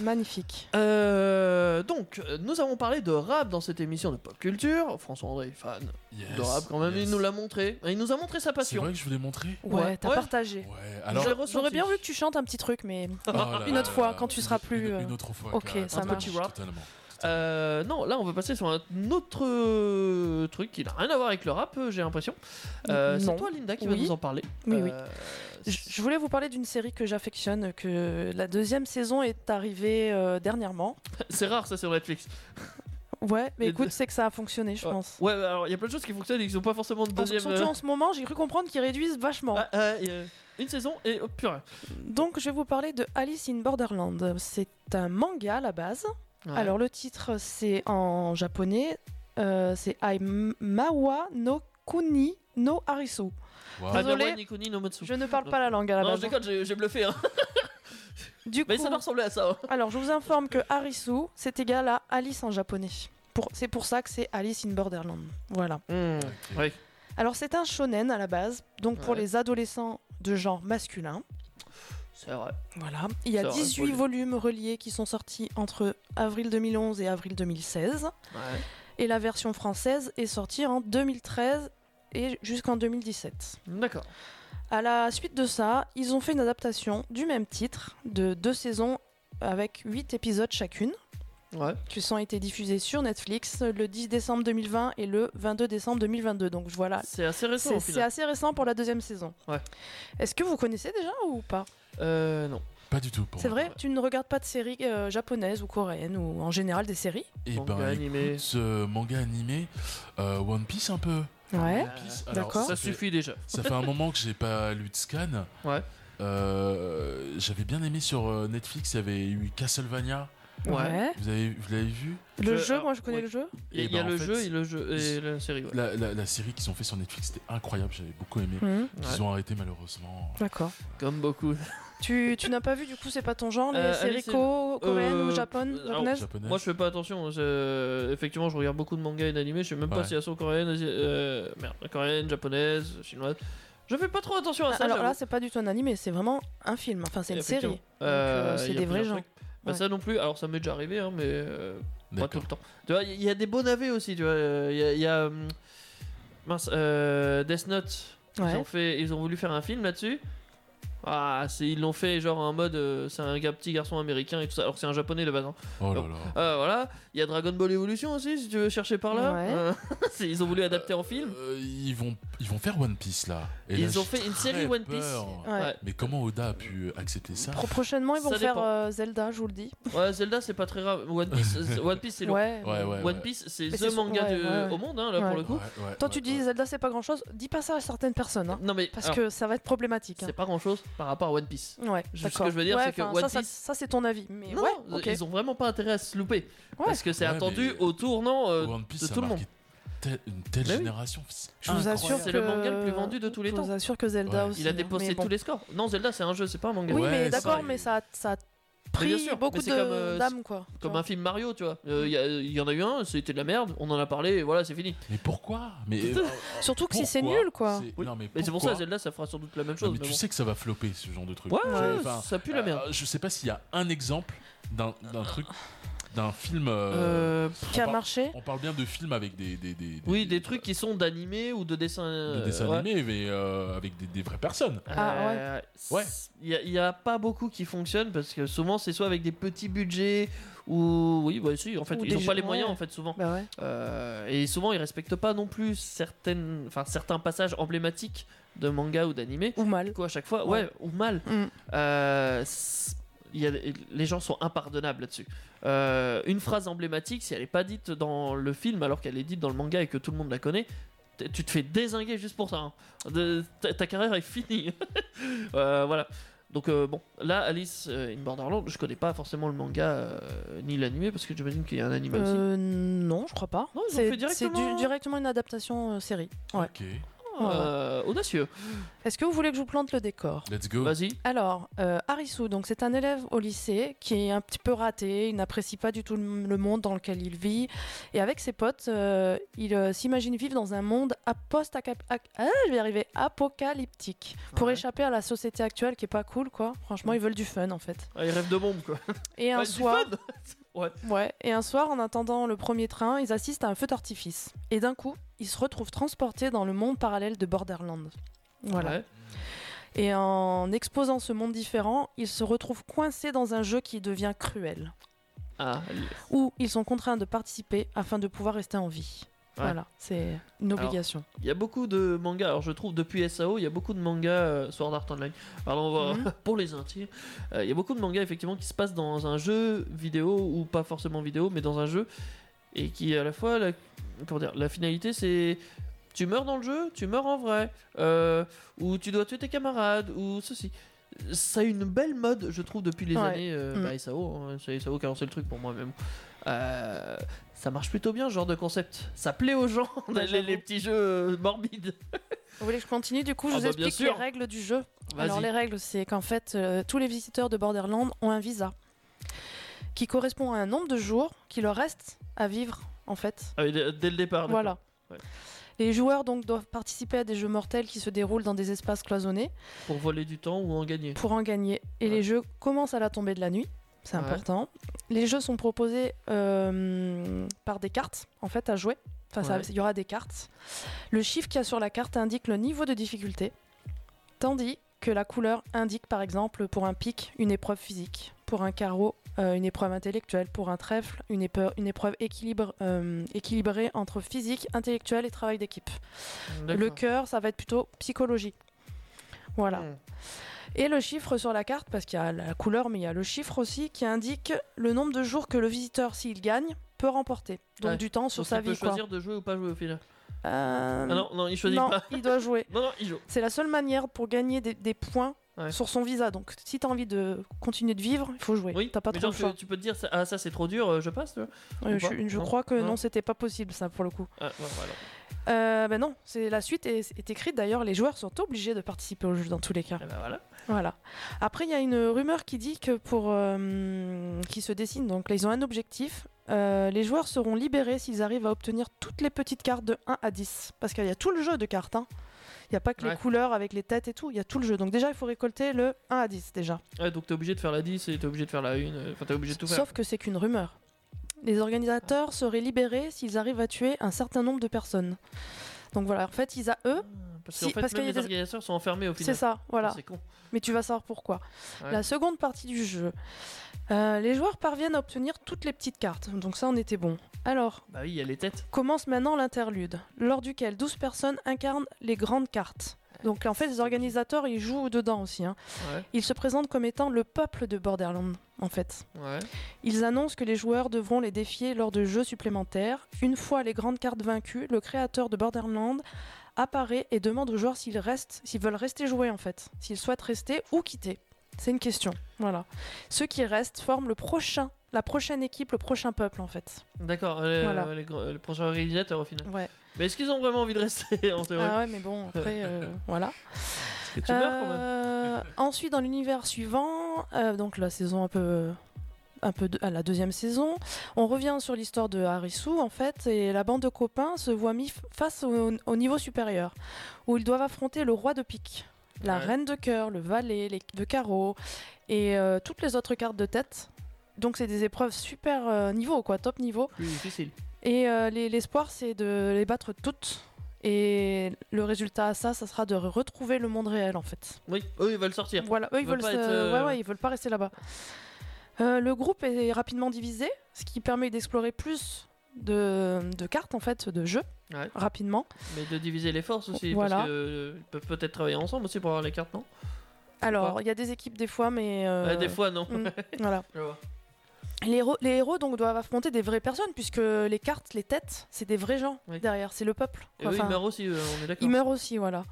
[SPEAKER 4] Magnifique.
[SPEAKER 3] Euh, donc, euh, nous avons parlé de rap dans cette émission de pop culture. François-André est fan
[SPEAKER 5] Yes,
[SPEAKER 3] de rap quand même.
[SPEAKER 5] yes.
[SPEAKER 3] Il nous l'a montré. Il nous a montré sa
[SPEAKER 5] C'est
[SPEAKER 3] passion.
[SPEAKER 5] vrai que je vous l'ai montré
[SPEAKER 4] Ouais,
[SPEAKER 3] Ouais.
[SPEAKER 4] t'as
[SPEAKER 3] Ouais.
[SPEAKER 4] partagé.
[SPEAKER 5] Ouais, alors.
[SPEAKER 3] Je l'ai
[SPEAKER 4] J'aurais-
[SPEAKER 3] ressenti.
[SPEAKER 4] J'aurais bien voulu que tu chantes un petit truc, mais
[SPEAKER 5] Oh là
[SPEAKER 4] Une
[SPEAKER 5] là
[SPEAKER 4] autre fois,
[SPEAKER 5] là,
[SPEAKER 4] quand tu
[SPEAKER 5] une
[SPEAKER 4] seras
[SPEAKER 5] autre-
[SPEAKER 4] plus,
[SPEAKER 5] Une,
[SPEAKER 4] euh,
[SPEAKER 5] une autre fois.
[SPEAKER 4] ok,
[SPEAKER 5] carrément,
[SPEAKER 4] ça
[SPEAKER 3] marche.
[SPEAKER 5] Totalement.
[SPEAKER 3] Euh, non, là on va passer sur un autre euh, truc qui n'a rien à voir avec le rap, euh, j'ai l'impression. Euh,
[SPEAKER 4] Non.
[SPEAKER 3] c'est toi Linda qui va
[SPEAKER 4] Oui.
[SPEAKER 3] nous en parler.
[SPEAKER 4] Oui, oui.
[SPEAKER 3] Euh,
[SPEAKER 4] Je je voulais vous parler d'une série que j'affectionne, que la deuxième saison est arrivée euh, dernièrement.
[SPEAKER 3] c'est rare ça sur Netflix.
[SPEAKER 4] Ouais, mais
[SPEAKER 3] Les
[SPEAKER 4] écoute,
[SPEAKER 3] deux-
[SPEAKER 4] c'est que ça a fonctionné, je
[SPEAKER 3] Ouais.
[SPEAKER 4] pense.
[SPEAKER 3] Ouais, bah, alors il y a plein de choses qui fonctionnent et qui sont pas forcément de
[SPEAKER 4] En-
[SPEAKER 3] deuxième.
[SPEAKER 4] Surtout en ce moment, j'ai cru comprendre qu'ils réduisent vachement.
[SPEAKER 3] euh, ah, ah, et, euh, une saison et oh, purée.
[SPEAKER 4] Donc, je vais vous parler de Alice in Borderland. C'est un manga à la base.
[SPEAKER 3] Ouais.
[SPEAKER 4] Alors, le titre, c'est en japonais, euh, c'est Ai Mawa no Kuni no Harisu.
[SPEAKER 5] Wow.
[SPEAKER 3] Ah, mais
[SPEAKER 4] désolé.
[SPEAKER 3] ouais, Nikoni no Matsu.
[SPEAKER 4] Je ne parle pas la langue à la
[SPEAKER 3] non,
[SPEAKER 4] base.
[SPEAKER 3] je déconne, j'ai j'ai bluffé. Hein.
[SPEAKER 4] Du coup,
[SPEAKER 3] Mais ça me ressemblait à ça. hein.
[SPEAKER 4] alors, je vous informe que Harisu, c'est égal à Alice en japonais. Pour- C'est pour ça que c'est Alice in Borderland. Voilà.
[SPEAKER 3] hein.
[SPEAKER 4] Hmm.
[SPEAKER 3] Ouais.
[SPEAKER 4] Alors c'est un shonen à la base, donc pour
[SPEAKER 3] Ouais.
[SPEAKER 4] les adolescents de genre masculin.
[SPEAKER 3] C'est vrai.
[SPEAKER 4] Voilà. Il y a
[SPEAKER 3] Ça aurait
[SPEAKER 4] 18
[SPEAKER 3] volé.
[SPEAKER 4] volumes reliés qui sont sortis entre avril 2011 et avril 2016.
[SPEAKER 3] Ouais.
[SPEAKER 4] Et la version française est sortie en 2013 et jusqu'en 2017.
[SPEAKER 3] D'accord.
[SPEAKER 4] À la suite de ça, ils ont fait une adaptation du même titre de deux saisons avec 8 épisodes chacune
[SPEAKER 3] Ouais.
[SPEAKER 4] qui ont été diffusés sur Netflix le 10 décembre 2020 et le 22 décembre 2022. Donc voilà,
[SPEAKER 3] C'est assez récent
[SPEAKER 4] Ah. C'est
[SPEAKER 3] au
[SPEAKER 4] c'est
[SPEAKER 3] final.
[SPEAKER 4] assez récent pour la deuxième saison.
[SPEAKER 3] Ouais.
[SPEAKER 4] Est-ce que vous connaissez déjà ou pas
[SPEAKER 3] Euh, non.
[SPEAKER 5] Pas du tout. pour
[SPEAKER 4] C'est
[SPEAKER 5] moi.
[SPEAKER 4] vrai Tu ne regardes pas de séries euh, japonaises ou coréennes ou en général des séries
[SPEAKER 5] Et
[SPEAKER 3] Manga
[SPEAKER 5] ben,
[SPEAKER 3] animé.
[SPEAKER 5] écoute, euh, manga animé, euh, One Piece un peu.
[SPEAKER 4] Ouais.
[SPEAKER 5] One Piece, alors,
[SPEAKER 4] d'accord.
[SPEAKER 5] fait-
[SPEAKER 3] Ça suffit déjà.
[SPEAKER 5] Ça fait un moment que j'ai pas lu de scan.
[SPEAKER 3] Ouais.
[SPEAKER 5] Euh, J'avais bien aimé sur euh, Netflix, il y avait eu Castlevania.
[SPEAKER 3] Ouais.
[SPEAKER 5] Vous avez, vous l'avez vu
[SPEAKER 4] Le
[SPEAKER 3] Je-
[SPEAKER 4] jeu,
[SPEAKER 3] alors,
[SPEAKER 4] moi je connais
[SPEAKER 3] ouais.
[SPEAKER 4] le jeu.
[SPEAKER 3] Il y a,
[SPEAKER 5] Et
[SPEAKER 3] il y a
[SPEAKER 5] ben, en
[SPEAKER 3] le
[SPEAKER 5] fait,
[SPEAKER 3] jeu et le jeu et la série. Ouais.
[SPEAKER 5] la, la- la série qu'ils ont fait sur Netflix, c'était incroyable. J'avais beaucoup aimé.
[SPEAKER 4] Mhm,
[SPEAKER 5] Ils ont arrêté malheureusement.
[SPEAKER 4] D'accord.
[SPEAKER 3] Comme beaucoup.
[SPEAKER 4] Tu, tu n'as pas vu du coup, c'est pas ton genre, les
[SPEAKER 3] Euh,
[SPEAKER 4] séries
[SPEAKER 3] Alice in-
[SPEAKER 4] co- coréennes ou
[SPEAKER 3] Euh,
[SPEAKER 4] japonaises
[SPEAKER 3] alors,
[SPEAKER 4] japonaises
[SPEAKER 5] Japonais.
[SPEAKER 3] Moi, je fais pas attention. je- Effectivement, je regarde beaucoup de mangas et d'animés. Je sais même pas
[SPEAKER 5] Ouais.
[SPEAKER 3] si elles sont coréennes, asi- euh, merde, coréennes, japonaises, chinoises. Je fais pas trop attention à ça.
[SPEAKER 4] Ah, Alors
[SPEAKER 3] j'avoue.
[SPEAKER 4] là, c'est pas du tout un anime, c'est vraiment un film. Enfin, c'est une
[SPEAKER 3] Effectivement.
[SPEAKER 4] série. euh,
[SPEAKER 3] Euh,
[SPEAKER 4] c'est
[SPEAKER 3] il y a
[SPEAKER 4] des vrais
[SPEAKER 3] plusieurs
[SPEAKER 4] gens.
[SPEAKER 3] trucs. Bah,
[SPEAKER 4] Ouais.
[SPEAKER 3] ça non plus. Alors, ça m'est déjà arrivé, hein, mais euh, pas tout
[SPEAKER 5] D'accord.
[SPEAKER 3] le temps. Tu vois, il y a des bons navets aussi. Tu vois, euh, il y a, il y a, hum, mince, euh, Death Note. Ils
[SPEAKER 4] Ouais.
[SPEAKER 3] ont fait, ils ont voulu faire un film là-dessus. Ah, c'est, ils l'ont fait genre en mode, euh, c'est un gars petit garçon américain et tout ça. Alors que c'est un japonais de base. hein.
[SPEAKER 5] Oh là là.
[SPEAKER 3] Euh, voilà, il y a Dragon Ball Evolution aussi, si tu veux chercher par là.
[SPEAKER 4] Ouais.
[SPEAKER 3] Euh, c'est- ils ont voulu adapter en film.
[SPEAKER 5] Euh, ils, vont, ils vont faire One Piece là. Et là,
[SPEAKER 3] ils ont
[SPEAKER 5] j'ai
[SPEAKER 3] fait une
[SPEAKER 5] très
[SPEAKER 3] série One Piece.
[SPEAKER 5] peur.
[SPEAKER 4] Ouais.
[SPEAKER 3] Ouais.
[SPEAKER 5] Mais comment Oda a pu accepter ça
[SPEAKER 4] Pro- prochainement, ils vont
[SPEAKER 3] Ça
[SPEAKER 4] faire
[SPEAKER 3] dépend.
[SPEAKER 4] euh, Zelda, je vous le dis.
[SPEAKER 3] Ouais, Zelda, c'est pas très grave. One Piece, c'est- One Piece, c'est lourd.
[SPEAKER 4] Ouais.
[SPEAKER 5] Ouais, ouais.
[SPEAKER 3] One Piece, c'est
[SPEAKER 4] Mais
[SPEAKER 3] the
[SPEAKER 4] c'est-
[SPEAKER 3] manga
[SPEAKER 4] ouais,
[SPEAKER 3] du-
[SPEAKER 4] ouais, ouais.
[SPEAKER 3] au monde, hein, là,
[SPEAKER 4] Ouais.
[SPEAKER 3] pour le coup.
[SPEAKER 5] Ouais, ouais,
[SPEAKER 4] Toi,
[SPEAKER 5] ouais,
[SPEAKER 4] tu dis
[SPEAKER 5] ouais.
[SPEAKER 4] Zelda, c'est pas grand chose. Dis pas ça à certaines personnes, hein,
[SPEAKER 3] Non, mais
[SPEAKER 4] parce
[SPEAKER 3] alors,
[SPEAKER 4] que ça va être problématique. hein.
[SPEAKER 3] c'est pas grand chose par rapport à One Piece.
[SPEAKER 4] Ouais,
[SPEAKER 3] Je- ce
[SPEAKER 4] d'accord.
[SPEAKER 3] que je veux dire,
[SPEAKER 4] Ouais,
[SPEAKER 3] c'est que
[SPEAKER 4] enfin,
[SPEAKER 3] One
[SPEAKER 4] ça, ça,
[SPEAKER 3] Piece-
[SPEAKER 4] ça, c'est ton avis. Mais
[SPEAKER 3] non,
[SPEAKER 4] ouais,
[SPEAKER 3] non,
[SPEAKER 4] ok.
[SPEAKER 3] ils ont vraiment pas intérêt à se louper. Parce que c'est
[SPEAKER 5] Ouais,
[SPEAKER 3] attendu
[SPEAKER 5] mais-
[SPEAKER 3] au tournant. euh,
[SPEAKER 5] One Piece,
[SPEAKER 3] de
[SPEAKER 5] ça
[SPEAKER 3] tout le
[SPEAKER 5] a
[SPEAKER 3] monde.
[SPEAKER 5] marqué tel- une telle
[SPEAKER 3] Bah oui.
[SPEAKER 5] génération. c'est
[SPEAKER 4] Je vous
[SPEAKER 5] incroyable.
[SPEAKER 4] assure
[SPEAKER 3] C'est
[SPEAKER 4] que-
[SPEAKER 3] le manga le plus vendu de tous les
[SPEAKER 4] Je vous
[SPEAKER 3] temps.
[SPEAKER 4] assure que Zelda
[SPEAKER 5] Ouais.
[SPEAKER 4] aussi.
[SPEAKER 3] Il a
[SPEAKER 4] hein,
[SPEAKER 3] dépassé
[SPEAKER 4] mais bon.
[SPEAKER 3] tous les scores. Non, Zelda, c'est un jeu, c'est pas un manga.
[SPEAKER 4] Oui,
[SPEAKER 5] Ouais,
[SPEAKER 4] mais
[SPEAKER 5] ça,
[SPEAKER 4] d'accord,
[SPEAKER 5] il-
[SPEAKER 4] mais ça, a- ça a
[SPEAKER 3] Mais bien
[SPEAKER 4] pris
[SPEAKER 3] sûr, mais
[SPEAKER 4] beaucoup
[SPEAKER 3] c'est
[SPEAKER 4] de
[SPEAKER 3] comme, euh,
[SPEAKER 4] d'âme, quoi. tu
[SPEAKER 3] Comme
[SPEAKER 4] vois.
[SPEAKER 3] un film Mario, tu vois. Euh, Il y, a- il y en a eu un, c'était de la merde, on en a parlé, et voilà, c'est fini.
[SPEAKER 5] Mais pourquoi Mais euh,
[SPEAKER 3] Surtout
[SPEAKER 4] Surtout que si
[SPEAKER 5] pourquoi
[SPEAKER 4] c'est nul, quoi.
[SPEAKER 5] C'est-
[SPEAKER 3] Oui.
[SPEAKER 5] Non, mais
[SPEAKER 3] Mais c'est pour ça,
[SPEAKER 5] pourquoi
[SPEAKER 3] Zelda, ça fera sans doute la même
[SPEAKER 5] Non,
[SPEAKER 3] chose.
[SPEAKER 5] mais
[SPEAKER 3] mais
[SPEAKER 5] tu
[SPEAKER 3] bon.
[SPEAKER 5] sais que ça va flopper ce genre de truc.
[SPEAKER 3] Ouais, ouais,
[SPEAKER 5] Enfin,
[SPEAKER 3] ça pue la merde.
[SPEAKER 5] euh, je sais pas s'il y a un exemple d'un d'un truc, d'un film. euh,
[SPEAKER 3] Euh,
[SPEAKER 4] Qui a
[SPEAKER 5] par-
[SPEAKER 4] marché.
[SPEAKER 5] On parle bien de films avec des. des, des-
[SPEAKER 3] oui, des trucs qui sont d'animés ou de dessins.
[SPEAKER 5] De
[SPEAKER 3] euh,
[SPEAKER 5] euh, dessins
[SPEAKER 3] ouais.
[SPEAKER 5] animés, mais euh, avec des, des vraies personnes.
[SPEAKER 4] Ah, ouais.
[SPEAKER 3] Euh,
[SPEAKER 5] Ouais.
[SPEAKER 3] Il y a- il y a, pas beaucoup qui fonctionnent parce que souvent c'est soit avec des petits budgets ou oui bah si en fait
[SPEAKER 4] Ou
[SPEAKER 3] ils
[SPEAKER 4] des
[SPEAKER 3] ont pas
[SPEAKER 4] jeux-
[SPEAKER 3] les moyens
[SPEAKER 4] ouais.
[SPEAKER 3] en fait souvent
[SPEAKER 4] Bah ouais.
[SPEAKER 3] Euh, et souvent ils respectent pas non plus certaines enfin certains passages emblématiques de manga ou d'animé
[SPEAKER 4] Ou mal.
[SPEAKER 3] quoi à chaque fois ouais, ou mal
[SPEAKER 4] Mm.
[SPEAKER 3] Euh, c'est- il y a- les gens sont impardonnables là-dessus Euh, une phrase emblématique si elle est pas dite dans le film alors qu'elle est dite dans le manga et que tout le monde la connaît t- tu te fais désinguer juste pour ça hein. De- ta, ta carrière est finie Euh, voilà donc euh, bon là Alice euh, in Borderland je connais pas forcément le manga euh, ni l'animé parce que j'imagine qu'il y a un anime aussi
[SPEAKER 4] Euh, non, je crois pas.
[SPEAKER 3] Bah, Non, ils ont
[SPEAKER 4] C'est
[SPEAKER 3] fait
[SPEAKER 4] c'est du-
[SPEAKER 3] directement-
[SPEAKER 4] directement une adaptation euh, série. Ouais.
[SPEAKER 5] Ok,
[SPEAKER 4] oh.
[SPEAKER 3] Euh, audacieux
[SPEAKER 4] Est-ce que vous voulez que je vous plante le décor
[SPEAKER 5] let's go.
[SPEAKER 3] vas-y
[SPEAKER 4] Alors, euh, Harisu, donc c'est un élève au lycée qui est un petit peu raté, il n'apprécie pas du tout le le monde dans lequel il vit. Et avec ses potes, euh, il euh, s'imagine vivre dans un monde à post ah, je vais y arriver, apocalyptique. Pour
[SPEAKER 3] Ouais.
[SPEAKER 4] échapper à la société actuelle qui est pas cool, quoi. Franchement, ils veulent du fun, en fait.
[SPEAKER 3] Ah, il rêve de bombe quoi
[SPEAKER 4] Et un
[SPEAKER 3] Ouais, du
[SPEAKER 4] soir,
[SPEAKER 3] fun.
[SPEAKER 4] ouais, et un soir, en attendant le premier train, ils assistent à un feu d'artifice. Et d'un coup, ils se retrouvent transportés dans le monde parallèle de Borderland. Voilà.
[SPEAKER 3] Ouais.
[SPEAKER 4] Et en exposant ce monde différent, ils se retrouvent coincés dans un jeu qui devient cruel.
[SPEAKER 3] Ah,
[SPEAKER 4] où ils sont contraints de participer afin de pouvoir rester en vie.
[SPEAKER 3] Ouais.
[SPEAKER 4] Voilà, c'est une
[SPEAKER 3] Alors,
[SPEAKER 4] obligation.
[SPEAKER 3] il y a beaucoup de mangas. Alors, je trouve depuis SAO, il y a beaucoup de mangas euh, Sword Art Online. Pardon, on va-
[SPEAKER 4] Mhm.
[SPEAKER 3] pour les intimes. Euh, il y a beaucoup de mangas effectivement qui se passent dans un jeu vidéo ou pas forcément vidéo, mais dans un jeu et qui à la fois la, comment dire, la finalité c'est tu meurs dans le jeu, tu meurs en vrai, euh, ou tu dois tuer tes camarades ou ceci. Ça a une belle mode, je trouve, depuis les
[SPEAKER 4] Ouais.
[SPEAKER 3] années euh,
[SPEAKER 4] Mhm.
[SPEAKER 3] bah, SAO. hein, c'est SAO qui a lancé le truc pour moi même. Euh, ça marche plutôt bien, ce genre de concept. Ça plaît aux gens, les, les
[SPEAKER 4] j'avoue.
[SPEAKER 3] petits jeux euh, morbides.
[SPEAKER 4] Vous voulez que je continue Du coup, je
[SPEAKER 3] Ah
[SPEAKER 4] vous
[SPEAKER 3] bah, bien
[SPEAKER 4] explique les
[SPEAKER 3] sûr.
[SPEAKER 4] règles du jeu.
[SPEAKER 3] Vas-y.
[SPEAKER 4] Alors, les règles, c'est qu'en fait, euh, tous les visiteurs de Borderland ont un visa qui correspond à un nombre de jours qui leur reste à vivre, en fait.
[SPEAKER 3] Ah oui, dès, dès le départ. d'accord.
[SPEAKER 4] Voilà.
[SPEAKER 3] Ouais.
[SPEAKER 4] Les joueurs donc doivent participer à des jeux mortels qui se déroulent dans des espaces cloisonnés
[SPEAKER 3] Pour voler du temps ou en gagner.
[SPEAKER 4] pour en gagner. Et
[SPEAKER 3] Ouais.
[SPEAKER 4] les jeux commencent à la tombée de la nuit, c'est
[SPEAKER 3] Ouais.
[SPEAKER 4] important. Les jeux sont proposés euh, par des cartes, en fait, à jouer. Enfin, ça-
[SPEAKER 3] Ouais.
[SPEAKER 4] il y aura des cartes. Le chiffre qu'il y a sur la carte indique le niveau de difficulté, tandis que la couleur indique, par exemple, pour un pic, une épreuve physique, pour un carreau, euh, une épreuve intellectuelle, pour un trèfle, une, épe- une épreuve équilibre, euh, équilibrée entre physique, intellectuelle et travail d'équipe. Le
[SPEAKER 3] D'accord.
[SPEAKER 4] cœur, ça va être plutôt psychologie. Voilà.
[SPEAKER 3] Hmm.
[SPEAKER 4] Et le chiffre sur la carte, parce qu'il y a la couleur, mais il y a le chiffre aussi, qui indique le nombre de jours que le visiteur, s'il gagne, peut remporter. Donc
[SPEAKER 3] Ouais.
[SPEAKER 4] du temps sur
[SPEAKER 3] Donc,
[SPEAKER 4] sa
[SPEAKER 3] il peut
[SPEAKER 4] vie. Quoi.
[SPEAKER 3] choisir de jouer ou pas jouer au final.
[SPEAKER 4] Euh,
[SPEAKER 3] Ah non, non, il choisit
[SPEAKER 4] non,
[SPEAKER 3] pas.
[SPEAKER 4] il doit jouer.
[SPEAKER 3] Non, non, il joue.
[SPEAKER 4] C'est la seule manière pour gagner des, des points
[SPEAKER 3] Ouais.
[SPEAKER 4] sur son visa. Donc si tu as envie de continuer de vivre, il faut jouer.
[SPEAKER 3] Oui,
[SPEAKER 4] T'as pas
[SPEAKER 3] mais
[SPEAKER 4] trop
[SPEAKER 3] genre,
[SPEAKER 4] le choix.
[SPEAKER 3] Tu, tu peux te dire, ça- ah ça c'est trop dur, euh, je passe. tu vois.
[SPEAKER 4] Euh,
[SPEAKER 3] ou
[SPEAKER 4] je,
[SPEAKER 3] pas
[SPEAKER 4] je
[SPEAKER 3] Non.
[SPEAKER 4] crois que
[SPEAKER 3] Non.
[SPEAKER 4] non, c'était pas possible ça pour le coup.
[SPEAKER 3] Ah, ouais, voilà.
[SPEAKER 4] Euh, ben non, c'est la suite est, est écrite. D'ailleurs, les joueurs sont obligés de participer au jeu dans tous les cas.
[SPEAKER 3] Ah bah voilà.
[SPEAKER 4] Voilà. Après, il y a une rumeur qui dit que pour. euh, qui se dessine, donc là, ils ont un objectif. Euh, les joueurs seront libérés s'ils arrivent à obtenir toutes les petites cartes de 1 à 10. Parce qu'il y a tout le jeu de cartes. hein. Il n'y a pas que
[SPEAKER 3] Ouais.
[SPEAKER 4] les couleurs avec les têtes et tout. Il y a tout le jeu. Donc déjà, il faut récolter le 1 à 10 déjà.
[SPEAKER 3] Ouais, donc t'es obligé de faire la 10 et t'es obligé de faire la 1. euh, Enfin, t'es obligé de tout faire.
[SPEAKER 4] Sauf que c'est qu'une rumeur. Les organisateurs seraient libérés s'ils arrivent à tuer un certain nombre de personnes. Donc voilà, en fait, ils à eux,
[SPEAKER 3] hein, Parce
[SPEAKER 4] si,
[SPEAKER 3] qu'en fait,
[SPEAKER 4] parce
[SPEAKER 3] même
[SPEAKER 4] qu'il y
[SPEAKER 3] les
[SPEAKER 4] a des-
[SPEAKER 3] organisateurs sont enfermés au final.
[SPEAKER 4] c'est ça, voilà.
[SPEAKER 3] C'est con.
[SPEAKER 4] mais tu vas savoir pourquoi.
[SPEAKER 3] Ouais.
[SPEAKER 4] La seconde partie du jeu. Euh, les joueurs parviennent à obtenir toutes les petites cartes, donc ça on était bon. Alors,
[SPEAKER 3] Bah oui, il y a les têtes.
[SPEAKER 4] commence maintenant l'interlude, lors duquel 12 personnes incarnent les grandes cartes. Donc en fait, les organisateurs, ils jouent dedans aussi. hein.
[SPEAKER 3] Ouais,
[SPEAKER 4] Ils se présentent comme étant le peuple de Borderland, en fait.
[SPEAKER 3] ouais.
[SPEAKER 4] Ils annoncent que les joueurs devront les défier lors de jeux supplémentaires. Une fois les grandes cartes vaincues, le créateur de Borderland apparaît et demande aux joueurs s'ils restent, s'ils veulent rester jouer en fait, s'ils souhaitent rester ou quitter. C'est une question. Voilà. Ceux qui restent forment le prochain, la prochaine équipe, le prochain peuple en fait.
[SPEAKER 3] D'accord, euh,
[SPEAKER 4] Voilà.
[SPEAKER 3] euh, les, gros- euh, les prochains organisateurs au final.
[SPEAKER 4] Ouais.
[SPEAKER 3] Mais est-ce qu'ils ont vraiment envie de rester en théorie
[SPEAKER 4] Ah ouais, mais bon, après, euh, voilà.
[SPEAKER 3] Parce que tu meurs quand même.
[SPEAKER 4] Euh, ensuite, dans l'univers suivant, euh, donc la saison un peu, un peu de- à la deuxième saison, on revient sur l'histoire de Harisu en fait, et la bande de copains se voit mis f- face au, au niveau supérieur, où ils doivent affronter le roi de pique, la
[SPEAKER 3] Ouais.
[SPEAKER 4] reine de cœur, le valet, les de carreau et euh, toutes les autres cartes de tête. Donc c'est des épreuves super euh, niveau quoi, top niveau.
[SPEAKER 3] Plus difficile.
[SPEAKER 4] Et euh, les- l'espoir, c'est de les battre toutes. Et le résultat à ça, ça sera de retrouver le monde réel en fait.
[SPEAKER 3] Oui, eux ils veulent sortir.
[SPEAKER 4] Voilà, eux ils,
[SPEAKER 3] Ils veulent
[SPEAKER 4] veulent,
[SPEAKER 3] pas
[SPEAKER 4] se-
[SPEAKER 3] être, euh,
[SPEAKER 4] ouais, ouais, ils veulent pas rester là-bas. Euh, le groupe est rapidement divisé, ce qui permet d'explorer plus de, de cartes en fait, de jeux
[SPEAKER 3] Ouais.
[SPEAKER 4] rapidement.
[SPEAKER 3] Mais de diviser les forces aussi.
[SPEAKER 4] Voilà.
[SPEAKER 3] Parce qu'ils peuvent peut-être travailler ensemble aussi pour avoir les cartes, non
[SPEAKER 4] Alors, il y a des équipes des fois, mais euh,
[SPEAKER 3] Ouais, Des fois, non.
[SPEAKER 4] mm, voilà.
[SPEAKER 3] Je vois.
[SPEAKER 4] Les héros, les héros donc doivent affronter des vraies personnes puisque les cartes, les têtes, c'est des vrais gens
[SPEAKER 3] Oui.
[SPEAKER 4] derrière, c'est le peuple.
[SPEAKER 3] Et eux,
[SPEAKER 4] Enfin,
[SPEAKER 3] ils meurent aussi, euh, on est d'accord.
[SPEAKER 4] Ils meurent aussi, voilà.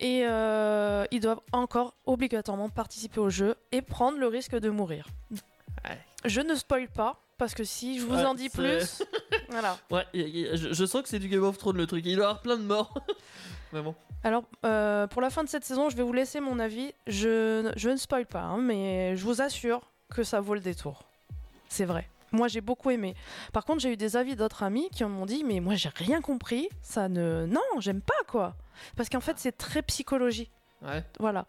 [SPEAKER 4] Et euh, ils doivent encore obligatoirement participer au jeu et prendre le risque de mourir.
[SPEAKER 3] Ouais.
[SPEAKER 4] Je ne spoil pas, parce que si je vous
[SPEAKER 3] Ouais,
[SPEAKER 4] en dis plus.
[SPEAKER 3] c'est-
[SPEAKER 4] voilà.
[SPEAKER 3] Ouais, y- y- je, je sens que c'est du Game of Thrones le truc. Il doit y avoir plein de morts. Mais bon.
[SPEAKER 4] Alors, euh, pour la fin de cette saison, je vais vous laisser mon avis. Je, ne- je ne spoil pas, hein, mais je vous assure que ça vaut le détour. C'est vrai. Moi, j'ai beaucoup aimé. Par contre, j'ai eu des avis d'autres amis qui m'ont dit Mais moi, j'ai rien compris. Ça ne. Non, j'aime pas, quoi. Parce qu'en fait, c'est très psychologique.
[SPEAKER 3] Ouais.
[SPEAKER 4] Voilà.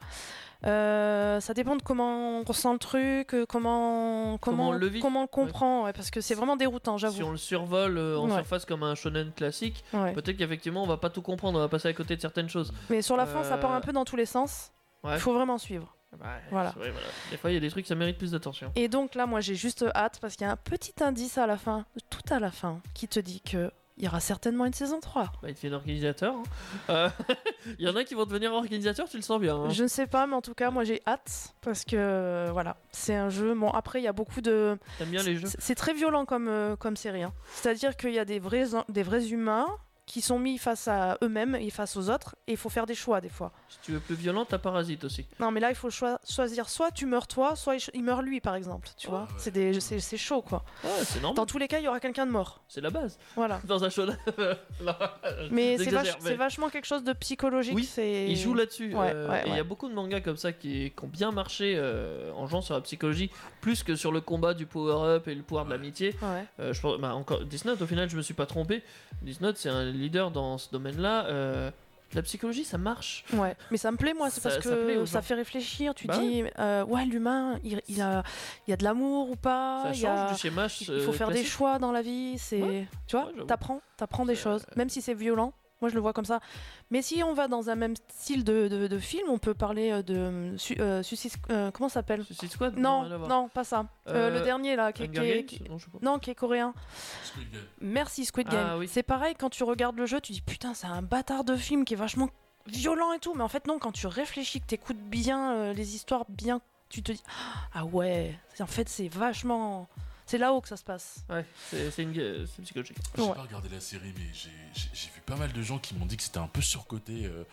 [SPEAKER 4] Euh, ça dépend de comment on ressent le truc, euh, comment, comment,
[SPEAKER 3] Comment on le vit.
[SPEAKER 4] comment on comprend, ouais, parce que c'est vraiment déroutant,
[SPEAKER 3] Si
[SPEAKER 4] j'avoue.
[SPEAKER 3] on le survole euh, en
[SPEAKER 4] Ouais.
[SPEAKER 3] surface comme un shonen classique,
[SPEAKER 4] Ouais.
[SPEAKER 3] peut-être qu'effectivement on va pas tout comprendre, on va passer à côté de certaines choses.
[SPEAKER 4] Mais sur la fin, ça part
[SPEAKER 3] Euh,
[SPEAKER 4] un peu dans tous les sens. Il
[SPEAKER 3] ouais.
[SPEAKER 4] faut vraiment suivre. Voilà.
[SPEAKER 3] c'est vrai, Bah, voilà. Des fois, il y a des trucs, ça mérite plus d'attention.
[SPEAKER 4] Et donc là, moi, j'ai juste hâte parce qu'il y a un petit indice à la fin, tout à la fin, qui te dit que il y aura certainement une saison 3.
[SPEAKER 3] Bah, il te fait l'organisateur. hein. Euh, il y en a qui vont devenir organisateurs, tu le sens bien. hein.
[SPEAKER 4] Je ne sais pas, mais en tout cas, moi, j'ai hâte parce que euh, voilà, c'est un jeu. Bon, après, il y a beaucoup de.
[SPEAKER 3] T'aimes bien les jeux
[SPEAKER 4] C'est c'est très violent comme, euh, comme série. hein. C'est-à-dire qu'il y a des vrais, des vrais humains qui sont mis face à eux-mêmes et face aux autres, et il faut faire des choix des fois.
[SPEAKER 3] Si tu veux plus violent, t'as Parasite aussi.
[SPEAKER 4] Non, mais là, il faut choi- choisir soit tu meurs toi, soit il ch- il meurt lui, par exemple. Tu vois, c'est des- c'est c'est chaud quoi.
[SPEAKER 3] Ah, Ouais, c'est normal.
[SPEAKER 4] Dans tous les cas, il y aura quelqu'un de mort.
[SPEAKER 3] C'est la base.
[SPEAKER 4] Voilà.
[SPEAKER 3] Dans un shonen. Non,
[SPEAKER 4] Mais c'est
[SPEAKER 3] j'exagère,
[SPEAKER 4] vache-
[SPEAKER 3] mais
[SPEAKER 4] c'est vachement quelque chose de psychologique.
[SPEAKER 3] Oui,
[SPEAKER 4] c'est-
[SPEAKER 3] Ils jouent là-dessus.
[SPEAKER 4] Ouais,
[SPEAKER 3] euh,
[SPEAKER 4] ouais,
[SPEAKER 3] et Il y
[SPEAKER 4] ouais.
[SPEAKER 3] a beaucoup de mangas comme ça qui, qui ont bien marché euh, en jouant sur la psychologie, plus que sur le combat du power-up et le pouvoir de l'amitié.
[SPEAKER 4] Ouais.
[SPEAKER 3] Euh, je pense, bah, encore, Death Note, au final, je me suis pas trompé. Death Note, c'est un leader dans ce domaine-là. euh, la psychologie, ça marche.
[SPEAKER 4] Ouais. Mais ça me plaît, moi, c'est
[SPEAKER 3] Ça-
[SPEAKER 4] parce
[SPEAKER 3] ça plaît
[SPEAKER 4] que
[SPEAKER 3] aux
[SPEAKER 4] ça
[SPEAKER 3] gens.
[SPEAKER 4] fait réfléchir. Tu
[SPEAKER 3] Bah
[SPEAKER 4] dis, euh, ouais, l'humain, il, il a, il y a de l'amour ou pas
[SPEAKER 3] ça
[SPEAKER 4] il
[SPEAKER 3] change
[SPEAKER 4] Ah, y a-
[SPEAKER 3] du schéma. euh,
[SPEAKER 4] Il faut faire des choix dans la vie. C'est, tu vois,
[SPEAKER 3] Ouais, j'avoue.
[SPEAKER 4] t'apprends, t'apprends des
[SPEAKER 3] C'est- euh,
[SPEAKER 4] choses, même si c'est violent. Moi, je le vois comme ça. Mais si on va dans un même style de, de, de film, on peut parler euh, de euh, su- euh, Suicide- euh, comment ça s'appelle
[SPEAKER 3] Suicide Squad
[SPEAKER 4] Non,
[SPEAKER 3] rien à voir.
[SPEAKER 4] non, pas ça. Euh, le
[SPEAKER 3] Euh,
[SPEAKER 4] dernier là, qui,
[SPEAKER 3] Hunger
[SPEAKER 4] qui est-
[SPEAKER 3] Games
[SPEAKER 4] qui-
[SPEAKER 3] Non, je sais pas.
[SPEAKER 4] non, qui est coréen.
[SPEAKER 5] Squid Game.
[SPEAKER 4] Merci Squid
[SPEAKER 3] Ah
[SPEAKER 4] Game.
[SPEAKER 3] oui.
[SPEAKER 4] C'est pareil quand tu regardes le jeu, tu dis putain, c'est un bâtard de film qui est vachement violent et tout, mais en fait non, quand tu réfléchis, que t'écoutes bien euh, les histoires bien, tu te dis ah ouais, c'est- en fait c'est vachement c'est là-haut que ça se passe.
[SPEAKER 3] Ouais, c'est c'est une gue- c'est psychologique.
[SPEAKER 5] J'ai
[SPEAKER 4] Ouais.
[SPEAKER 5] pas regardé la série, mais j'ai- j'ai j'ai vu pas mal de gens qui m'ont dit que c'était un peu surcoté. euh,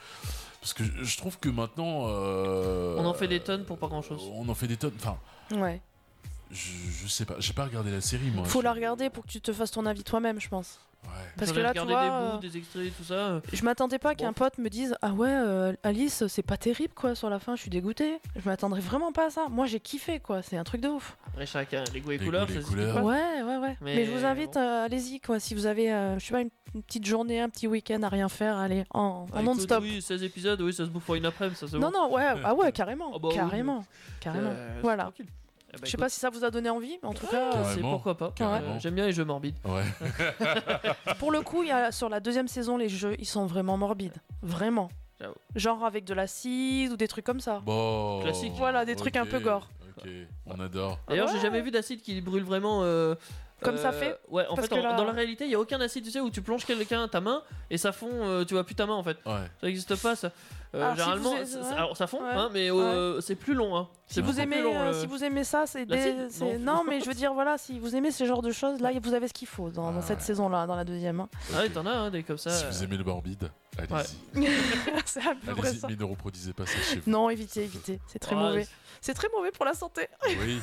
[SPEAKER 5] parce que je, je trouve que maintenant. euh,
[SPEAKER 3] On en fait des tonnes pour pas grand-chose.
[SPEAKER 5] On en fait des tonnes. Enfin,
[SPEAKER 4] Ouais.
[SPEAKER 5] je, je sais pas. J'ai pas regardé la série, moi.
[SPEAKER 4] Faut
[SPEAKER 5] Je-
[SPEAKER 4] la regarder pour que tu te fasses ton avis toi-même, je pense.
[SPEAKER 5] Ouais.
[SPEAKER 4] Parce
[SPEAKER 3] J'en
[SPEAKER 4] que
[SPEAKER 3] ai
[SPEAKER 4] là, tu
[SPEAKER 3] regardé
[SPEAKER 4] vois,
[SPEAKER 3] des
[SPEAKER 4] euh,
[SPEAKER 3] bouts, des extraits, tout ça. euh,
[SPEAKER 4] je m'attendais pas qu'un
[SPEAKER 3] Bon.
[SPEAKER 4] pote me dise ah ouais euh, Alice c'est pas terrible quoi sur la fin, je suis dégoûtée. Je m'attendrais vraiment pas à ça. Moi j'ai kiffé quoi, c'est un truc de ouf.
[SPEAKER 3] Après, chacun, les goûts et
[SPEAKER 5] Les
[SPEAKER 3] couleurs,
[SPEAKER 5] goûts,
[SPEAKER 3] ça
[SPEAKER 5] les
[SPEAKER 3] se dit
[SPEAKER 5] couleurs.
[SPEAKER 3] pas.
[SPEAKER 4] Ouais, ouais, ouais. Mais,
[SPEAKER 3] Ah Mais
[SPEAKER 4] je vous invite,
[SPEAKER 3] bon.
[SPEAKER 4] euh, allez-y, quoi. Si vous avez, euh, je sais pas, une, une petite journée, un petit week-end à rien faire, allez, en, en
[SPEAKER 3] Ah, écoute,
[SPEAKER 4] non-stop.
[SPEAKER 3] Oui, 16 épisodes, oui, ça se bouffe pour une après-midi, ça Euh, se
[SPEAKER 4] Non, non, ouais, ah ouais, carrément.
[SPEAKER 3] Ah bah oui, Euh,
[SPEAKER 4] carrément. Carrément. Voilà.
[SPEAKER 3] Eh
[SPEAKER 4] je sais pas si ça vous a donné envie, mais en tout cas,
[SPEAKER 5] Ouais.
[SPEAKER 3] bah, c'est
[SPEAKER 5] Carrément.
[SPEAKER 3] pourquoi pas.
[SPEAKER 5] Carrément.
[SPEAKER 3] Euh, J'aime bien les jeux morbides.
[SPEAKER 5] Ouais.
[SPEAKER 4] euh, pour le coup, il y a, sur la deuxième saison, les jeux, ils sont vraiment morbides. Vraiment.
[SPEAKER 3] J'avoue.
[SPEAKER 4] Genre avec de l'acide ou des trucs comme ça.
[SPEAKER 5] Bon.
[SPEAKER 3] Ah. Classique.
[SPEAKER 4] Voilà, des trucs un
[SPEAKER 5] ok,
[SPEAKER 4] peu gore.
[SPEAKER 5] Ok, on adore.
[SPEAKER 3] D'ailleurs,
[SPEAKER 4] Ah Ouais.
[SPEAKER 3] j'ai jamais vu d'acide qui brûle vraiment. euh,
[SPEAKER 4] Comme ça
[SPEAKER 3] euh,
[SPEAKER 4] fait
[SPEAKER 3] Ouais, en
[SPEAKER 4] Parce
[SPEAKER 3] fait,
[SPEAKER 4] que
[SPEAKER 3] en-
[SPEAKER 4] là-
[SPEAKER 3] dans la réalité, il y a aucun acide, tu sais, où tu plonges quelqu'un ta main et ça fond, euh, tu vois plus ta main en fait.
[SPEAKER 5] Ouais.
[SPEAKER 3] Ça n'existe pas ça. Euh,
[SPEAKER 4] Alors, Ah, si
[SPEAKER 3] généralement,
[SPEAKER 4] vous êtes-
[SPEAKER 3] ça-
[SPEAKER 4] ouais.
[SPEAKER 3] alors ça fond,
[SPEAKER 4] Ouais.
[SPEAKER 3] hein, mais euh, c'est plus long. Hein.
[SPEAKER 4] Si
[SPEAKER 3] C'est
[SPEAKER 4] vous,
[SPEAKER 3] beaucoup
[SPEAKER 4] aimez,
[SPEAKER 3] plus long,
[SPEAKER 4] euh,
[SPEAKER 3] le-
[SPEAKER 4] si vous aimez ça, c'est des.
[SPEAKER 3] L'acide
[SPEAKER 4] c'est-
[SPEAKER 3] Non.
[SPEAKER 4] Non, mais je veux dire, voilà, si vous aimez ce genre de choses, là, vous avez ce qu'il faut dans, dans
[SPEAKER 5] Ah
[SPEAKER 4] cette
[SPEAKER 5] ouais.
[SPEAKER 4] saison-là, dans la deuxième. hein.
[SPEAKER 3] Ah, ouais,
[SPEAKER 5] ok.
[SPEAKER 3] t'en as hein, des comme ça.
[SPEAKER 5] Si
[SPEAKER 3] euh,
[SPEAKER 5] vous aimez le morbide, allez-y.
[SPEAKER 4] c'est à peu près
[SPEAKER 5] Allez-y,
[SPEAKER 4] ça.
[SPEAKER 5] mais ne reproduisez pas ça chez vous.
[SPEAKER 4] Non, évitez, évitez. C'est très
[SPEAKER 3] ouais,
[SPEAKER 4] mauvais. Ah, C'est très mauvais pour la santé.
[SPEAKER 5] Oui.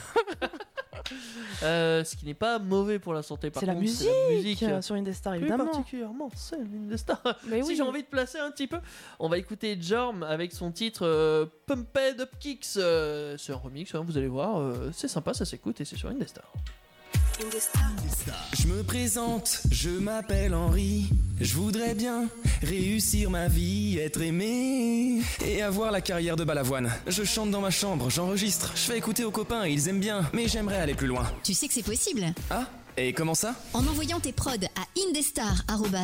[SPEAKER 3] Euh, ce qui n'est pas mauvais pour la santé par
[SPEAKER 4] C'est la
[SPEAKER 3] contre,
[SPEAKER 4] musique,
[SPEAKER 3] c'est la
[SPEAKER 4] euh, sur Indestar,
[SPEAKER 3] Plus
[SPEAKER 4] évidemment.
[SPEAKER 3] particulièrement celle d'Indestar.
[SPEAKER 4] Mais
[SPEAKER 3] si j'ai envie de placer un petit peu, on va écouter Jorm avec son titre euh, Pumped Up Kicks. euh, c'est un remix, hein, vous allez voir, euh, c'est sympa, ça s'écoute et c'est sur Indestar.
[SPEAKER 8] Je me présente, je m'appelle Henri. Je voudrais bien réussir ma vie, être aimé et avoir la carrière de Balavoine. Je chante dans ma chambre, j'enregistre, je fais écouter aux copains, ils aiment bien, mais j'aimerais aller plus loin.
[SPEAKER 2] Tu sais que c'est possible
[SPEAKER 8] Ah Et comment ça
[SPEAKER 2] En envoyant tes prods à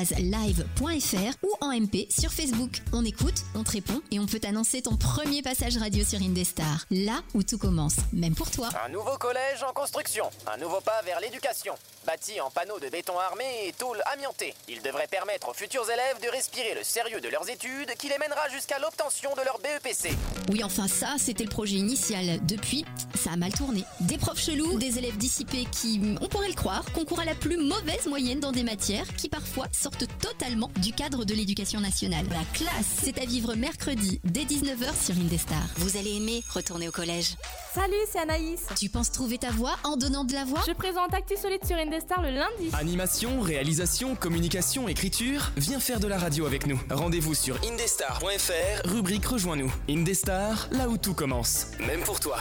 [SPEAKER 2] indestar.live.fr ou en MP sur Facebook. On écoute, on te répond et on peut t'annoncer ton premier passage radio sur Indestar. Là où tout commence, même pour toi.
[SPEAKER 9] Un nouveau collège en construction, un nouveau pas vers l'éducation. Bâti en panneaux de béton armé et tôle amiantée, il devrait permettre aux futurs élèves de respirer le sérieux de leurs études qui les mènera jusqu'à l'obtention de leur E BEPC.
[SPEAKER 2] Oui, enfin ça, c'était le projet initial. Depuis, ça a mal tourné. Des profs chelous, des élèves dissipés qui, on pourrait le croire, concourent à la plus mauvaise moyenne dans des matières qui parfois sortent totalement du cadre de l'éducation nationale. La classe, c'est à vivre mercredi dès 19h sur Indestar. Vous allez aimer retourner au collège.
[SPEAKER 10] Salut, c'est Anaïs.
[SPEAKER 2] Tu penses trouver ta voix en donnant de la voix
[SPEAKER 10] Je présente Actu Solide sur Indestar le lundi.
[SPEAKER 8] Animation, réalisation, communication, écriture, viens faire de la radio avec nous. Rendez-vous sur indestar.fr, rubrique Rejoins-nous. Indestar, là où tout commence. Même pour toi.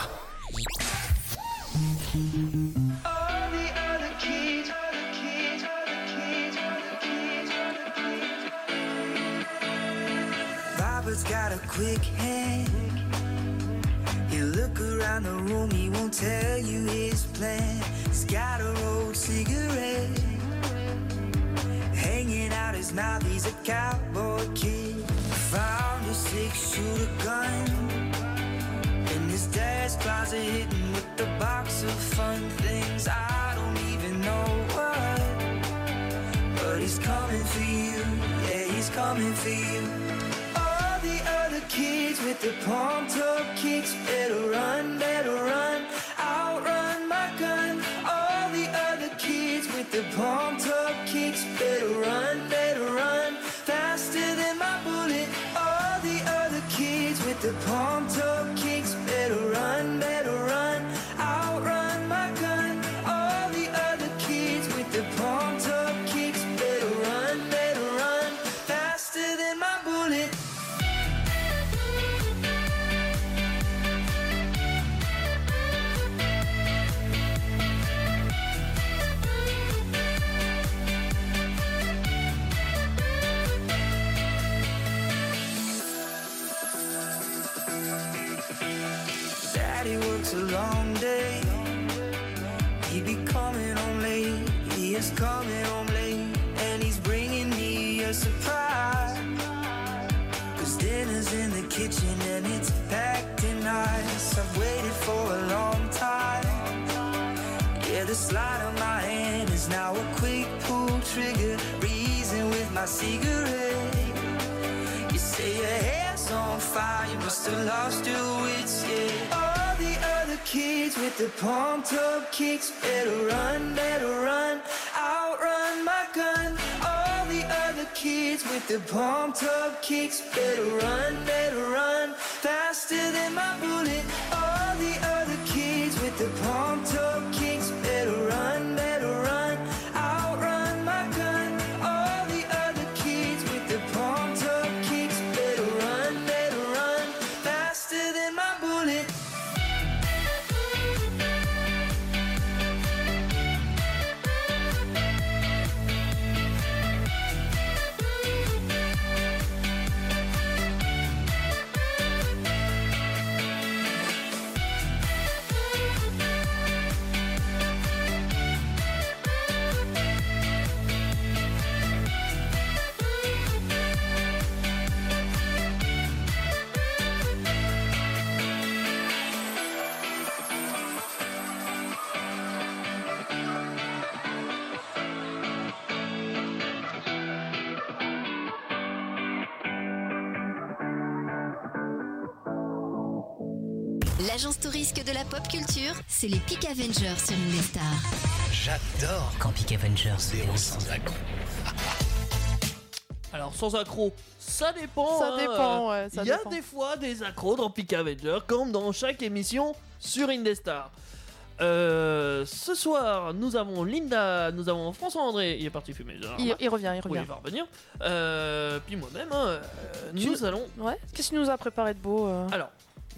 [SPEAKER 11] Robert's got a quick hand. You look around the room, he won't tell you his plan. He's got a old cigarette hanging out his mouth. He's a cowboy kid. Found a six shooter gun in his guys are hitting with the box of fun things. I don't even know what, but he's coming for you. Yeah, he's coming for you. All the other kids with the palm top kicks better run, better run, outrun my gun. All the other kids with the palm top kicks better run, better run, faster than my bullet. All the other kids with the palm top kicks better run, better run, outrun my gun. All the other kids with the palm top kicks better run, better run, faster than my bullet. Daddy works a long day. He be coming home late. He is coming home late. And he's bringing me a surprise. Cause dinner's in the kitchen and it's packed and nice. I've waited for a long time. Yeah, the slide on my hand is now a quick pull trigger. Reason with my cigarette. You say your hair's on fire, you must have lost your wits, yeah. All the other kids with the palm top kicks better run, better run, outrun my gun. All the other kids with the palm top kicks better run, better run, faster than my bullet. All the other kids with the palm top kicks better run, better run, outrun my gun. All the other kids with the palm top kicks better run, better run, faster than my bullet.
[SPEAKER 2] L'agence touristique de la pop culture, c'est les Peak Avengers sur Indestar.
[SPEAKER 12] J'adore quand Peak Avengers déroule sans accro.
[SPEAKER 3] Alors sans accro, ça dépend.
[SPEAKER 4] Ça
[SPEAKER 3] hein,
[SPEAKER 4] dépend,
[SPEAKER 3] euh,
[SPEAKER 4] ouais, ça
[SPEAKER 3] Il y a
[SPEAKER 4] dépend.
[SPEAKER 3] des fois des accros dans Peak Avenger, comme dans chaque émission sur Indestar. Euh, ce soir, nous avons Linda, nous avons François André, il est parti fumer. genre,
[SPEAKER 4] Il,
[SPEAKER 3] là.
[SPEAKER 4] il revient, il
[SPEAKER 3] Oui,
[SPEAKER 4] revient.
[SPEAKER 3] il va revenir. Euh, puis moi-même, hein, euh,
[SPEAKER 4] Tu-
[SPEAKER 3] nous allons.
[SPEAKER 4] Ouais. Qu'est-ce qu'il nous a préparé de beau euh
[SPEAKER 3] Alors,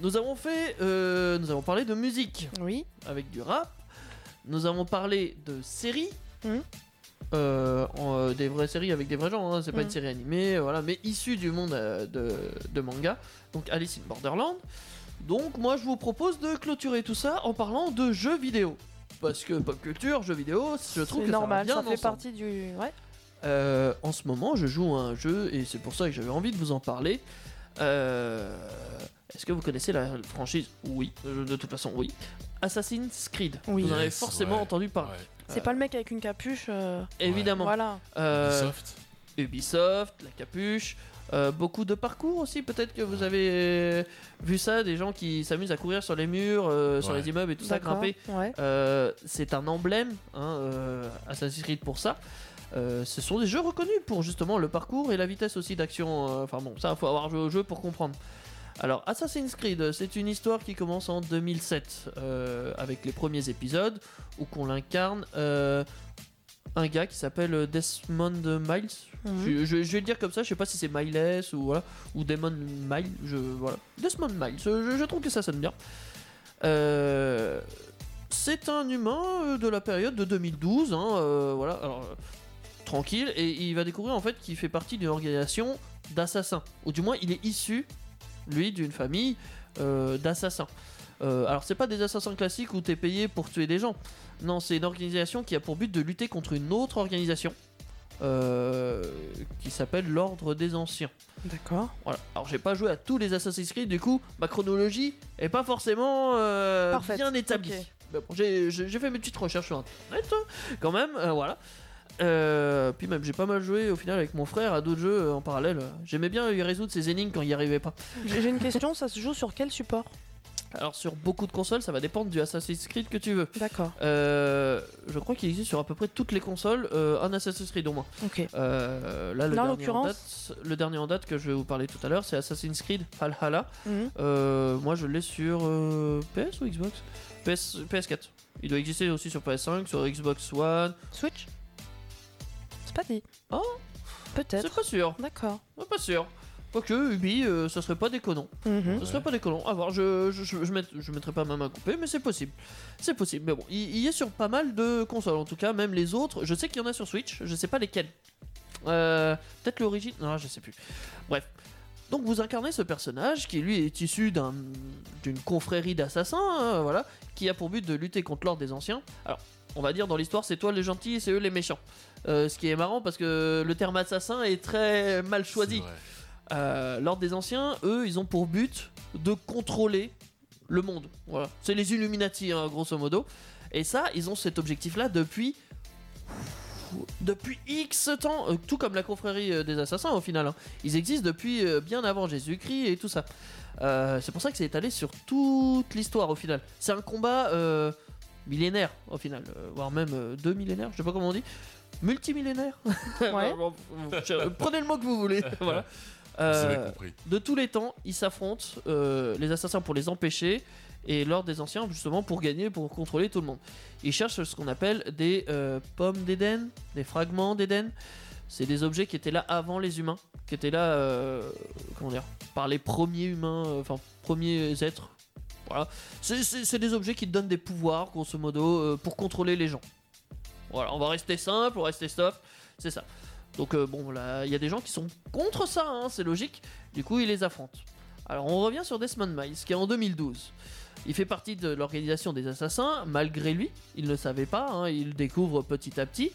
[SPEAKER 3] nous avons fait. euh, nous avons parlé de musique.
[SPEAKER 4] Oui.
[SPEAKER 3] Avec du rap. Nous avons parlé de séries.
[SPEAKER 4] Mhm.
[SPEAKER 3] Euh, en, euh, des vraies séries avec des vrais gens, hein, c'est pas
[SPEAKER 4] Mhm.
[SPEAKER 3] une série animée, euh, voilà, mais issue du monde euh, de, de manga, donc Alice in Borderland. Donc, moi je vous propose de clôturer tout ça en parlant de jeux vidéo. Parce que pop culture, jeux vidéo, je trouve
[SPEAKER 4] C'est
[SPEAKER 3] que
[SPEAKER 4] normal,
[SPEAKER 3] ça,
[SPEAKER 4] ça,
[SPEAKER 3] va bien
[SPEAKER 4] fait
[SPEAKER 3] ensemble.
[SPEAKER 4] partie du. Ouais.
[SPEAKER 3] Euh, en ce moment, je joue à un jeu et c'est pour ça que j'avais envie de vous en parler. Euh, Est-ce que vous connaissez la franchise Oui, euh, de toute façon, oui. Assassin's Creed.
[SPEAKER 4] Oui.
[SPEAKER 3] Vous en avez
[SPEAKER 4] Yes,
[SPEAKER 3] forcément
[SPEAKER 4] ouais,
[SPEAKER 3] entendu parler.
[SPEAKER 4] C'est
[SPEAKER 3] Euh,
[SPEAKER 4] pas le mec avec une capuche. euh,
[SPEAKER 3] Évidemment.
[SPEAKER 4] Voilà.
[SPEAKER 3] Euh,
[SPEAKER 5] Ubisoft.
[SPEAKER 3] Ubisoft, la capuche. euh, beaucoup de parcours aussi, peut-être que vous avez vu ça, des gens qui s'amusent à courir sur les murs, euh, sur
[SPEAKER 12] Ouais.
[SPEAKER 3] les immeubles et tout ça,
[SPEAKER 12] D'accord,
[SPEAKER 3] grimper.
[SPEAKER 12] ouais.
[SPEAKER 3] Euh, c'est un emblème, hein, euh, Assassin's Creed pour ça. Euh, ce sont des jeux reconnus pour justement le parcours et la vitesse aussi d'action. euh, Enfin bon, ça, faut avoir joué au jeu pour comprendre. Alors, Assassin's Creed, c'est une histoire qui commence en 2007 euh, avec les premiers épisodes où qu'on l'incarne euh, un gars qui s'appelle Desmond Miles.
[SPEAKER 12] Mhm.
[SPEAKER 3] Je, je- je vais le dire comme ça, je sais pas si c'est Miles ou voilà, ou Damon Miles. Je, voilà. Desmond Miles, je, je trouve que ça sonne bien. Euh, c'est un humain euh, de la période de 2012, hein, euh, voilà, alors euh, tranquille, et il va découvrir en fait qu'il fait partie d'une organisation d'assassins, ou du moins il est issu, lui, d'une famille euh, d'assassins. Euh, alors c'est pas des assassins classiques où t'es payé pour tuer des gens, non, c'est une organisation qui a pour but de lutter contre une autre organisation euh, qui s'appelle l'Ordre des Anciens.
[SPEAKER 4] D'accord.
[SPEAKER 3] Voilà. Alors j'ai pas joué à tous les Assassin's Creed, du coup ma chronologie est pas forcément euh,
[SPEAKER 4] Parfaite,
[SPEAKER 3] bien établie.
[SPEAKER 4] ok.
[SPEAKER 3] Mais bon, j'ai- j'ai j'ai fait mes petites recherches sur internet, hein, quand même, euh, voilà. Euh, puis même j'ai pas mal joué au final avec mon frère à d'autres jeux euh, en parallèle. J'aimais bien lui résoudre ses énigmes quand il n'y arrivait pas.
[SPEAKER 4] J'ai j'ai une question, ça se joue sur quel support
[SPEAKER 3] Alors sur beaucoup de consoles, ça va dépendre du Assassin's Creed que tu veux. Euh,
[SPEAKER 4] D'accord.
[SPEAKER 3] je crois qu'il existe sur à peu près toutes les consoles euh, un Assassin's Creed au moins.
[SPEAKER 4] Ok.
[SPEAKER 3] Euh, là, le,
[SPEAKER 4] Là, en
[SPEAKER 3] dernier en
[SPEAKER 4] l'occurrence-
[SPEAKER 3] date, le dernier en date que je vais vous parler tout à l'heure, c'est Assassin's Creed Valhalla.
[SPEAKER 4] Mhm.
[SPEAKER 3] Euh, moi, je l'ai sur euh, PS ou Xbox PS, PS4. Il doit exister aussi sur PS5, sur Xbox One.
[SPEAKER 4] Switch C'est pas dit.
[SPEAKER 3] Oh
[SPEAKER 4] Peut-être.
[SPEAKER 3] C'est pas sûr.
[SPEAKER 4] D'accord.
[SPEAKER 3] Ouais, pas sûr. Quoique, Ubi, euh, ça serait pas déconnant.
[SPEAKER 4] Mhm.
[SPEAKER 3] Ce serait pas déconnant. À voir, je, je, je, je mett- je mettrai pas ma main coupée, mais c'est possible. C'est possible. Mais bon, il, il est sur pas mal de consoles, en tout cas, même les autres. Je sais qu'il y en a sur Switch, je sais pas lesquels. Euh, Peut-être l'origine. Non, je sais plus. Bref. Donc vous incarnez ce personnage qui lui est issu d'un- d'une confrérie d'assassins, hein, voilà, qui a pour but de lutter contre l'ordre des anciens. Alors, on va dire dans l'histoire, c'est toi les gentils et c'est eux les méchants. Euh, ce qui est marrant parce que le terme assassin est très mal choisi. Euh, l'ordre des anciens, eux, ils ont pour but de contrôler le monde. Voilà, c'est les Illuminati, hein, grosso modo. Et ça, ils ont cet objectif-là depuis depuis X temps, euh, tout comme la confrérie euh, des assassins au final. hein. Ils existent depuis euh, bien avant Jésus-Christ et tout ça. Euh, c'est pour ça que c'est étalé sur toute l'histoire au final. C'est un combat euh, millénaire au final, euh, voire même euh, deux millénaires, je sais pas comment on dit. Multimillénaire Bon, je- Prenez le mot que vous voulez. voilà.
[SPEAKER 5] avez
[SPEAKER 3] Euh,
[SPEAKER 5] compris.
[SPEAKER 3] de tous les temps, ils s'affrontent, euh, les assassins pour les empêcher, et l'ordre des anciens justement pour gagner, pour contrôler tout le monde. Ils cherchent ce qu'on appelle des euh, pommes d'Éden, des fragments d'Éden. C'est des objets qui étaient là avant les humains, qui étaient là, euh, comment dire, par les premiers humains, euh, enfin premiers êtres. Voilà, c'est- c'est c'est des objets qui te donnent des pouvoirs, grosso modo, euh, pour contrôler les gens. Voilà, on va rester simple, on va rester soft, c'est ça. Donc euh, bon, là, il y a des gens qui sont contre ça, hein, c'est logique. Du coup, ils les affrontent. Alors on revient sur Desmond Miles, qui est en 2012. Il fait partie de l'organisation des assassins, malgré lui, il ne le savait pas, hein, il le découvre petit à petit.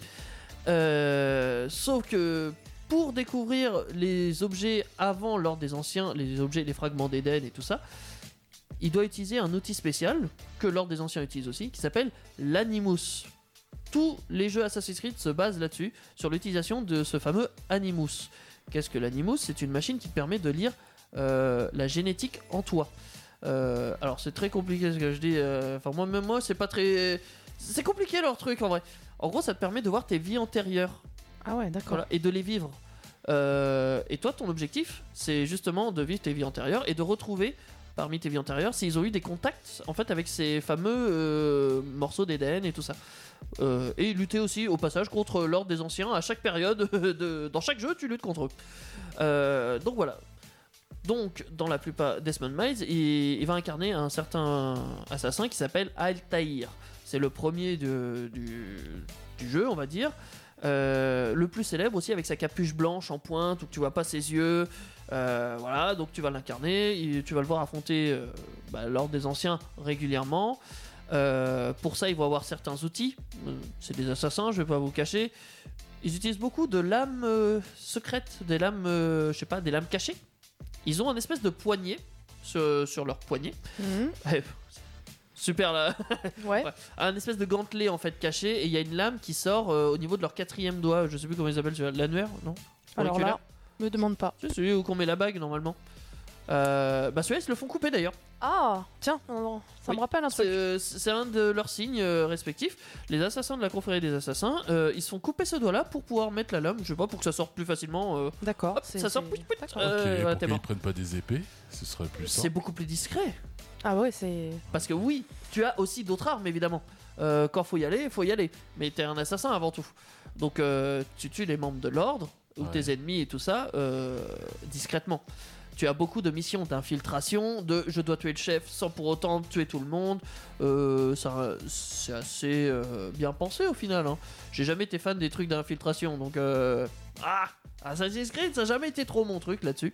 [SPEAKER 3] Euh, sauf que pour découvrir les objets avant l'ordre des anciens, les objets, les fragments d'Éden et tout ça, il doit utiliser un outil spécial que l'ordre des anciens utilise aussi, qui s'appelle l'animus. Tous les jeux Assassin's Creed se basent là-dessus, sur l'utilisation de ce fameux animus. Qu'est-ce que l'animus C'est une machine qui te permet de lire euh, la génétique en toi. Euh, alors c'est très compliqué ce que je dis. euh, Enfin moi même moi c'est pas très. C'est compliqué leur truc en vrai. En gros ça te permet de voir tes vies antérieures.
[SPEAKER 4] Ah ouais d'accord.
[SPEAKER 3] Voilà, et de les vivre. Euh, et toi, ton objectif, c'est justement de vivre tes vies antérieures et de retrouver parmi tes vies antérieures s'ils ont eu des contacts en fait avec ces fameux euh, morceaux d'Éden et tout ça. Euh, et lutter aussi au passage contre l'ordre des anciens à chaque période. de- dans chaque jeu, tu luttes contre eux. Euh, donc voilà. Donc, dans la plupart, Desmond Miles, il, il va incarner un certain assassin qui s'appelle Altair. C'est le premier de- du, du jeu, on va dire. Euh, le plus célèbre aussi avec sa capuche blanche en pointe où tu vois pas ses yeux. Euh, voilà, donc tu vas l'incarner, il- tu vas le voir affronter euh, bah, l'ordre des anciens régulièrement. Euh, pour ça, il va avoir certains outils. Euh, C'est des assassins, je vais pas vous cacher. Ils utilisent beaucoup de lames euh, secrètes, des lames, euh, je sais pas, des lames cachées. Ils ont un espèce de poignet sur, sur leur poignet.
[SPEAKER 4] Mhm.
[SPEAKER 3] Ouais, Super là.
[SPEAKER 4] Ouais.
[SPEAKER 3] Un espèce de gantelet en fait caché et il y a une lame qui sort euh, au niveau de leur quatrième doigt. Je sais plus comment ils appellent celui-là. l'annuaire, non
[SPEAKER 4] Alors là,
[SPEAKER 3] Auriculaire
[SPEAKER 4] me demande pas.
[SPEAKER 3] C'est celui où qu'on met la bague normalement. Euh, bah celui-là ils se le font couper d'ailleurs.
[SPEAKER 4] Ah tiens, non, non, ça me
[SPEAKER 3] Oui.
[SPEAKER 4] rappelle un
[SPEAKER 3] C'est
[SPEAKER 4] truc.
[SPEAKER 3] euh, c'est un de leurs signes euh, respectifs. Les assassins de la confrérie des assassins, euh, ils se font couper ce doigt-là pour pouvoir mettre la lame, je sais pas, pour que ça sorte plus facilement. euh,
[SPEAKER 4] D'accord.
[SPEAKER 3] Ça sort. pouit, pouit,
[SPEAKER 5] Ok,
[SPEAKER 3] euh, voilà, t'es
[SPEAKER 5] pourquoi
[SPEAKER 3] mort.
[SPEAKER 5] ils prennent pas des épées Ce serait plus simple.
[SPEAKER 3] C'est beaucoup plus discret.
[SPEAKER 4] Ah ouais, c'est.
[SPEAKER 3] Parce que oui, tu as aussi d'autres armes, évidemment. Euh, quand faut y aller, faut y aller. Mais t'es un assassin avant tout. Donc euh, tu tues les membres de l'ordre, ou
[SPEAKER 5] Ouais.
[SPEAKER 3] tes ennemis et tout ça, euh, discrètement. Tu as beaucoup de missions d'infiltration, de je dois tuer le chef sans pour autant tuer tout le monde. Euh, ça, c'est assez euh, bien pensé au final. hein. J'ai jamais été fan des trucs d'infiltration, donc euh, ah, Assassin's Creed, ça n'a jamais été trop mon truc là-dessus.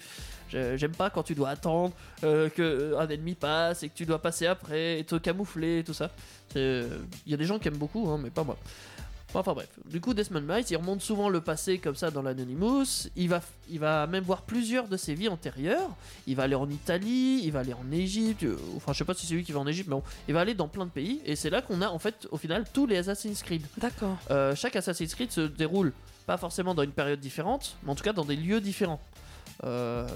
[SPEAKER 3] Je- J'aime pas quand tu dois attendre euh, que euh, un ennemi passe et que tu dois euh, passer après, et te camoufler, et tout ça. C'est- Il y a des gens qui aiment beaucoup, hein, mais pas moi. Bon, Enfin bref, du coup Desmond Miles, il remonte souvent le passé comme ça dans l'Anonymous, il va, il va même voir plusieurs de ses vies antérieures, il va aller en Italie, il va aller en Égypte, euh, enfin je sais pas si c'est lui qui va en Égypte, mais bon, il va aller dans plein de pays, et c'est là qu'on a en fait au final tous les Assassin's Creed.
[SPEAKER 4] D'accord.
[SPEAKER 3] Euh, chaque Assassin's Creed se déroule pas forcément dans une période différente, mais en tout cas dans des lieux différents. Euh,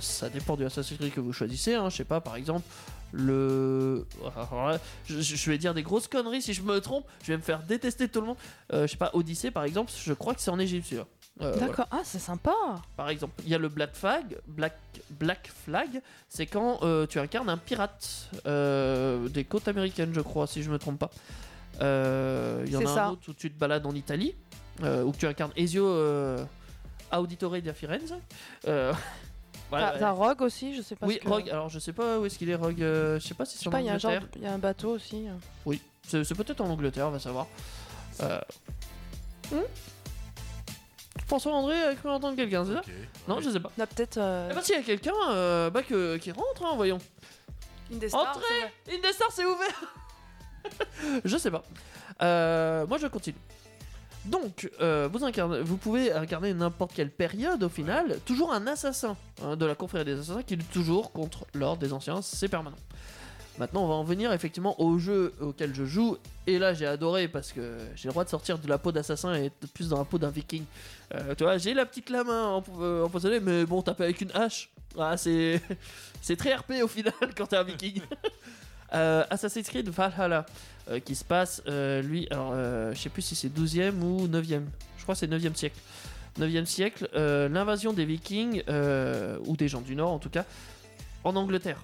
[SPEAKER 3] ça dépend du Assassin's Creed que vous choisissez. Hein. Je sais pas, par exemple, le. Alors là, je, je- je vais dire des grosses conneries si je me trompe. Je vais me faire détester de tout le monde. Euh, je sais pas, Odyssée, par exemple, je crois que c'est en Égypte. celui-là. Euh,
[SPEAKER 4] D'accord. Ah, c'est sympa.
[SPEAKER 3] par exemple. Il y a le Black Flag. Black, Black Flag, c'est quand euh, tu incarnes un pirate euh, des côtes américaines, je crois, si je me trompe pas. Euh, Il y en
[SPEAKER 4] C'est
[SPEAKER 3] a un
[SPEAKER 4] ça.
[SPEAKER 3] autre où tu te balades en Italie, euh, où tu incarnes Ezio euh, Auditore da Firenze. Euh, voilà,
[SPEAKER 4] T'as
[SPEAKER 3] ouais.
[SPEAKER 4] t'as Rogue aussi, je sais pas.
[SPEAKER 3] oui,
[SPEAKER 4] ce Ah, que-
[SPEAKER 3] Rogue. Alors, je sais pas où est-ce qu'il est, Rogue. euh, je sais pas si
[SPEAKER 4] Je
[SPEAKER 3] c'est
[SPEAKER 4] sais
[SPEAKER 3] en
[SPEAKER 4] pas, il y a un genre,
[SPEAKER 3] Angleterre.
[SPEAKER 4] il y a un bateau aussi.
[SPEAKER 3] Oui, c'est c'est peut-être en Angleterre, on va savoir. Euh,
[SPEAKER 4] Hmm
[SPEAKER 3] François-André a cru entendre quelqu'un, c'est ça Non, je sais pas.
[SPEAKER 4] On a peut-être.
[SPEAKER 3] Eh ben, s'il y a quelqu'un euh, bah, que- qui rentre, hein, voyons.
[SPEAKER 4] Indestar,
[SPEAKER 3] Entrez Indestar, c'est ouvert Je sais pas. Euh, moi, je continue. Donc, euh, vous, incarnez- vous pouvez incarner n'importe quelle période au final, toujours un assassin hein, de la confrérie des assassins qui lutte toujours contre l'ordre des anciens, c'est permanent. Maintenant, on va en venir effectivement au jeu auquel je joue, et là j'ai adoré parce que j'ai le droit de sortir de la peau d'assassin et être plus dans la peau d'un viking. Euh, tu vois, j'ai la petite la main empo- euh, empoisonnée, mais bon, taper avec une hache, ah, c'est c'est très RP au final quand t'es un viking. Euh, Assassin's Creed Valhalla euh, qui se passe, euh, lui, alors euh, je sais plus si c'est 12e ou 9e, je crois que c'est 9e siècle. 9e siècle, euh, l'invasion des vikings, euh, ou des gens du Nord en tout cas, en Angleterre.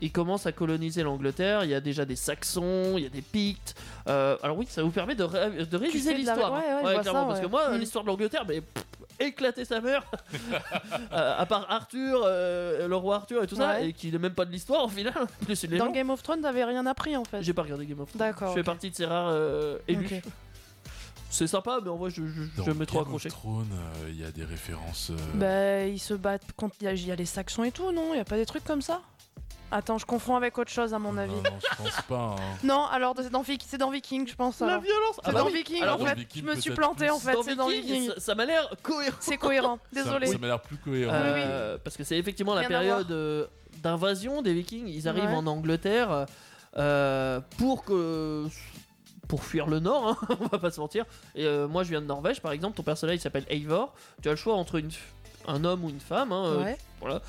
[SPEAKER 3] Ils commencent à coloniser l'Angleterre, il y a déjà des Saxons, il y a des Pictes. Euh, alors oui, ça vous permet de, ré- de réviser
[SPEAKER 4] fais de la-
[SPEAKER 3] l'histoire. hein.
[SPEAKER 4] ouais, ouais, je vois
[SPEAKER 3] clairement,
[SPEAKER 4] ça,
[SPEAKER 3] parce
[SPEAKER 4] ouais.
[SPEAKER 3] que moi,
[SPEAKER 4] Mm.
[SPEAKER 3] l'histoire de l'Angleterre, mais pff, éclater sa mère, Euh, à part Arthur, euh, le roi Arthur et tout ça,
[SPEAKER 4] Ouais.
[SPEAKER 3] et qui n'est même pas de l'histoire au final. En plus, c'est une
[SPEAKER 4] Dans
[SPEAKER 3] légende.
[SPEAKER 4] Game of Thrones, t'avais rien appris en fait.
[SPEAKER 3] J'ai pas regardé Game of Thrones.
[SPEAKER 4] D'accord.
[SPEAKER 3] Je fais
[SPEAKER 4] ok.
[SPEAKER 3] partie de ces rares euh, élus.
[SPEAKER 4] Ok.
[SPEAKER 3] C'est sympa, mais en vrai, je, je, je
[SPEAKER 5] Dans
[SPEAKER 3] me trop
[SPEAKER 5] Game of
[SPEAKER 3] accroché.
[SPEAKER 5] Thrones, euh, il y a des références. euh,
[SPEAKER 4] Bah, ils se battent contre. Il y a- il y, a les Saxons et tout, non Il y a pas des trucs comme ça Attends, je confonds avec autre chose à mon avis.
[SPEAKER 5] Non, je pense pas. hein.
[SPEAKER 4] Non, alors c'est dans, Vik- c'est dans Viking, je pense.
[SPEAKER 3] La
[SPEAKER 4] alors.
[SPEAKER 3] violence
[SPEAKER 4] C'est
[SPEAKER 3] Ah bah
[SPEAKER 4] dans
[SPEAKER 3] oui.
[SPEAKER 4] Viking
[SPEAKER 3] Alors,
[SPEAKER 4] en
[SPEAKER 5] dans
[SPEAKER 4] fait.
[SPEAKER 5] Viking,
[SPEAKER 4] je me suis
[SPEAKER 5] peut-être
[SPEAKER 4] plantée en fait,
[SPEAKER 3] Dans
[SPEAKER 4] c'est dans
[SPEAKER 3] Vikings,
[SPEAKER 4] Viking.
[SPEAKER 3] ça, ça m'a l'air cohérent.
[SPEAKER 4] C'est cohérent,
[SPEAKER 5] Ça-
[SPEAKER 4] désolé.
[SPEAKER 5] Ça, m'a l'air plus cohérent.
[SPEAKER 3] Euh, Parce que c'est effectivement la
[SPEAKER 4] Rien à voir.
[SPEAKER 3] période euh, d'invasion des Vikings. Ils arrivent
[SPEAKER 4] Ouais.
[SPEAKER 3] en Angleterre euh, pour que pour fuir le Nord, hein, on va pas se mentir. Et euh, moi, je viens de Norvège, par exemple. Ton personnage il s'appelle Eivor. Tu as le choix entre une, un homme ou une femme. hein, euh,
[SPEAKER 4] Ouais.
[SPEAKER 3] voilà.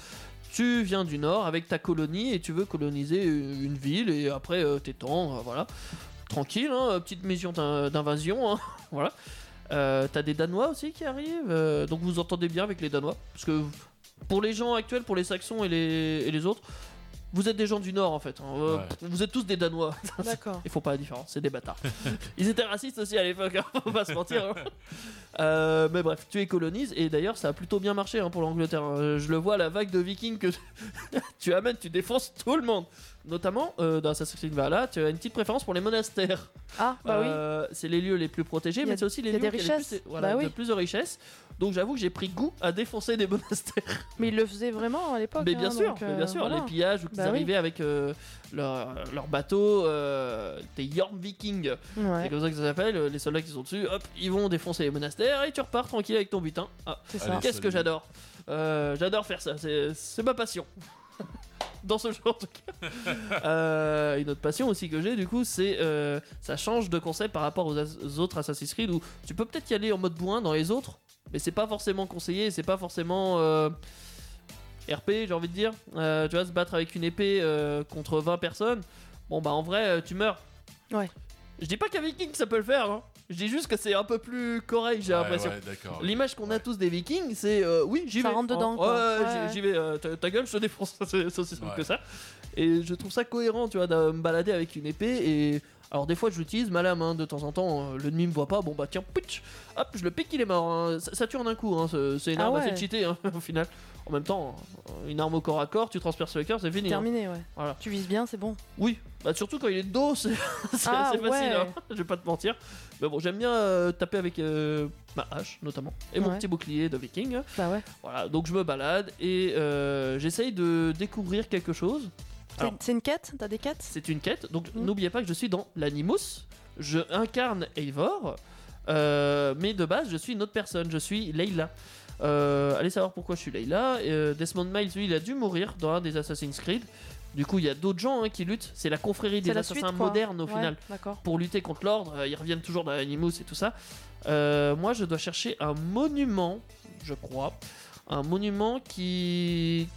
[SPEAKER 3] Tu viens du Nord avec ta colonie et tu veux coloniser une ville et après euh, t'étendre, euh, voilà. Tranquille, hein, petite mission d'in- d'invasion, hein, voilà. Euh, T'as des Danois aussi qui arrivent, euh, donc vous entendez bien avec les Danois. Parce que pour les gens actuels, pour les Saxons et les, et les autres, vous êtes des gens du Nord en fait. hein. Euh,
[SPEAKER 5] Ouais.
[SPEAKER 3] Vous êtes tous des Danois.
[SPEAKER 4] D'accord.
[SPEAKER 3] Ils font pas la différence, c'est des bâtards. Ils étaient racistes aussi à l'époque, hein, faut pas se mentir. hein. Euh, mais bref, tu les colonises et d'ailleurs ça a plutôt bien marché hein, pour l'Angleterre. Euh, Je le vois, la vague de vikings que tu amènes, tu défonces tout le monde. Notamment euh, dans Assassin's Creed Valhalla, tu as une petite préférence pour les monastères.
[SPEAKER 4] Ah, bah oui.
[SPEAKER 3] Euh, c'est les lieux les plus protégés,
[SPEAKER 4] Il y a-
[SPEAKER 3] mais c'est aussi les
[SPEAKER 4] il y
[SPEAKER 3] lieux
[SPEAKER 4] a des
[SPEAKER 3] qui les
[SPEAKER 4] richesses.
[SPEAKER 3] plus, voilà,
[SPEAKER 4] Bah oui.
[SPEAKER 3] de plus de richesses. Donc j'avoue que j'ai pris goût à défoncer des monastères.
[SPEAKER 4] Mais ils le faisaient vraiment à l'époque.
[SPEAKER 3] Mais bien
[SPEAKER 4] hein,
[SPEAKER 3] sûr,
[SPEAKER 4] donc,
[SPEAKER 3] mais
[SPEAKER 4] euh,
[SPEAKER 3] bien sûr,
[SPEAKER 4] voilà.
[SPEAKER 3] les pillages où ils
[SPEAKER 4] Bah oui.
[SPEAKER 3] arrivaient avec euh, leur, leur bateau, euh, des Yorm Vikings.
[SPEAKER 4] Ouais.
[SPEAKER 3] C'est comme ça que ça s'appelle. euh, Les soldats qui sont dessus, hop, ils vont défoncer les monastères et tu repars tranquille avec ton butin. Ah,
[SPEAKER 4] C'est ça. Allez,
[SPEAKER 3] Qu'est-ce que
[SPEAKER 5] salut.
[SPEAKER 3] j'adore Euh, J'adore faire ça. C'est c'est ma passion. Dans ce jeu en tout cas. Euh, une autre passion aussi que j'ai du coup, c'est euh, ça change de concept par rapport aux, as- aux autres Assassin's Creed où tu peux peut-être y aller en mode bourrin dans les autres, mais c'est pas forcément conseillé, c'est pas forcément euh, RP, j'ai envie de dire. Euh, tu vas se battre avec une épée euh, contre 20 personnes. Bon, bah en vrai, euh, tu meurs.
[SPEAKER 4] Ouais.
[SPEAKER 3] Je dis pas qu'un viking ça peut le faire, hein. je dis juste que c'est un peu plus correct, j'ai
[SPEAKER 5] Ouais,
[SPEAKER 3] l'impression.
[SPEAKER 5] Ah, ouais, d'accord.
[SPEAKER 3] L'image qu'on a tous des vikings, c'est euh, oui, j'y vais.
[SPEAKER 4] Ça rentre dedans,
[SPEAKER 3] Ouais,
[SPEAKER 4] quoi.
[SPEAKER 3] ouais,
[SPEAKER 4] Ouais,
[SPEAKER 3] j'y-
[SPEAKER 4] ouais.
[SPEAKER 3] j'y vais, euh, ta, ta gueule, je te défonce, c'est c'est aussi simple
[SPEAKER 5] Ouais.
[SPEAKER 3] que ça. Et je trouve ça cohérent, tu vois, de me balader avec une épée et. Alors des fois je l'utilise mal à main, de temps en temps euh, l'ennemi me voit pas, bon bah tiens, putsch, hop, je le pique, il est mort. hein. Ça, ça tue en un coup, hein, ce- c'est une
[SPEAKER 4] Ah
[SPEAKER 3] arme assez
[SPEAKER 4] ouais.
[SPEAKER 3] cheatée hein, au final. En même temps, euh, une arme au corps à corps, tu transperces le cœur, c'est fini. hein.
[SPEAKER 4] Terminé, ouais.
[SPEAKER 3] Voilà.
[SPEAKER 4] Tu vises bien, c'est bon.
[SPEAKER 3] Oui, bah surtout quand il est de dos, c'est c'est
[SPEAKER 4] Ah,
[SPEAKER 3] assez facile,
[SPEAKER 4] ouais.
[SPEAKER 3] hein. je vais pas te mentir. Mais bon, j'aime bien euh, taper avec euh, ma hache notamment, et mon
[SPEAKER 4] Ouais.
[SPEAKER 3] petit bouclier de viking.
[SPEAKER 4] Bah ouais.
[SPEAKER 3] Voilà, donc je me balade et euh, j'essaye de découvrir quelque chose.
[SPEAKER 4] C'est-
[SPEAKER 3] Alors,
[SPEAKER 4] C'est une quête T'as des quêtes
[SPEAKER 3] c'est une quête, donc
[SPEAKER 4] Mm.
[SPEAKER 3] n'oubliez pas que je suis dans l'animus. Je incarne Eivor. Euh, mais de base, je suis une autre personne. Je suis Leila. Euh, allez savoir pourquoi je suis Leila. Euh, Desmond Miles, lui, il a dû mourir dans un des Assassin's Creed. Du coup, il y a d'autres gens hein, qui luttent. C'est la confrérie des
[SPEAKER 4] C'est la
[SPEAKER 3] assassins
[SPEAKER 4] suite, quoi.
[SPEAKER 3] modernes au
[SPEAKER 4] Ouais,
[SPEAKER 3] final.
[SPEAKER 4] d'accord.
[SPEAKER 3] Pour lutter contre l'ordre, euh, ils reviennent toujours dans Animus et tout ça. Euh, moi, je dois chercher un monument, je crois. Un monument qui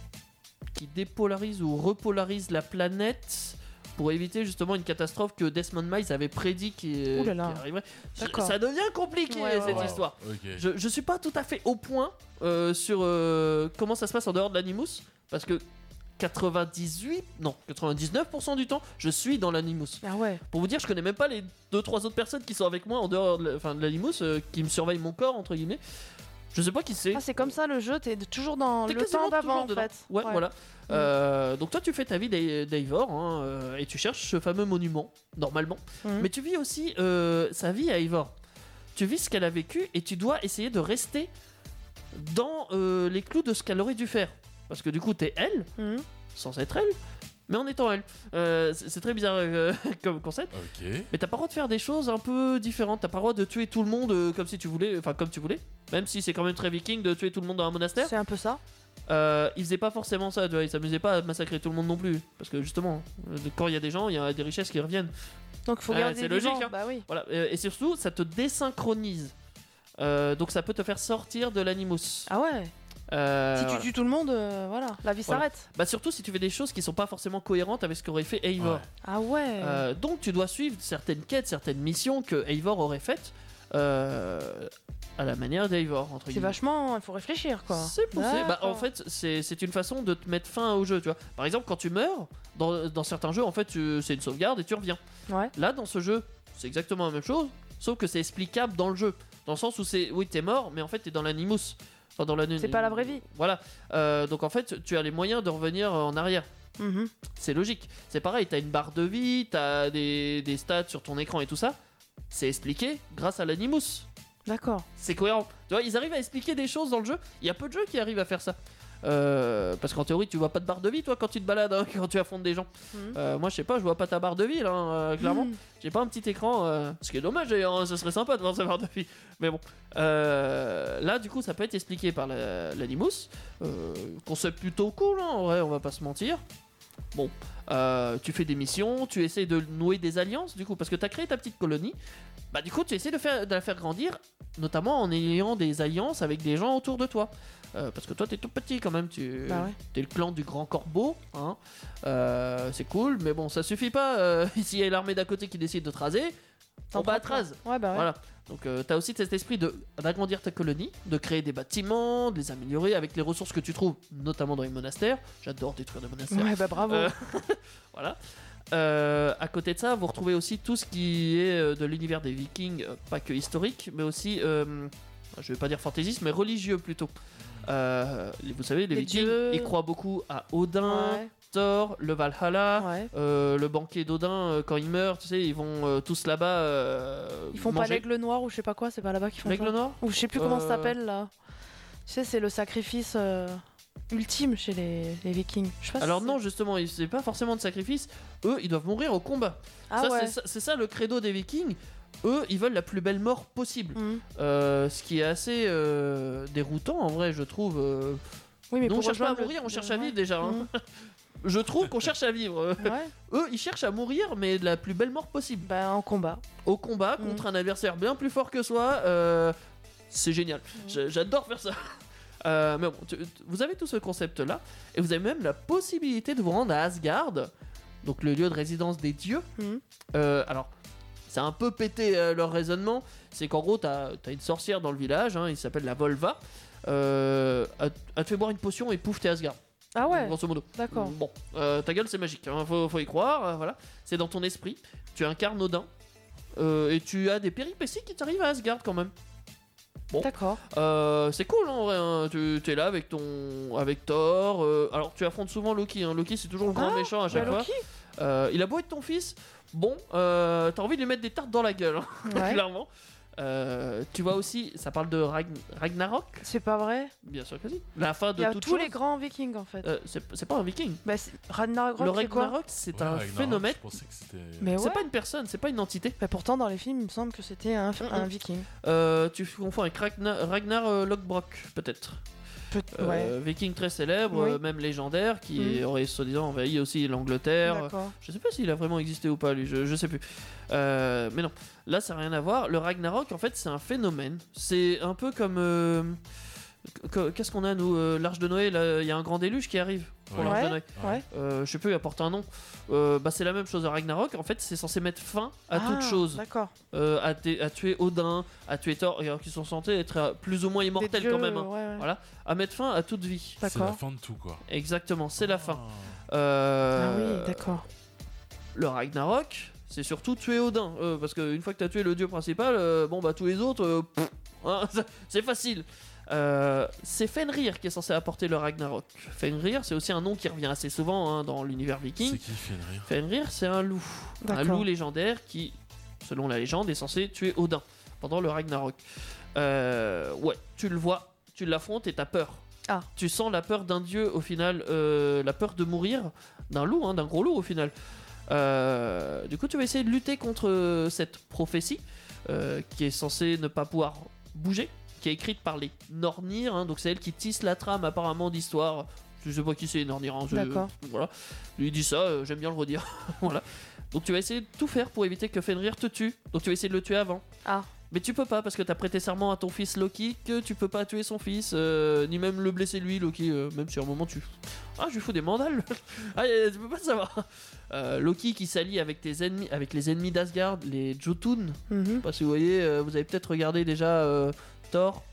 [SPEAKER 3] qui dépolarise ou repolarise la planète pour éviter justement une catastrophe que Desmond Miles avait prédit qui, euh,
[SPEAKER 4] Ouh là là.
[SPEAKER 3] qui arriverait. Ça-
[SPEAKER 4] D'accord.
[SPEAKER 3] Ça devient compliqué
[SPEAKER 4] Ouais, ouais,
[SPEAKER 3] cette
[SPEAKER 4] ouais.
[SPEAKER 3] histoire.
[SPEAKER 5] Ok.
[SPEAKER 3] Je, je suis pas tout à fait au point euh, sur euh, comment ça se passe en dehors de l'Animus parce que 98, non, 99% du temps, je suis dans l'Animus.
[SPEAKER 4] Ah
[SPEAKER 3] Pour vous dire, je connais même pas les 2-3 autres personnes qui sont avec moi en dehors de la- enfin, de l'Animus euh, qui me surveillent mon corps, entre guillemets. Je sais pas qui c'est.
[SPEAKER 4] Ah, c'est comme ça le jeu, t'es toujours dans
[SPEAKER 3] T'es
[SPEAKER 4] le
[SPEAKER 3] quasiment
[SPEAKER 4] temps d'avant en
[SPEAKER 3] toujours dedans.
[SPEAKER 4] fait. Mm.
[SPEAKER 3] Ouais, voilà. Euh, donc toi, tu fais ta vie d'A- d'Eivor hein, euh, et tu cherches ce fameux monument, normalement.
[SPEAKER 4] Mhm.
[SPEAKER 3] Mais tu vis aussi euh, sa vie à Eivor. Tu vis ce qu'elle a vécu et tu dois essayer de rester dans euh, les clous de ce qu'elle aurait dû faire. Parce que du coup, t'es elle,
[SPEAKER 4] Mhm.
[SPEAKER 3] sans être elle, mais en étant elle. Euh, c'est c'est très bizarre euh, comme concept. Mais t'as pas le droit de faire des choses un peu différentes. T'as pas le droit de tuer tout le monde euh, comme si tu voulais, enfin comme tu voulais. Même si c'est quand même très viking de tuer tout le monde dans un monastère.
[SPEAKER 4] C'est un peu ça.
[SPEAKER 3] Euh, ils faisaient pas forcément ça, tu vois, ils s'amusaient pas à massacrer tout le monde non plus. Parce que justement, euh, quand il y a des gens, il y a des richesses qui reviennent.
[SPEAKER 4] Donc faut
[SPEAKER 3] Ouais,
[SPEAKER 4] garder
[SPEAKER 3] c'est
[SPEAKER 4] du
[SPEAKER 3] logique.
[SPEAKER 4] vent,
[SPEAKER 3] hein.
[SPEAKER 4] bah oui.
[SPEAKER 3] Voilà. Euh, Et surtout, ça te désynchronise. Euh, donc ça peut te faire sortir de l'animus.
[SPEAKER 4] Ah ouais Si tu tues tout le monde, euh, voilà, la vie s'arrête.
[SPEAKER 3] Bah surtout si tu fais des choses qui sont pas forcément cohérentes avec ce qu'aurait fait Eivor.
[SPEAKER 4] Ah ouais
[SPEAKER 3] Euh, donc tu dois suivre certaines quêtes, certaines missions que Eivor aurait faites euh, à la manière d'Eivor. entre
[SPEAKER 4] C'est
[SPEAKER 3] guillemets.
[SPEAKER 4] vachement, il faut réfléchir quoi.
[SPEAKER 3] C'est poussé. Bah, en
[SPEAKER 4] D'accord.
[SPEAKER 3] fait, c'est c'est une façon de te mettre fin au jeu, tu vois. Par exemple, quand tu meurs, dans, dans certains jeux, en fait, tu- c'est une sauvegarde et tu reviens.
[SPEAKER 4] Ouais.
[SPEAKER 3] Là, dans ce jeu, c'est exactement la même chose, sauf que c'est explicable dans le jeu. Dans le sens où c'est, oui, t'es mort, mais en fait, t'es dans l'animus. Enfin, dans
[SPEAKER 4] C'est pas la vraie vie.
[SPEAKER 3] Voilà. Euh, donc, en fait, tu as les moyens de revenir en arrière.
[SPEAKER 4] Mhm.
[SPEAKER 3] C'est logique. C'est pareil, t'as une barre de vie, t'as des, des stats sur ton écran et tout ça. C'est expliqué grâce à l'animus.
[SPEAKER 4] D'accord.
[SPEAKER 3] C'est cohérent. Tu vois, ils arrivent à expliquer des choses dans le jeu. Il y a peu de jeux qui arrivent à faire ça. Euh, parce qu'en théorie, tu vois pas de barre de vie, toi, quand tu te balades, hein, quand tu affrontes des gens. Euh, moi, je sais pas, je vois pas ta barre de vie, là, hein, euh, clairement.
[SPEAKER 4] Mhm.
[SPEAKER 3] J'ai pas un petit écran, euh, ce qui est dommage d'ailleurs, hein, ce serait sympa de voir sa barre de vie. Mais bon. Euh, là, du coup, ça peut être expliqué par la- l'Animus. Euh, concept plutôt cool, hein, en vrai, on va pas se mentir. Bon, euh, tu fais des missions, tu essaies de nouer des alliances, du coup, parce que t'as créé ta petite colonie. Bah, du coup, tu essaies de, faire, de la faire grandir, notamment en ayant des alliances avec des gens autour de toi. Euh, parce que toi, t'es tout petit quand même, tu
[SPEAKER 4] Bah ouais.
[SPEAKER 3] t'es le clan du grand corbeau, hein. Euh, c'est cool, mais bon, ça suffit pas. euh, S'il y a l'armée d'à côté qui décide de te raser, on bat à te rase.
[SPEAKER 4] Ouais, bah ouais.
[SPEAKER 3] Voilà. Donc euh, t'as aussi cet esprit de d'agrandir ta colonie, de créer des bâtiments, de les améliorer avec les ressources que tu trouves, notamment dans les monastères. J'adore détruire des monastères.
[SPEAKER 4] Ouais, bah bravo.
[SPEAKER 3] Euh, voilà. Euh, à côté de ça, vous retrouvez aussi tout ce qui est euh, de l'univers des Vikings, euh, pas que historique, mais aussi, euh, je vais pas dire fantaisiste, mais religieux plutôt. Euh, les- vous savez, les,
[SPEAKER 4] Les
[SPEAKER 3] Vikings,
[SPEAKER 4] dieux.
[SPEAKER 3] ils croient beaucoup à Odin,
[SPEAKER 4] Ouais.
[SPEAKER 3] Thor, le Valhalla, euh, le banquet d'Odin. euh, quand il meurt, tu sais, ils vont euh, tous là-bas. euh,
[SPEAKER 4] Ils font pas
[SPEAKER 3] manger.
[SPEAKER 4] l'aigle noir ou je sais pas quoi, c'est pas là-bas qu'ils font
[SPEAKER 3] L'aigle
[SPEAKER 4] ça
[SPEAKER 3] noir
[SPEAKER 4] Ou je sais plus comment
[SPEAKER 3] Euh.
[SPEAKER 4] ça s'appelle là. Tu sais, c'est le sacrifice euh, ultime chez les, les vikings. Je sais pas si
[SPEAKER 3] Alors
[SPEAKER 4] Ah, c'est-
[SPEAKER 3] non, justement, il- c'est pas forcément de sacrifice. Eux, ils doivent mourir au combat.
[SPEAKER 4] Ah
[SPEAKER 3] Ça,
[SPEAKER 4] ouais.
[SPEAKER 3] c'est ça- c'est ça le credo des Vikings. Eux, ils veulent la plus belle mort possible.
[SPEAKER 4] Mhm.
[SPEAKER 3] Euh, ce qui est assez euh, déroutant, en vrai, je trouve. euh,
[SPEAKER 4] Oui, mais
[SPEAKER 3] nous, on
[SPEAKER 4] pour
[SPEAKER 3] cherche pas à
[SPEAKER 4] rejoindre le-
[SPEAKER 3] mourir, on cherche
[SPEAKER 4] le- Mm.
[SPEAKER 3] à vivre déjà. hein. je trouve qu'on cherche à vivre.
[SPEAKER 4] Mhm.
[SPEAKER 3] Eux, ils cherchent à mourir, mais de la plus belle mort possible.
[SPEAKER 4] Bah, en combat.
[SPEAKER 3] Au combat, contre un adversaire bien plus fort que soi. euh, c'est génial. J'a- J'adore faire ça. Euh, mais bon, tu- tu- vous avez tout ce concept-là, et vous avez même la possibilité de vous rendre à Asgard, donc le lieu de résidence des dieux. Euh, alors, c'est un peu pété euh, leur raisonnement, c'est qu'en gros, t'as as une sorcière dans le village, hein, il s'appelle la Volva, euh, elle, elle te fait boire une potion et pouf, t'es Asgard.
[SPEAKER 4] Ah ouais
[SPEAKER 3] Grosso modo.
[SPEAKER 4] D'accord.
[SPEAKER 3] Bon, euh, ta gueule, c'est magique, hein, faut, faut y croire, euh, voilà. C'est dans ton esprit, tu incarnes Odin, euh, et tu as des péripéties qui t'arrivent à Asgard quand même. Bon.
[SPEAKER 4] D'accord.
[SPEAKER 3] Euh, c'est cool hein, en vrai, hein. tu es là avec ton avec Thor. euh, alors tu affrontes souvent Loki, hein. Loki c'est toujours le grand
[SPEAKER 4] Ah,
[SPEAKER 3] méchant à chaque
[SPEAKER 4] bah,
[SPEAKER 3] fois.
[SPEAKER 4] Loki.
[SPEAKER 3] Euh, il a beau être ton fils, bon, euh, t'as envie de lui mettre des tartes dans la gueule, hein,
[SPEAKER 4] Ouais.
[SPEAKER 3] clairement. Euh, tu vois aussi, ça parle de Ragn- Ragnarok
[SPEAKER 4] C'est pas vrai
[SPEAKER 3] Bien sûr que si. La fin
[SPEAKER 4] Il y
[SPEAKER 3] de
[SPEAKER 4] a
[SPEAKER 3] toute
[SPEAKER 4] tous
[SPEAKER 3] chose.
[SPEAKER 4] les grands vikings en fait.
[SPEAKER 3] Euh, c'est c'est pas un viking.
[SPEAKER 4] Bah, c'est- Ragnarok,
[SPEAKER 3] le
[SPEAKER 4] c'est quoi
[SPEAKER 3] Ragnarok, c'est un
[SPEAKER 5] Ragnarok,
[SPEAKER 3] phénomène.
[SPEAKER 5] Je pensais que c'était.
[SPEAKER 4] Mais
[SPEAKER 3] C'est
[SPEAKER 4] ouais.
[SPEAKER 3] pas une personne, c'est pas une entité.
[SPEAKER 4] Bah, pourtant, dans les films, il me semble que c'était un, un
[SPEAKER 3] Mhm.
[SPEAKER 4] viking.
[SPEAKER 3] Euh, tu confonds avec Ragnar, Ragnar euh, Lothbrok, peut-être.
[SPEAKER 4] Peut-
[SPEAKER 3] Euh,
[SPEAKER 4] ouais.
[SPEAKER 3] Viking très célèbre,
[SPEAKER 4] Oui.
[SPEAKER 3] euh, même légendaire, qui
[SPEAKER 4] Mhm.
[SPEAKER 3] aurait soi-disant envahi aussi l'Angleterre.
[SPEAKER 4] D'accord.
[SPEAKER 3] Je sais pas s'il a vraiment existé ou pas, lui, je, je sais plus. Euh, mais non, là ça n'a rien à voir. Le Ragnarok, en fait, c'est un phénomène. C'est un peu comme. euh, qu- Qu'est-ce qu'on a, nous euh, L'Arche de Noé, là, il y a un grand déluge qui arrive pour
[SPEAKER 4] Ouais.
[SPEAKER 3] l'Arche de
[SPEAKER 4] Ouais,
[SPEAKER 3] Noé.
[SPEAKER 4] ouais.
[SPEAKER 3] Euh, je sais plus, il apporte un nom. Euh, bah, c'est la même chose à Ragnarok. En fait, c'est censé mettre fin à
[SPEAKER 4] Ah,
[SPEAKER 3] toute chose.
[SPEAKER 4] D'accord.
[SPEAKER 3] Euh, à, t- à tuer Odin, à tuer Thor, et alors qu'ils sont censés être euh, plus ou moins immortels
[SPEAKER 4] dieux,
[SPEAKER 3] quand même. hein.
[SPEAKER 4] ouais, ouais.
[SPEAKER 3] Voilà, à mettre fin à toute vie.
[SPEAKER 5] C'est la fin de tout, quoi.
[SPEAKER 3] Exactement, c'est la fin.
[SPEAKER 4] Ah
[SPEAKER 3] Euh,
[SPEAKER 4] oui, d'accord.
[SPEAKER 3] Le Ragnarok, c'est surtout tuer Odin, euh, parce qu'une fois que t'as tué le dieu principal, euh, bon bah tous les autres, euh, pff, hein, ça- c'est facile. Euh, c'est Fenrir qui est censé apporter le Ragnarok. Fenrir, c'est aussi un nom qui revient assez souvent hein, dans l'univers viking.
[SPEAKER 5] C'est qui Fenrir
[SPEAKER 3] Fenrir, c'est un loup. Un
[SPEAKER 5] D'accord.
[SPEAKER 3] loup légendaire qui, selon la légende, est censé tuer Odin pendant le Ragnarok. Euh, ouais, tu le vois, tu l'affrontes et t'as peur.
[SPEAKER 4] Ah.
[SPEAKER 3] Tu sens la peur d'un dieu au final, euh, la peur de mourir d'un loup, hein, d'un gros loup au final. Euh, du coup, tu vas essayer de lutter contre cette prophétie euh, qui est censée ne pas pouvoir bouger, qui est écrite par les Nornir, hein, donc c'est elle qui tisse la trame apparemment d'histoire. Je sais pas qui c'est les Nornir. hein, je-
[SPEAKER 4] D'accord.
[SPEAKER 3] Voilà. Lui il dit ça, euh, j'aime bien le redire. voilà. Donc tu vas essayer de tout faire pour éviter que Fenrir te tue. Donc tu vas essayer de le tuer avant.
[SPEAKER 4] Ah.
[SPEAKER 3] Mais tu peux pas parce que t'as prêté serment à ton fils Loki que tu peux pas tuer son fils, euh, ni même le blesser lui, Loki, euh, même si à un moment tu. Ah, je lui fous des mandales Ah, euh, tu peux pas savoir Euh, Loki qui s'allie avec tes ennemis, avec les ennemis d'Asgard, les Jotun.
[SPEAKER 4] Mhm.
[SPEAKER 3] Je sais pas si vous voyez, euh, vous avez peut-être regardé déjà euh, Thor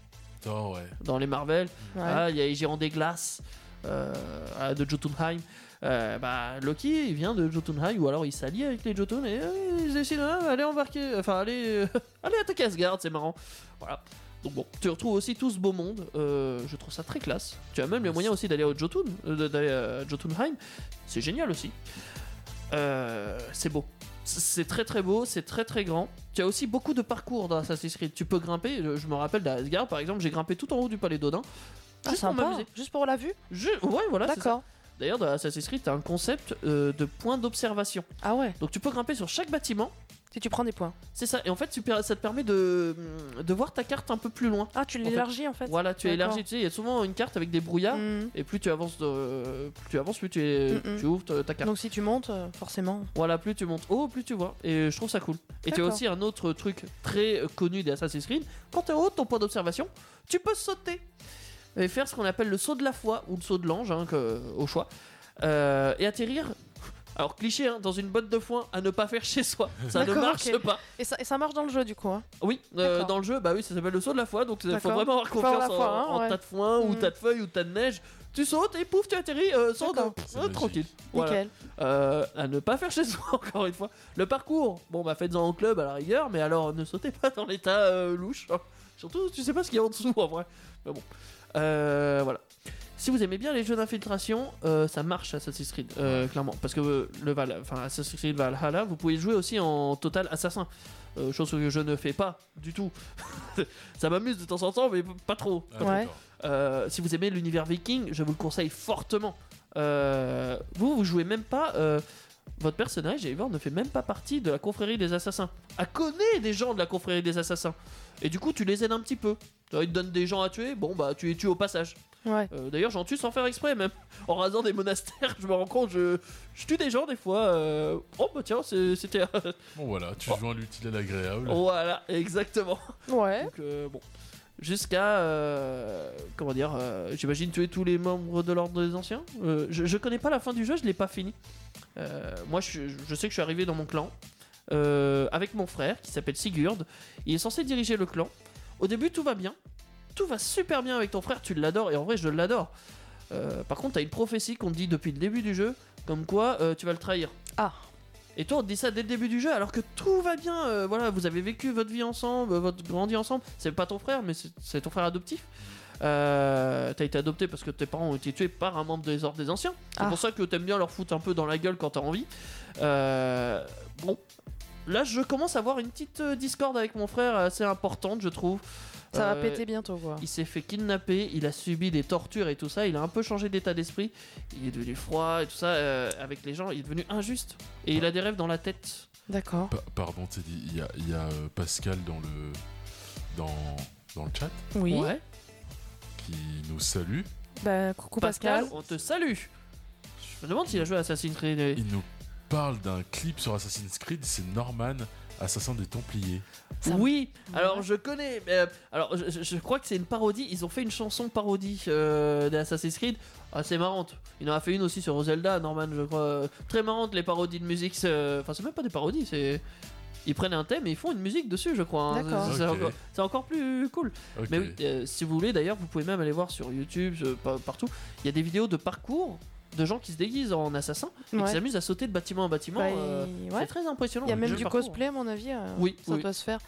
[SPEAKER 5] Thor, ouais.
[SPEAKER 3] dans les Marvel.
[SPEAKER 5] Ouais.
[SPEAKER 3] Ah, Il y a les géants des glaces euh, ah, de Jotunheim. Euh, bah, Loki il vient de Jotunheim ou alors il s'allie avec les Jotun et euh, ils décident ah, allez embarquer, enfin allez, euh, allez attaquer Asgard, c'est marrant. Voilà. Donc bon, tu retrouves aussi tout ce beau monde. euh, je trouve ça très classe. Tu as même les moyens aussi d'aller au Jotun, euh, d'aller à Jotunheim. C'est génial aussi. Euh, c'est beau. C- C'est très très beau, c'est très très grand. Tu as aussi beaucoup de parcours dans Assassin's Creed. Tu peux grimper. Je je me rappelle d'Asgard par exemple, j'ai grimpé tout en haut du palais d'Odin.
[SPEAKER 4] Ah,
[SPEAKER 3] Juste pour
[SPEAKER 4] sympa.
[SPEAKER 3] m'amuser.
[SPEAKER 4] Juste pour la vue
[SPEAKER 3] Je- Ouais, hein. voilà. c'est
[SPEAKER 4] D'accord.
[SPEAKER 3] ça. D'ailleurs, dans Assassin's Creed, t'as un concept euh, de point d'observation.
[SPEAKER 4] Ah ouais
[SPEAKER 3] Donc tu peux grimper sur chaque bâtiment.
[SPEAKER 4] Si tu prends des points.
[SPEAKER 3] C'est ça. Et en fait, tu per- ça te permet de, mm, de voir ta carte un peu plus loin.
[SPEAKER 4] Ah, tu l'élargis, en fait. Mhm.
[SPEAKER 3] Voilà, tu
[SPEAKER 4] D'accord. Mm.
[SPEAKER 3] élargis. Tu sais, il y a souvent une carte avec des brouillards. Et plus tu avances, de- plus tu avances, plus tu, es-
[SPEAKER 4] Mm-mm.
[SPEAKER 3] tu ouvres ta ta carte.
[SPEAKER 4] Donc si tu montes, euh, forcément.
[SPEAKER 3] Voilà, plus tu montes haut, plus tu vois. Et je trouve ça cool. Et tu as
[SPEAKER 4] D'accord.
[SPEAKER 3] aussi un autre truc très euh, connu des Assassin's Creed. Quand tu es haut de ton point d'observation, tu peux sauter. Et faire ce qu'on appelle le saut de la foi ou le saut de l'ange, hein, que- au choix. Euh, et atterrir. Alors, cliché, hein, dans une botte de foin à ne pas faire chez soi. Ça ne
[SPEAKER 4] D'accord,
[SPEAKER 3] marche
[SPEAKER 4] ok.
[SPEAKER 3] pas.
[SPEAKER 4] Et ça, et ça marche dans le jeu, du coup. hein.
[SPEAKER 3] Oui, euh,
[SPEAKER 4] D'accord.
[SPEAKER 3] dans le jeu, bah oui, ça s'appelle le saut de la foi, donc il faut
[SPEAKER 4] D'accord.
[SPEAKER 3] vraiment avoir
[SPEAKER 4] Faut avoir
[SPEAKER 3] confiance
[SPEAKER 4] la foi,
[SPEAKER 3] en,
[SPEAKER 4] hein,
[SPEAKER 3] en
[SPEAKER 4] ouais.
[SPEAKER 3] tas de foin ou
[SPEAKER 4] Mm.
[SPEAKER 3] tas de feuilles ou tas de neige. Tu sautes et pouf, tu atterris euh, sans de... euh, tranquille. Voilà.
[SPEAKER 4] Nickel.
[SPEAKER 3] Euh, à ne pas faire chez soi, encore une fois. Le parcours, bon bah faites-en en club à la rigueur, mais alors ne sautez pas dans l'état euh, louche. Surtout, tu sais pas ce qu'il y a en dessous en vrai. Mais bon. Euh, voilà. Si vous aimez bien les jeux d'infiltration, euh, ça marche Assassin's Creed, euh, clairement. Parce que euh, le Val, enfin Assassin's Creed Valhalla, vous pouvez jouer aussi en total assassin. Euh, chose que je ne fais pas du tout. ça m'amuse de temps en temps, mais p- pas trop.
[SPEAKER 4] Ah, Ouais. d'accord.
[SPEAKER 3] Euh, si vous aimez l'univers viking, je vous le conseille fortement. Euh, vous, vous jouez même pas. euh, votre personnage, Eivor, ne fait même pas partie de la confrérie des assassins. Elle connaît des gens de la confrérie des assassins. Et du coup, tu les aides un petit peu. Tu vois, Ils te donnent des gens à tuer, bon bah tu les tues au passage.
[SPEAKER 4] Ouais.
[SPEAKER 3] Euh, D'ailleurs, j'en tue sans faire exprès, même. En rasant des monastères, je me rends compte, je, je tue des gens des fois. euh, Oh bah tiens, c'est- c'était.
[SPEAKER 5] Bon, voilà, tu
[SPEAKER 3] Oh.
[SPEAKER 5] joins l'utile à l'agréable.
[SPEAKER 3] voilà, exactement.
[SPEAKER 4] Ouais.
[SPEAKER 3] Donc, euh, bon. Jusqu'à. euh, comment dire euh, J'imagine tuer tous les membres de l'ordre des anciens. Euh, je, je connais pas la fin du jeu, je l'ai pas fini. Euh, moi, je, je sais que je suis arrivé dans mon clan. euh, avec mon frère qui s'appelle Sigurd. Il est censé diriger le clan. Au début, tout va bien. Tout va super bien avec ton frère, tu l'adores. Et en vrai, je l'adore. Euh, par contre, t'as une prophétie qu'on te dit depuis le début du jeu, comme quoi euh, tu vas le trahir.
[SPEAKER 4] Ah.
[SPEAKER 3] Et toi, on te dit ça dès le début du jeu, alors que tout va bien. euh, voilà, vous avez vécu votre vie ensemble, euh, votre grandi ensemble. C'est pas ton frère, mais c'est- c'est ton frère adoptif. Euh, t'as été adopté parce que tes parents ont été tués par un membre des ordres des anciens. C'est
[SPEAKER 4] Ah.
[SPEAKER 3] pour ça que t'aimes bien leur foutre un peu dans la gueule quand t'as envie. Euh, bon, Là, je commence à avoir une petite euh, discorde avec mon frère assez importante, je trouve.
[SPEAKER 4] Ça va
[SPEAKER 3] Euh,
[SPEAKER 4] péter bientôt, quoi.
[SPEAKER 3] Il s'est fait kidnapper, il a subi des tortures et tout ça, il a un peu changé d'état d'esprit, il est devenu froid et tout ça, euh, avec les gens, il est devenu injuste. Et il a des rêves dans la tête.
[SPEAKER 4] D'accord.
[SPEAKER 5] Pa- pardon, Teddy, il y a, il y a, euh, Pascal dans le, dans, dans le chat
[SPEAKER 4] Oui.
[SPEAKER 3] Ouais.
[SPEAKER 5] qui nous salue.
[SPEAKER 4] Bah, coucou Pascal.
[SPEAKER 3] on te salue Je me demande s'il a joué à Assassin's Creed. et-
[SPEAKER 5] Il nous parle d'un clip sur Assassin's Creed, c'est Norman, assassin des Templiers.
[SPEAKER 3] Oui, alors je connais. euh, alors je, je- je crois que c'est une parodie. Ils ont fait une chanson parodie euh, d'Assassin's Creed assez marrante. Il en a fait une aussi sur Zelda, Norman, je crois. Euh, Très marrante les parodies de musique. c'est, euh, Enfin, c'est même pas des parodies, c'est. Ils prennent un thème et ils font une musique dessus, je crois. hein.
[SPEAKER 4] D'accord.
[SPEAKER 3] C'est- C'est
[SPEAKER 4] Ok.
[SPEAKER 3] encore, c'est encore plus cool.
[SPEAKER 5] Ok.
[SPEAKER 3] Mais oui, euh, si vous voulez, d'ailleurs, vous pouvez même aller voir sur YouTube, euh, par- partout. Il y a des vidéos de parcours de gens qui se déguisent en assassins et
[SPEAKER 4] Ouais.
[SPEAKER 3] qui s'amusent à sauter de bâtiment en bâtiment.
[SPEAKER 4] Bah,
[SPEAKER 3] euh,
[SPEAKER 4] il-
[SPEAKER 3] C'est
[SPEAKER 4] ouais.
[SPEAKER 3] très impressionnant.
[SPEAKER 4] Il y a
[SPEAKER 3] le
[SPEAKER 4] même
[SPEAKER 3] jeu
[SPEAKER 4] du
[SPEAKER 3] parcours.
[SPEAKER 4] cosplay, à mon avis. euh,
[SPEAKER 3] Oui,
[SPEAKER 4] ça
[SPEAKER 3] oui.
[SPEAKER 4] doit se faire.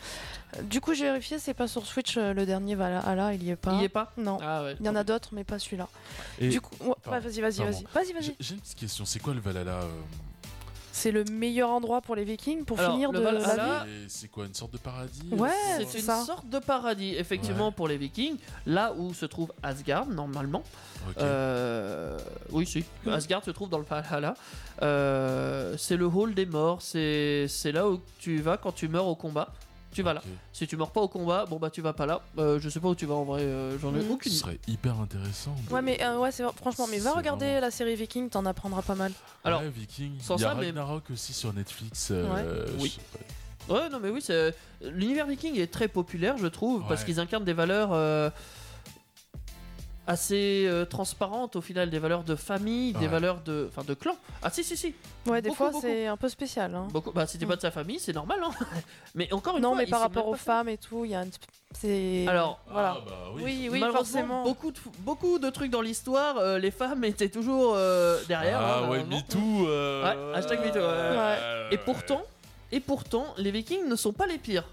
[SPEAKER 4] Euh, Du coup, j'ai vérifié, c'est pas sur Switch euh, le dernier. Voilà, ah là, il y est pas.
[SPEAKER 3] Il y est pas
[SPEAKER 4] Non.
[SPEAKER 3] Ah ouais,
[SPEAKER 4] Il y en a d'autres, mais pas celui-là.
[SPEAKER 5] Et-
[SPEAKER 4] Du coup, ouais,
[SPEAKER 5] Pardon,
[SPEAKER 4] vas-y, vas-y,
[SPEAKER 5] pardon.
[SPEAKER 4] vas-y, vas-y, vas-y.
[SPEAKER 5] J'ai- J'ai une petite question, c'est quoi le Valhalla euh,
[SPEAKER 4] C'est le meilleur endroit pour les Vikings pour finir de la vie.
[SPEAKER 5] c'est- C'est quoi, une sorte de paradis euh,
[SPEAKER 4] Ouais,
[SPEAKER 3] c'est une
[SPEAKER 4] ça.
[SPEAKER 3] sorte de paradis, effectivement,
[SPEAKER 5] Ouais.
[SPEAKER 3] pour les Vikings, là où se trouve Asgard, normalement. Euh, oui, si. Asgard se trouve dans le Valhalla. Euh, c'est le hall des morts, c'est c'est là où tu vas quand tu meurs au combat. Tu vas là. Si tu meurs pas au combat, bon bah tu vas pas là. Euh, je sais pas où tu vas en vrai, euh, j'en ai
[SPEAKER 4] Mm.
[SPEAKER 3] aucune
[SPEAKER 5] Ce
[SPEAKER 3] idée.
[SPEAKER 5] serait hyper intéressant.
[SPEAKER 4] Ouais, mais euh, ouais, c'est franchement, mais va
[SPEAKER 5] C'est
[SPEAKER 4] regarder
[SPEAKER 5] vraiment-
[SPEAKER 4] la série Viking, t'en apprendras pas mal.
[SPEAKER 5] Alors, Viking,
[SPEAKER 3] sans
[SPEAKER 5] il y a
[SPEAKER 3] ça, mais-
[SPEAKER 5] Ragnarok aussi sur Netflix. euh,
[SPEAKER 3] Ouais.
[SPEAKER 5] je
[SPEAKER 3] Oui.
[SPEAKER 5] sais pas.
[SPEAKER 3] Ouais, non, mais oui, c'est- l'univers viking est très populaire, je trouve, parce
[SPEAKER 5] Ouais.
[SPEAKER 3] qu'ils incarnent des valeurs euh, assez euh, transparentes au final, des valeurs de famille, des
[SPEAKER 4] Ouais.
[SPEAKER 3] valeurs de, enfin, de clan. Ah, si, si, si.
[SPEAKER 4] Ouais, des
[SPEAKER 3] Beaucoup,
[SPEAKER 4] fois,
[SPEAKER 3] beaucoup.
[SPEAKER 4] c'est un peu spécial. hein.
[SPEAKER 3] Beaucoup. Bah, si t'es pas de sa famille, c'est normal, hein. Mais encore une
[SPEAKER 4] Non,
[SPEAKER 3] fois,
[SPEAKER 4] mais
[SPEAKER 3] ils
[SPEAKER 4] par
[SPEAKER 3] sont
[SPEAKER 4] rapport
[SPEAKER 3] même
[SPEAKER 4] aux femmes et tout, il y a une. C'est.
[SPEAKER 3] pas- Alors,
[SPEAKER 4] voilà.
[SPEAKER 5] Ah, bah oui.
[SPEAKER 4] Oui, oui,
[SPEAKER 3] Malheureusement,
[SPEAKER 4] forcément.
[SPEAKER 3] Beaucoup de, beaucoup de trucs dans l'histoire, euh, les femmes étaient toujours euh, derrière.
[SPEAKER 5] Ah
[SPEAKER 3] hein,
[SPEAKER 5] ouais,
[SPEAKER 3] malheureusement.
[SPEAKER 5] MeToo. euh,
[SPEAKER 3] Ouais, hashtag MeToo, ouais.
[SPEAKER 5] Ouais.
[SPEAKER 3] Et pourtant, et pourtant, les Vikings ne sont pas les pires.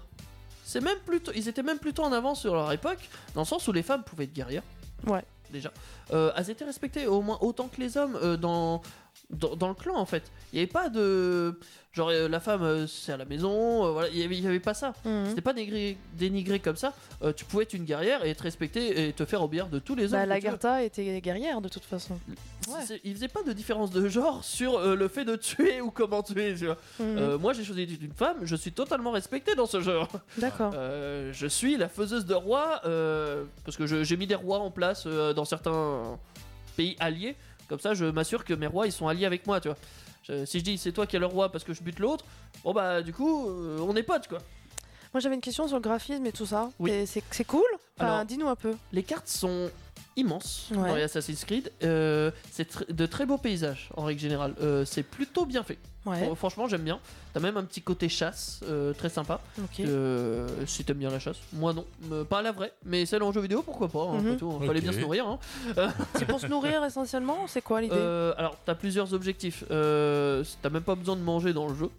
[SPEAKER 3] C'est même plutôt, ils étaient même plutôt en avance sur leur époque, dans le sens où les femmes pouvaient être guerrières.
[SPEAKER 4] Ouais.
[SPEAKER 3] Déjà, Euh, elles étaient respectées au moins autant que les hommes euh, dans, dans dans le clan en fait. Il n'y avait pas de genre euh, la femme euh, c'est à la maison, euh, voilà, il n'y avait, il y avait pas ça.
[SPEAKER 4] Hmm. Mhm. Bah,
[SPEAKER 3] C'était pas dénigré, dénigré comme ça. Euh, tu pouvais être une guerrière et être respectée et te faire obéir de tous les hommes.
[SPEAKER 4] Bah,
[SPEAKER 3] que
[SPEAKER 4] la
[SPEAKER 3] tu veux.
[SPEAKER 4] Garta était guerrière de toute façon.
[SPEAKER 3] C'est- Il faisait pas de différence de genre sur euh, le fait de tuer ou comment tuer. tu vois.
[SPEAKER 4] Mhm. Oh.
[SPEAKER 3] Euh, moi, j'ai choisi d'être une femme. Je suis totalement respecté dans ce genre.
[SPEAKER 4] D'accord.
[SPEAKER 3] Euh, je suis la faiseuse de rois euh, parce que je- j'ai mis des rois en place euh, dans certains pays alliés. Comme ça, je m'assure que mes rois ils sont alliés avec moi. Tu vois. Je- si je dis c'est toi qui es le roi parce que je bute l'autre, bon bah du coup euh, on est potes quoi.
[SPEAKER 4] Moi j'avais une question sur le graphisme et tout ça.
[SPEAKER 3] Oui.
[SPEAKER 4] Et C'est c'est cool Enfin,
[SPEAKER 3] Alors,
[SPEAKER 4] Dis-nous un peu.
[SPEAKER 3] Les cartes sont immenses
[SPEAKER 4] Ouais.
[SPEAKER 3] dans les Assassin's Creed. Euh, c'est tr- de très beaux paysages en règle générale. Euh, c'est plutôt bien fait.
[SPEAKER 4] Ouais.
[SPEAKER 3] Fran- franchement, j'aime bien. T'as même un petit côté chasse euh, très sympa.
[SPEAKER 4] Oh, Ok.
[SPEAKER 3] Euh, si t'aimes bien la chasse, moi non. Euh, pas la vraie, mais celle en jeu vidéo, pourquoi pas. hein, après
[SPEAKER 4] Mhm.
[SPEAKER 3] tout, hein. Fallait bien
[SPEAKER 5] Ok.
[SPEAKER 3] se nourrir. hein.
[SPEAKER 4] C'est pour se nourrir essentiellement C'est quoi l'idée
[SPEAKER 3] Euh, alors, t'as plusieurs objectifs. Euh, t'as même pas besoin de manger dans le jeu.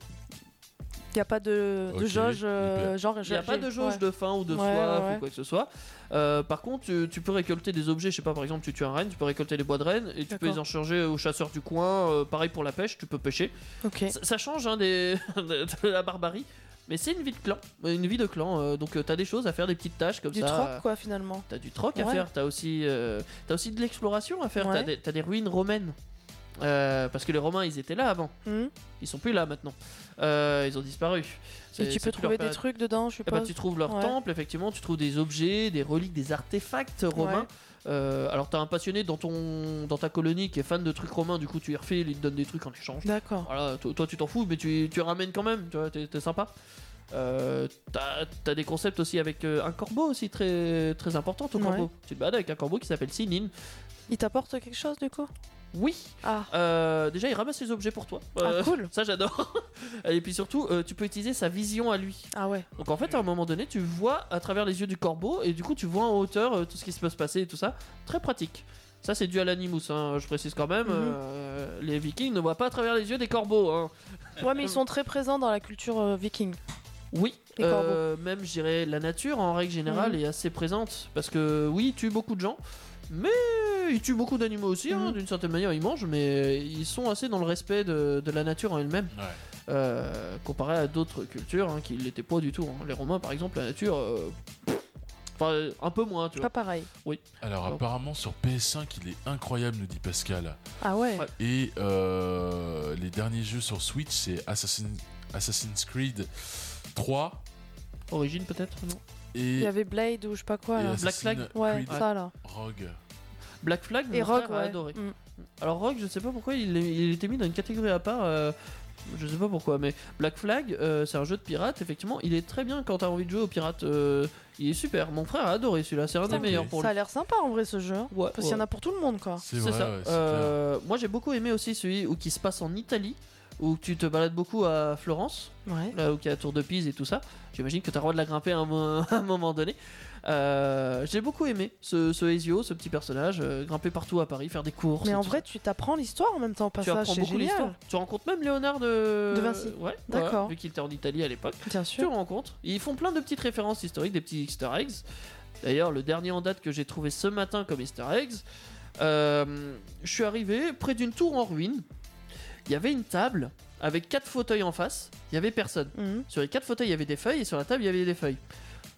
[SPEAKER 4] Il n'y a pas de, de
[SPEAKER 3] Ok,
[SPEAKER 4] jauge euh,
[SPEAKER 3] hyper.
[SPEAKER 4] genre.
[SPEAKER 3] Il n'y a pas de jauge
[SPEAKER 4] ouais.
[SPEAKER 3] de faim ou de
[SPEAKER 4] Ouais,
[SPEAKER 3] soif
[SPEAKER 4] ouais, ouais.
[SPEAKER 3] ou quoi que ce soit. Euh, par contre, tu, tu peux récolter des objets. Je sais pas, par exemple, tu tues un renne, tu peux récolter les bois de renne et tu peux
[SPEAKER 4] D'accord.
[SPEAKER 3] les enchaîner aux chasseurs du coin. Euh, pareil pour la pêche, tu peux pêcher.
[SPEAKER 4] Ok.
[SPEAKER 3] Ça, ça change hein, des... de de la barbarie. Mais c'est une vie de clan, une vie de clan. euh, donc euh, t'as des choses à faire, des petites tâches comme
[SPEAKER 4] Du
[SPEAKER 3] ça.
[SPEAKER 4] troc quoi finalement.
[SPEAKER 3] T'as du troc à
[SPEAKER 4] Ouais.
[SPEAKER 3] faire, t'as aussi, euh, t'as aussi de l'exploration à faire,
[SPEAKER 4] Ouais.
[SPEAKER 3] t'as des, t'as des ruines romaines. Euh, parce que les Romains ils étaient là avant,
[SPEAKER 4] Mhm.
[SPEAKER 3] ils sont plus là maintenant, Euh, ils ont disparu.
[SPEAKER 4] Et
[SPEAKER 3] C'est-
[SPEAKER 4] tu
[SPEAKER 3] c'est
[SPEAKER 4] peux
[SPEAKER 3] plus leur
[SPEAKER 4] trouver des
[SPEAKER 3] période.
[SPEAKER 4] trucs dedans, je
[SPEAKER 3] Eh ben,
[SPEAKER 4] suppose.
[SPEAKER 3] tu trouves leur
[SPEAKER 4] Ouais.
[SPEAKER 3] temple, effectivement, tu trouves des objets, des reliques, des artefacts romains. Euh, alors t'as un passionné dans ton dans ta colonie qui est fan de trucs romains, du coup tu y refiles, il te donne des trucs en échange.
[SPEAKER 4] D'accord.
[SPEAKER 3] Voilà, to- toi tu t'en fous, mais tu, tu ramènes quand même, tu vois, t'es t'es sympa. Euh, t'as t'as des concepts aussi avec euh, un corbeau aussi très très important ton
[SPEAKER 4] Ouais.
[SPEAKER 3] corbeau. Tu te balades avec un corbeau qui s'appelle Sinin.
[SPEAKER 4] Il t'apporte quelque chose du coup
[SPEAKER 3] Oui.
[SPEAKER 4] Ah.
[SPEAKER 3] Euh, déjà il ramasse les objets pour toi. Euh,
[SPEAKER 4] cool.
[SPEAKER 3] Ça j'adore. Et puis surtout euh, tu peux utiliser sa vision à lui.
[SPEAKER 4] Ah ouais.
[SPEAKER 3] Donc en fait, à un moment donné, tu vois à travers les yeux du corbeau et du coup, tu vois en hauteur euh, tout ce qui se peut se passer et tout ça. Très pratique. Ça, c'est dû à l'animus, hein, je précise quand même.
[SPEAKER 4] Mhm.
[SPEAKER 3] euh, les vikings ne voient pas à travers les yeux des corbeaux. hein.
[SPEAKER 4] Ouais, mais ils sont très présents dans la culture euh, viking.
[SPEAKER 3] Oui,
[SPEAKER 4] Les
[SPEAKER 3] euh, même je dirais la nature en règle générale
[SPEAKER 4] Mhm.
[SPEAKER 3] est assez présente parce que oui, ils tuent beaucoup de gens, mais ils tuent beaucoup
[SPEAKER 4] Mm.
[SPEAKER 3] d'animaux aussi. hein, D'une certaine manière, ils mangent, mais ils sont assez dans le respect de, de la nature en elle-même. euh, comparé à d'autres cultures hein, qui ne l'étaient pas du tout. hein. Les Romains, par exemple, la nature, euh, pff, enfin, euh, un peu moins, tu vois.
[SPEAKER 4] Pas pareil.
[SPEAKER 3] Oui.
[SPEAKER 5] Alors
[SPEAKER 3] Donc,
[SPEAKER 5] apparemment sur PS5 il est incroyable nous dit Pascal.
[SPEAKER 4] Ah ouais.
[SPEAKER 5] Et euh, les derniers jeux sur Switch c'est Assassin- Assassin's Creed 3.
[SPEAKER 3] Origine peut-être non
[SPEAKER 5] Et
[SPEAKER 4] Il y avait Blade ou je sais pas quoi.
[SPEAKER 5] et
[SPEAKER 4] là.
[SPEAKER 5] Assassin's
[SPEAKER 4] Ouais,
[SPEAKER 5] Creed
[SPEAKER 4] ça là.
[SPEAKER 5] Rogue.
[SPEAKER 3] Black Flag, euh, mon
[SPEAKER 4] Et Rogue,
[SPEAKER 3] frère a
[SPEAKER 4] ouais.
[SPEAKER 3] adoré.
[SPEAKER 4] Mm.
[SPEAKER 3] Alors Rogue, je sais pas pourquoi il, est- il était mis dans une catégorie à part. euh, je sais pas pourquoi, mais Black Flag, euh, c'est un jeu de pirate. Effectivement, il est très bien quand t'as envie de jouer aux pirates. euh, il est super. Mon frère a adoré celui-là. C'est un des
[SPEAKER 4] Putain,
[SPEAKER 3] meilleurs pour
[SPEAKER 4] Ça
[SPEAKER 3] lui.
[SPEAKER 4] a l'air sympa en vrai ce jeu. hein.
[SPEAKER 3] Ouais,
[SPEAKER 4] Parce qu'il y en
[SPEAKER 3] ouais.
[SPEAKER 4] a pour tout le monde quoi.
[SPEAKER 5] C'est vrai,
[SPEAKER 3] ça.
[SPEAKER 5] ouais, c'est
[SPEAKER 3] Euh, moi j'ai beaucoup aimé aussi celui où qui se passe en Italie, où tu te balades beaucoup à Florence,
[SPEAKER 4] Ouais.
[SPEAKER 3] là où il y a la tour de Pise et tout ça. J'imagine que tu as le droit de la grimper à un, mo- à un moment donné. Euh, j'ai beaucoup aimé ce, ce Ezio, ce petit personnage, euh, grimper partout à Paris, faire des courses.
[SPEAKER 4] Mais
[SPEAKER 3] et
[SPEAKER 4] en
[SPEAKER 3] tout
[SPEAKER 4] vrai, tu t'apprends l'histoire en même temps.
[SPEAKER 3] ça.
[SPEAKER 4] Pas
[SPEAKER 3] tu
[SPEAKER 4] ça,
[SPEAKER 3] apprends
[SPEAKER 4] c'est
[SPEAKER 3] beaucoup l'histoire.
[SPEAKER 4] génial.
[SPEAKER 3] Tu rencontres même Léonard de.
[SPEAKER 4] De Vinci.
[SPEAKER 3] Ouais,
[SPEAKER 4] D'accord.
[SPEAKER 3] voilà, vu qu'il était en Italie à l'époque.
[SPEAKER 4] Bien
[SPEAKER 3] Tu le
[SPEAKER 4] sûr.
[SPEAKER 3] rencontres. Ils font plein de petites références historiques, des petits Easter eggs. D'ailleurs, le dernier en date que j'ai trouvé ce matin comme Easter eggs, euh, je suis arrivé près d'une tour en ruine. Il y avait une table avec quatre fauteuils en face. Il y avait personne.
[SPEAKER 4] Mhm.
[SPEAKER 3] Sur les quatre fauteuils, il y avait des feuilles et sur la table, il y avait des feuilles.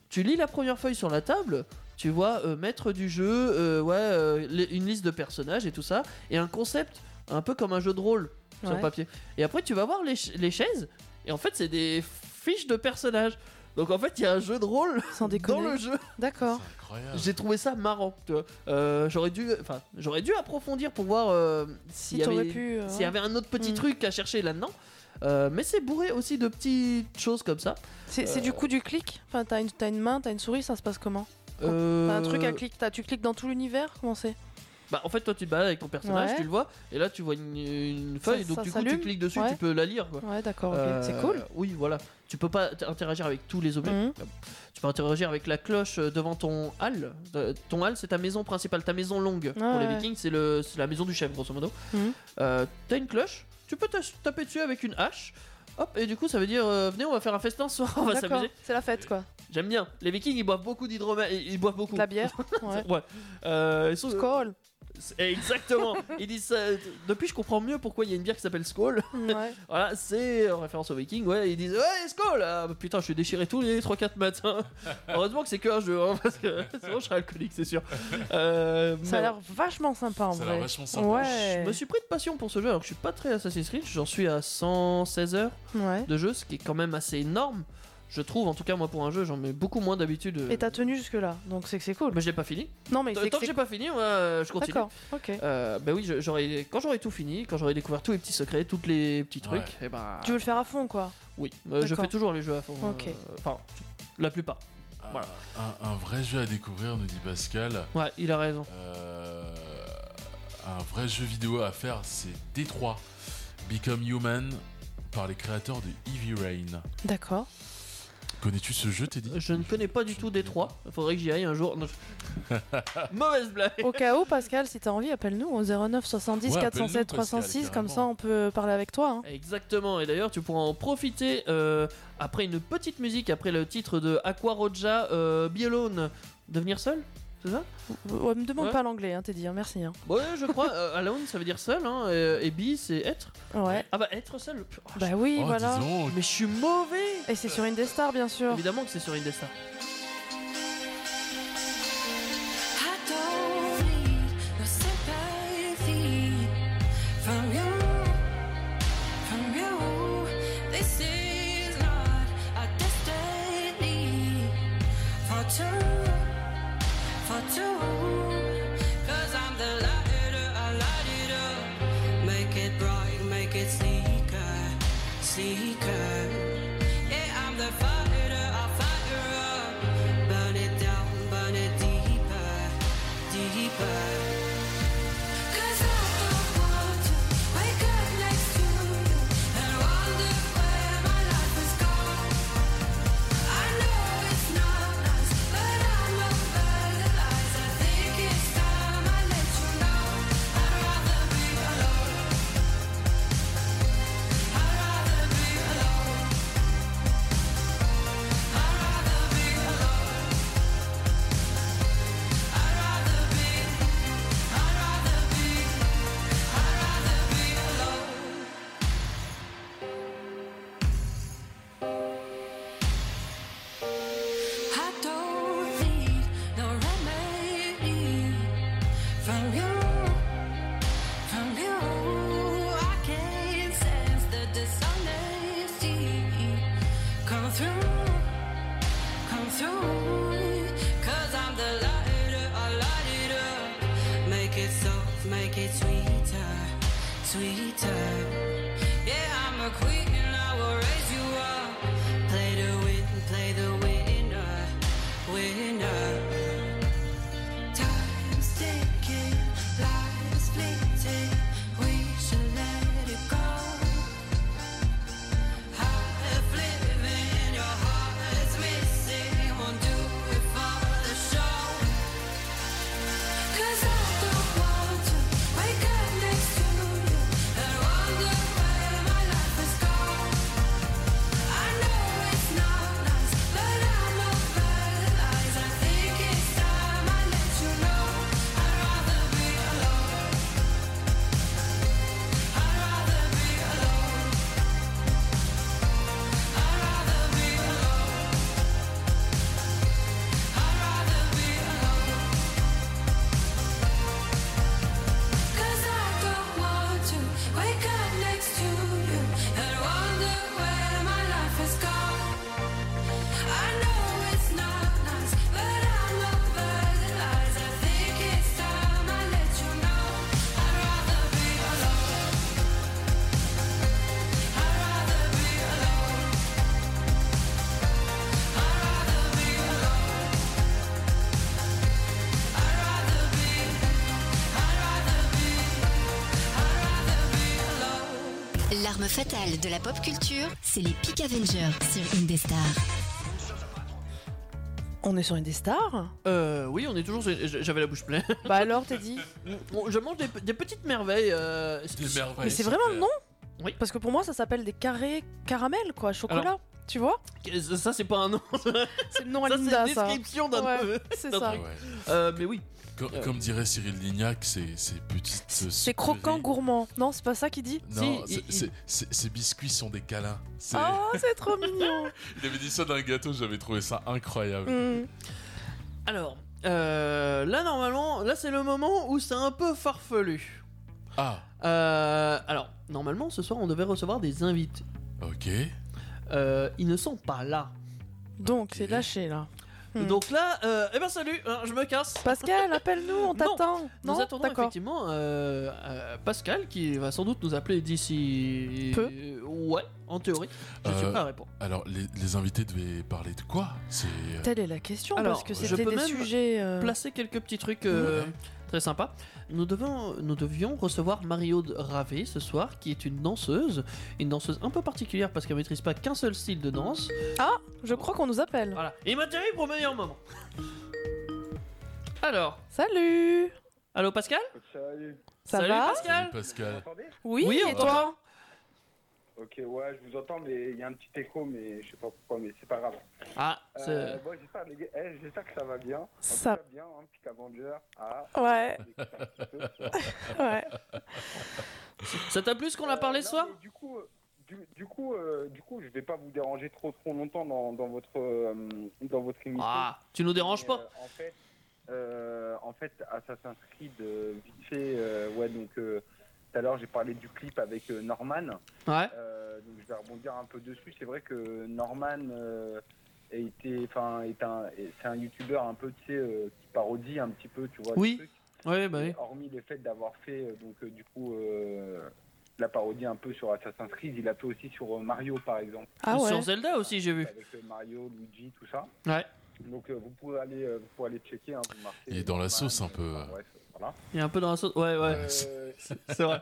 [SPEAKER 3] Tu lis la première feuille sur la table. Tu vois euh, maître du jeu, euh, ouais, euh, les- une liste de personnages et tout ça, et un concept un peu comme un jeu de rôle sur
[SPEAKER 4] Ouais.
[SPEAKER 3] papier. Et après, tu vas voir les, ch- les chaises, et en fait, c'est des fiches de personnages. Donc en fait, il y a un jeu de rôle
[SPEAKER 4] Sans
[SPEAKER 3] dans
[SPEAKER 4] déconner.
[SPEAKER 3] le jeu.
[SPEAKER 4] D'accord.
[SPEAKER 5] Incroyable.
[SPEAKER 3] J'ai trouvé ça marrant. tu vois. Euh, j'aurais dû, enfin, j'aurais dû approfondir pour voir euh, s'il
[SPEAKER 4] Si
[SPEAKER 3] y
[SPEAKER 4] t'aurais
[SPEAKER 3] avait,
[SPEAKER 4] pu. euh,
[SPEAKER 3] s'il y avait un autre petit
[SPEAKER 4] Mm.
[SPEAKER 3] truc à chercher là-dedans. Euh, mais c'est bourré aussi de petites choses comme ça.
[SPEAKER 4] C'est c'est du coup du clic. Enfin, t'as une, t'as une main, t'as une souris, ça se passe comment
[SPEAKER 3] Euh,
[SPEAKER 4] T'as un truc à clic. t'as- Tu cliques dans tout l'univers Comment c'est
[SPEAKER 3] Bah, en fait, toi, tu te balades avec ton personnage,
[SPEAKER 4] Ouais.
[SPEAKER 3] tu le vois, et là, tu vois une, une feuille, donc
[SPEAKER 4] ça
[SPEAKER 3] du coup, tu
[SPEAKER 4] s'allume
[SPEAKER 3] cliques dessus,
[SPEAKER 4] Ouais.
[SPEAKER 3] tu peux la lire. Quoi.
[SPEAKER 4] Ouais, d'accord. ok.
[SPEAKER 3] Euh,
[SPEAKER 4] C'est cool.
[SPEAKER 3] Oui, voilà. Tu peux pas t- interagir avec tous les objets.
[SPEAKER 4] Mhm.
[SPEAKER 3] Tu peux interagir avec la cloche euh, devant ton hall. Euh, ton hall, c'est ta maison principale, ta maison longue. Pour les
[SPEAKER 4] ouais.
[SPEAKER 3] Vikings, c'est le- c'est la maison du chef, grosso modo.
[SPEAKER 4] Mhm.
[SPEAKER 3] Euh, T'as une cloche, tu peux t'ach- taper dessus avec une hache. Hop, et du coup, ça veut dire euh, venez, on va faire un festin ce soir, on va
[SPEAKER 4] D'accord.
[SPEAKER 3] s'amuser.
[SPEAKER 4] C'est la fête quoi.
[SPEAKER 3] J'aime bien. Les Vikings, ils boivent beaucoup d'hydromel. Ils, ils boivent beaucoup.
[SPEAKER 4] De la bière. Ouais.
[SPEAKER 3] Ouais. Euh, ils sont-
[SPEAKER 4] Skol.
[SPEAKER 3] c'est- Exactement. Ils disent ça. Depuis, je comprends mieux pourquoi il y a une bière qui s'appelle Skål.
[SPEAKER 4] Ouais.
[SPEAKER 3] Voilà, c'est en référence aux Vikings. Ouais, ils disent ouais Skål. Ah, bah, putain, je suis déchiré tous les 3-4 matins. Heureusement que c'est qu'un jeu, hein, parce que sinon je serais alcoolique, c'est sûr. Euh,
[SPEAKER 4] Ça a
[SPEAKER 3] mais
[SPEAKER 4] l'air vachement sympa en
[SPEAKER 5] Ça a
[SPEAKER 4] vrai.
[SPEAKER 5] l'air vachement sympa.
[SPEAKER 4] Ouais.
[SPEAKER 3] Je me suis pris de passion pour ce jeu alors que je suis pas très Assassin's Creed. J'en suis à 116 heures
[SPEAKER 4] Ouais.
[SPEAKER 3] de jeu, ce qui est quand même assez énorme. Je trouve, en tout cas moi pour un jeu, j'en mets beaucoup moins d'habitude. euh,
[SPEAKER 4] Et t'as tenu jusque là, donc c'est que c'est cool.
[SPEAKER 3] Mais je l'ai pas fini.
[SPEAKER 4] Non mais
[SPEAKER 3] Tant
[SPEAKER 4] c'est que
[SPEAKER 3] tant que
[SPEAKER 4] c'est
[SPEAKER 3] j'ai pas fini, moi, euh, je continue.
[SPEAKER 4] D'accord. Ok.
[SPEAKER 3] Euh, bah oui, je- j'aurais quand j'aurai tout fini, quand j'aurai découvert tous les petits secrets, tous les petits trucs, et bah
[SPEAKER 4] Tu veux le faire à fond quoi
[SPEAKER 3] oui, Euh, je
[SPEAKER 4] D'accord.
[SPEAKER 3] fais toujours les jeux à fond. euh,
[SPEAKER 4] Ok.
[SPEAKER 3] Enfin, la plupart.
[SPEAKER 5] Un-
[SPEAKER 3] Voilà.
[SPEAKER 5] Ah, Un, un vrai jeu à découvrir nous dit Pascal.
[SPEAKER 3] Ouais, il a raison.
[SPEAKER 5] Euh, un vrai jeu vidéo à faire c'est D3 Become Human par les créateurs de Heavy Rain.
[SPEAKER 4] D'accord.
[SPEAKER 5] Connais-tu ce jeu Teddy
[SPEAKER 3] Je ne connais pas du tout Détroit. Faudrait que j'y aille un jour. Non, je- Mauvaise blague.
[SPEAKER 4] Au cas où, Pascal, si t'as envie, appelle-nous au 09 70
[SPEAKER 5] Ouais,
[SPEAKER 4] 407
[SPEAKER 5] appelle-nous, Pascal,
[SPEAKER 4] 306, comme ça
[SPEAKER 5] carrément.
[SPEAKER 4] on peut parler avec toi. hein.
[SPEAKER 3] Exactement. Et d'ailleurs, tu pourras en profiter euh, après une petite musique, après le titre de Aqua Roja euh, Be Alone. Devenir seul, c'est ça
[SPEAKER 4] Ouais, me demande
[SPEAKER 3] Ouais.
[SPEAKER 4] pas l'anglais, hein, t'es dit, hein, merci. hein.
[SPEAKER 3] Ouais, je crois. euh, alone, ça veut dire seul, hein, et, et be, c'est être.
[SPEAKER 4] Ouais.
[SPEAKER 3] Ah bah être seul. Oh, je-
[SPEAKER 4] Bah oui,
[SPEAKER 5] Oh,
[SPEAKER 4] voilà.
[SPEAKER 5] dis donc.
[SPEAKER 3] Mais je suis mauvais.
[SPEAKER 4] Et c'est sur Indestar, bien sûr.
[SPEAKER 3] Évidemment que c'est sur Indestar.
[SPEAKER 6] I don't need no sympathy from you, from you. This is not a destiny for two, for two. 'Cause I'm the light eater, I light it up. Make it bright, make it seeker, seeker. Yeah, I'm the fighter, I fire up. Burn it down, burn it deeper, deeper. 'Cause I don't want to wake up next to you and wonder where my life has gone. I know it's not nice, but I'm a bird that lies. I think it's time I let you know. I'd rather be alone. I'd rather be alone.
[SPEAKER 11] sweeter. Yeah, I'm a queen and I will raise you up. Play the win, play the winner, winner. Time's ticking, life's fleeting. We should let it go. Half living, your heart's missing. Won't do it for the show. 'Cause I don't want to wake up next to you. And wonder where my life has gone. I know it's not nice, but I'm paralyzed. I think it's time I let you know. I'd rather be alone. I'd rather be alone. I'd rather be alone. I'd rather be alone. 'Cause I don't want to wake up next to you and wonder where my life has gone. I know it's not nice, but I'm not paralyzed. I think it's time I let you know. I'd rather be alone. I'd rather be alone. I'd rather be alone. I'd rather be.
[SPEAKER 2] L'arme fatale de la pop culture, c'est les Peak Avengers sur Indestar.
[SPEAKER 4] On est sur une des stars
[SPEAKER 3] Euh, oui, on est toujours. sur- j- J'avais la bouche pleine.
[SPEAKER 4] Bah alors, t'es dit
[SPEAKER 3] Bon, Je mange des, des petites merveilles. euh, c'est-
[SPEAKER 4] Mais c'est vraiment le nom
[SPEAKER 3] Oui.
[SPEAKER 4] Parce que pour moi, ça s'appelle des carrés caramel, quoi, chocolat.
[SPEAKER 3] Alors-
[SPEAKER 4] Tu vois
[SPEAKER 3] Ça, ça, c'est pas un nom.
[SPEAKER 4] C'est le nom à
[SPEAKER 3] Ça, c'est
[SPEAKER 4] Linda,
[SPEAKER 3] une
[SPEAKER 4] ça.
[SPEAKER 3] description d'un
[SPEAKER 4] Ouais, C'est
[SPEAKER 3] d'un
[SPEAKER 5] Ah
[SPEAKER 4] ça.
[SPEAKER 3] truc. Euh, mais oui.
[SPEAKER 5] Comme,
[SPEAKER 3] Euh.
[SPEAKER 5] comme dirait Cyril Lignac, c'est c'est petite.
[SPEAKER 4] C'est croquant gourmand. Non, c'est pas ça qu'il dit
[SPEAKER 5] Non, c'est- c'est- c'est- ces biscuits sont des câlins. C'est-
[SPEAKER 3] Ah.
[SPEAKER 4] Oh, c'est trop mignon Hmm.
[SPEAKER 5] Il avait dit ça d'un gâteau, j'avais trouvé ça incroyable.
[SPEAKER 3] Mm. Alors, euh, là normalement, là c'est le moment où c'est un peu farfelu.
[SPEAKER 5] Ah.
[SPEAKER 3] Euh, alors, normalement ce soir on devait recevoir des invités.
[SPEAKER 5] Ok.
[SPEAKER 3] Euh, ils ne sont pas là.
[SPEAKER 4] Donc, c'est lâché, là. Hmm.
[SPEAKER 3] Donc là, euh, eh ben salut, hein, je me casse.
[SPEAKER 4] Pascal, appelle-nous, on t'attend.
[SPEAKER 3] Nous
[SPEAKER 4] Non
[SPEAKER 3] attendons
[SPEAKER 4] D'accord.
[SPEAKER 3] effectivement euh, euh, Pascal qui va sans doute nous appeler d'ici.
[SPEAKER 4] Peu.
[SPEAKER 3] Euh, Ouais, en théorie. Je suis
[SPEAKER 5] Euh,
[SPEAKER 3] prêt à répondre.
[SPEAKER 5] Alors, les, les invités devaient parler de quoi C'est. euh,
[SPEAKER 4] Telle est la question,
[SPEAKER 3] Alors,
[SPEAKER 4] parce que
[SPEAKER 3] je
[SPEAKER 4] c'était
[SPEAKER 3] peux
[SPEAKER 4] des
[SPEAKER 3] même
[SPEAKER 4] sujets... euh,
[SPEAKER 3] placer quelques petits trucs euh, très sympas. Nous, devons, nous devions recevoir Mario de Ravé ce soir, qui est une danseuse, une danseuse un peu particulière parce qu'elle maîtrise pas qu'un seul style de danse.
[SPEAKER 4] Ah, je crois qu'on nous appelle.
[SPEAKER 3] Voilà. Et il m'a tiré pour le meilleur moment. Alors,
[SPEAKER 4] Salut
[SPEAKER 3] allô Pascal
[SPEAKER 13] Salut.
[SPEAKER 4] Ça va
[SPEAKER 3] Pascal
[SPEAKER 5] Pascal.
[SPEAKER 4] Oui,
[SPEAKER 3] Oui,
[SPEAKER 4] et
[SPEAKER 3] on
[SPEAKER 4] toi
[SPEAKER 13] Ok, ouais, je vous entends, mais il y a un petit écho, mais je sais pas pourquoi, mais c'est pas grave.
[SPEAKER 3] Ah,
[SPEAKER 13] Euh,
[SPEAKER 3] c'est-
[SPEAKER 13] bon, j'espère, les gars, eh, j'espère que ça va bien.
[SPEAKER 4] Ça-
[SPEAKER 13] ça va bien, hein, Pic Avenger. Ah,
[SPEAKER 4] Ouais.
[SPEAKER 13] on écoute un petit peu.
[SPEAKER 4] Ouais.
[SPEAKER 3] ça t'a plu ce qu'on a parlé ce soir
[SPEAKER 13] mais du coup, euh, du, du coup, euh, du coup, je vais pas vous déranger trop trop longtemps dans, dans votre euh, dans votre émission.
[SPEAKER 3] Ah, tu nous déranges
[SPEAKER 13] Mais,
[SPEAKER 3] pas.
[SPEAKER 13] euh, en fait, euh, en fait, Assassin's Creed, euh, vite fait, euh, ouais, donc euh, tout à l'heure j'ai parlé du clip avec euh, Norman.
[SPEAKER 3] Ouais.
[SPEAKER 13] Euh, donc je vais rebondir un peu dessus. C'est vrai que Norman euh, a été, enfin, est un, est- c'est un youtubeur un peu, tu sais, euh, qui parodie un petit peu, tu vois. le
[SPEAKER 3] Oui.
[SPEAKER 13] truc.
[SPEAKER 3] Ouais, bah oui.
[SPEAKER 13] Et Hormis le fait d'avoir fait, euh, donc euh, du coup. euh, la parodie un peu sur Assassin's Creed, il a fait aussi sur euh, Mario par exemple.
[SPEAKER 4] Ah
[SPEAKER 3] Sur Zelda aussi, j'ai vu.
[SPEAKER 13] Avec euh, Mario, Luigi, tout ça.
[SPEAKER 3] Ouais.
[SPEAKER 13] Donc euh, vous pouvez aller, euh, vous pouvez aller checker. hein, vous marquez
[SPEAKER 5] Il est dans
[SPEAKER 13] Norman,
[SPEAKER 5] la sauce un
[SPEAKER 13] euh,
[SPEAKER 5] peu.
[SPEAKER 13] enfin, bref, voilà.
[SPEAKER 3] Il est un peu dans la sauce. Ouais, ouais.
[SPEAKER 13] Euh,
[SPEAKER 3] C'est vrai.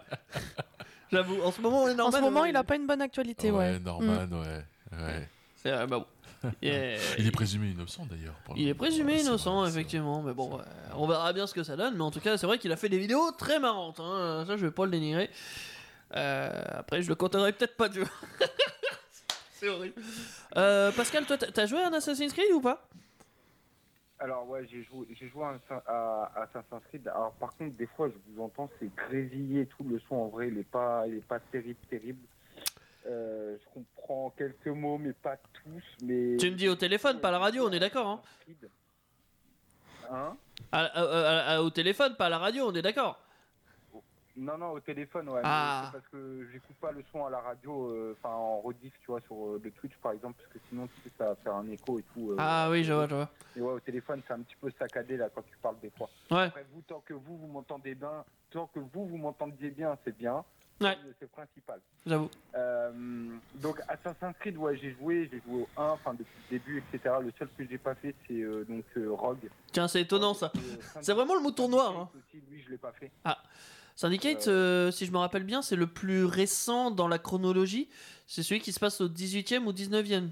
[SPEAKER 3] J'avoue, en ce moment, on est
[SPEAKER 4] En
[SPEAKER 3] normal. hein.
[SPEAKER 4] ce moment, il a pas une bonne actualité, ouais.
[SPEAKER 5] Ouais, Norman,
[SPEAKER 3] Mm.
[SPEAKER 5] ouais. ouais.
[SPEAKER 3] C'est vrai, bah bon. Yeah.
[SPEAKER 5] Il est présumé innocent d'ailleurs. pour le
[SPEAKER 3] Il est
[SPEAKER 5] moment.
[SPEAKER 3] présumé
[SPEAKER 5] Ouais, c'est
[SPEAKER 3] innocent,
[SPEAKER 5] vrai, c'est-
[SPEAKER 3] effectivement, mais bon, euh, on verra bien ce que ça donne. Mais en tout cas, c'est vrai qu'il a fait des vidéos très marrantes. hein, Ça, je vais pas le dénigrer. Euh, après, je le compterai peut-être pas, tu vois. c'est horrible. Euh, Pascal, toi, t'as- t'as joué à un Assassin's Creed ou pas
[SPEAKER 13] Alors ouais, j'ai joué, j'ai joué à, à- à Assassin's Creed. Alors par contre, des fois, je vous entends, c'est grésillé et tout. Le son en vrai, il est pas, il est pas terrible, terrible. Euh, je comprends quelques mots, mais pas tous. Mais Euh,
[SPEAKER 3] Tu me dis au téléphone, pas à la radio, on est d'accord. Hein
[SPEAKER 13] Hein
[SPEAKER 3] À- à- à- à- au téléphone, pas à la radio, on est d'accord.
[SPEAKER 13] non, non, au téléphone, ouais. mais
[SPEAKER 3] Ah.
[SPEAKER 13] c'est parce que j'écoute pas le son à la radio, euh, enfin en rediff, tu vois, sur euh, le Twitch par exemple, parce que sinon, tu sais, ça va faire un écho et tout. euh,
[SPEAKER 3] Ah oui, je vois, je vois.
[SPEAKER 13] Et ouais, au téléphone, c'est un petit peu saccadé là quand tu parles des fois.
[SPEAKER 3] Ouais.
[SPEAKER 13] Après, vous, tant que vous, vous m'entendez bien, tant que vous, vous m'entendiez bien, c'est bien.
[SPEAKER 3] Ouais.
[SPEAKER 13] C'est principal.
[SPEAKER 3] J'avoue.
[SPEAKER 13] Euh, donc Assassin's Creed, ouais, j'ai joué, j'ai joué au 1, enfin depuis le début, etc. Le seul que j'ai pas fait, c'est euh, donc euh, Rogue. Euh,
[SPEAKER 3] Tiens, c'est étonnant ça. C'est vraiment le mouton noir. hein.
[SPEAKER 13] Aussi, lui, je l'ai pas fait.
[SPEAKER 3] Ah. Syndicate, euh, si je me rappelle bien, c'est le plus récent dans la chronologie. C'est celui qui se passe au 18e ou 19e.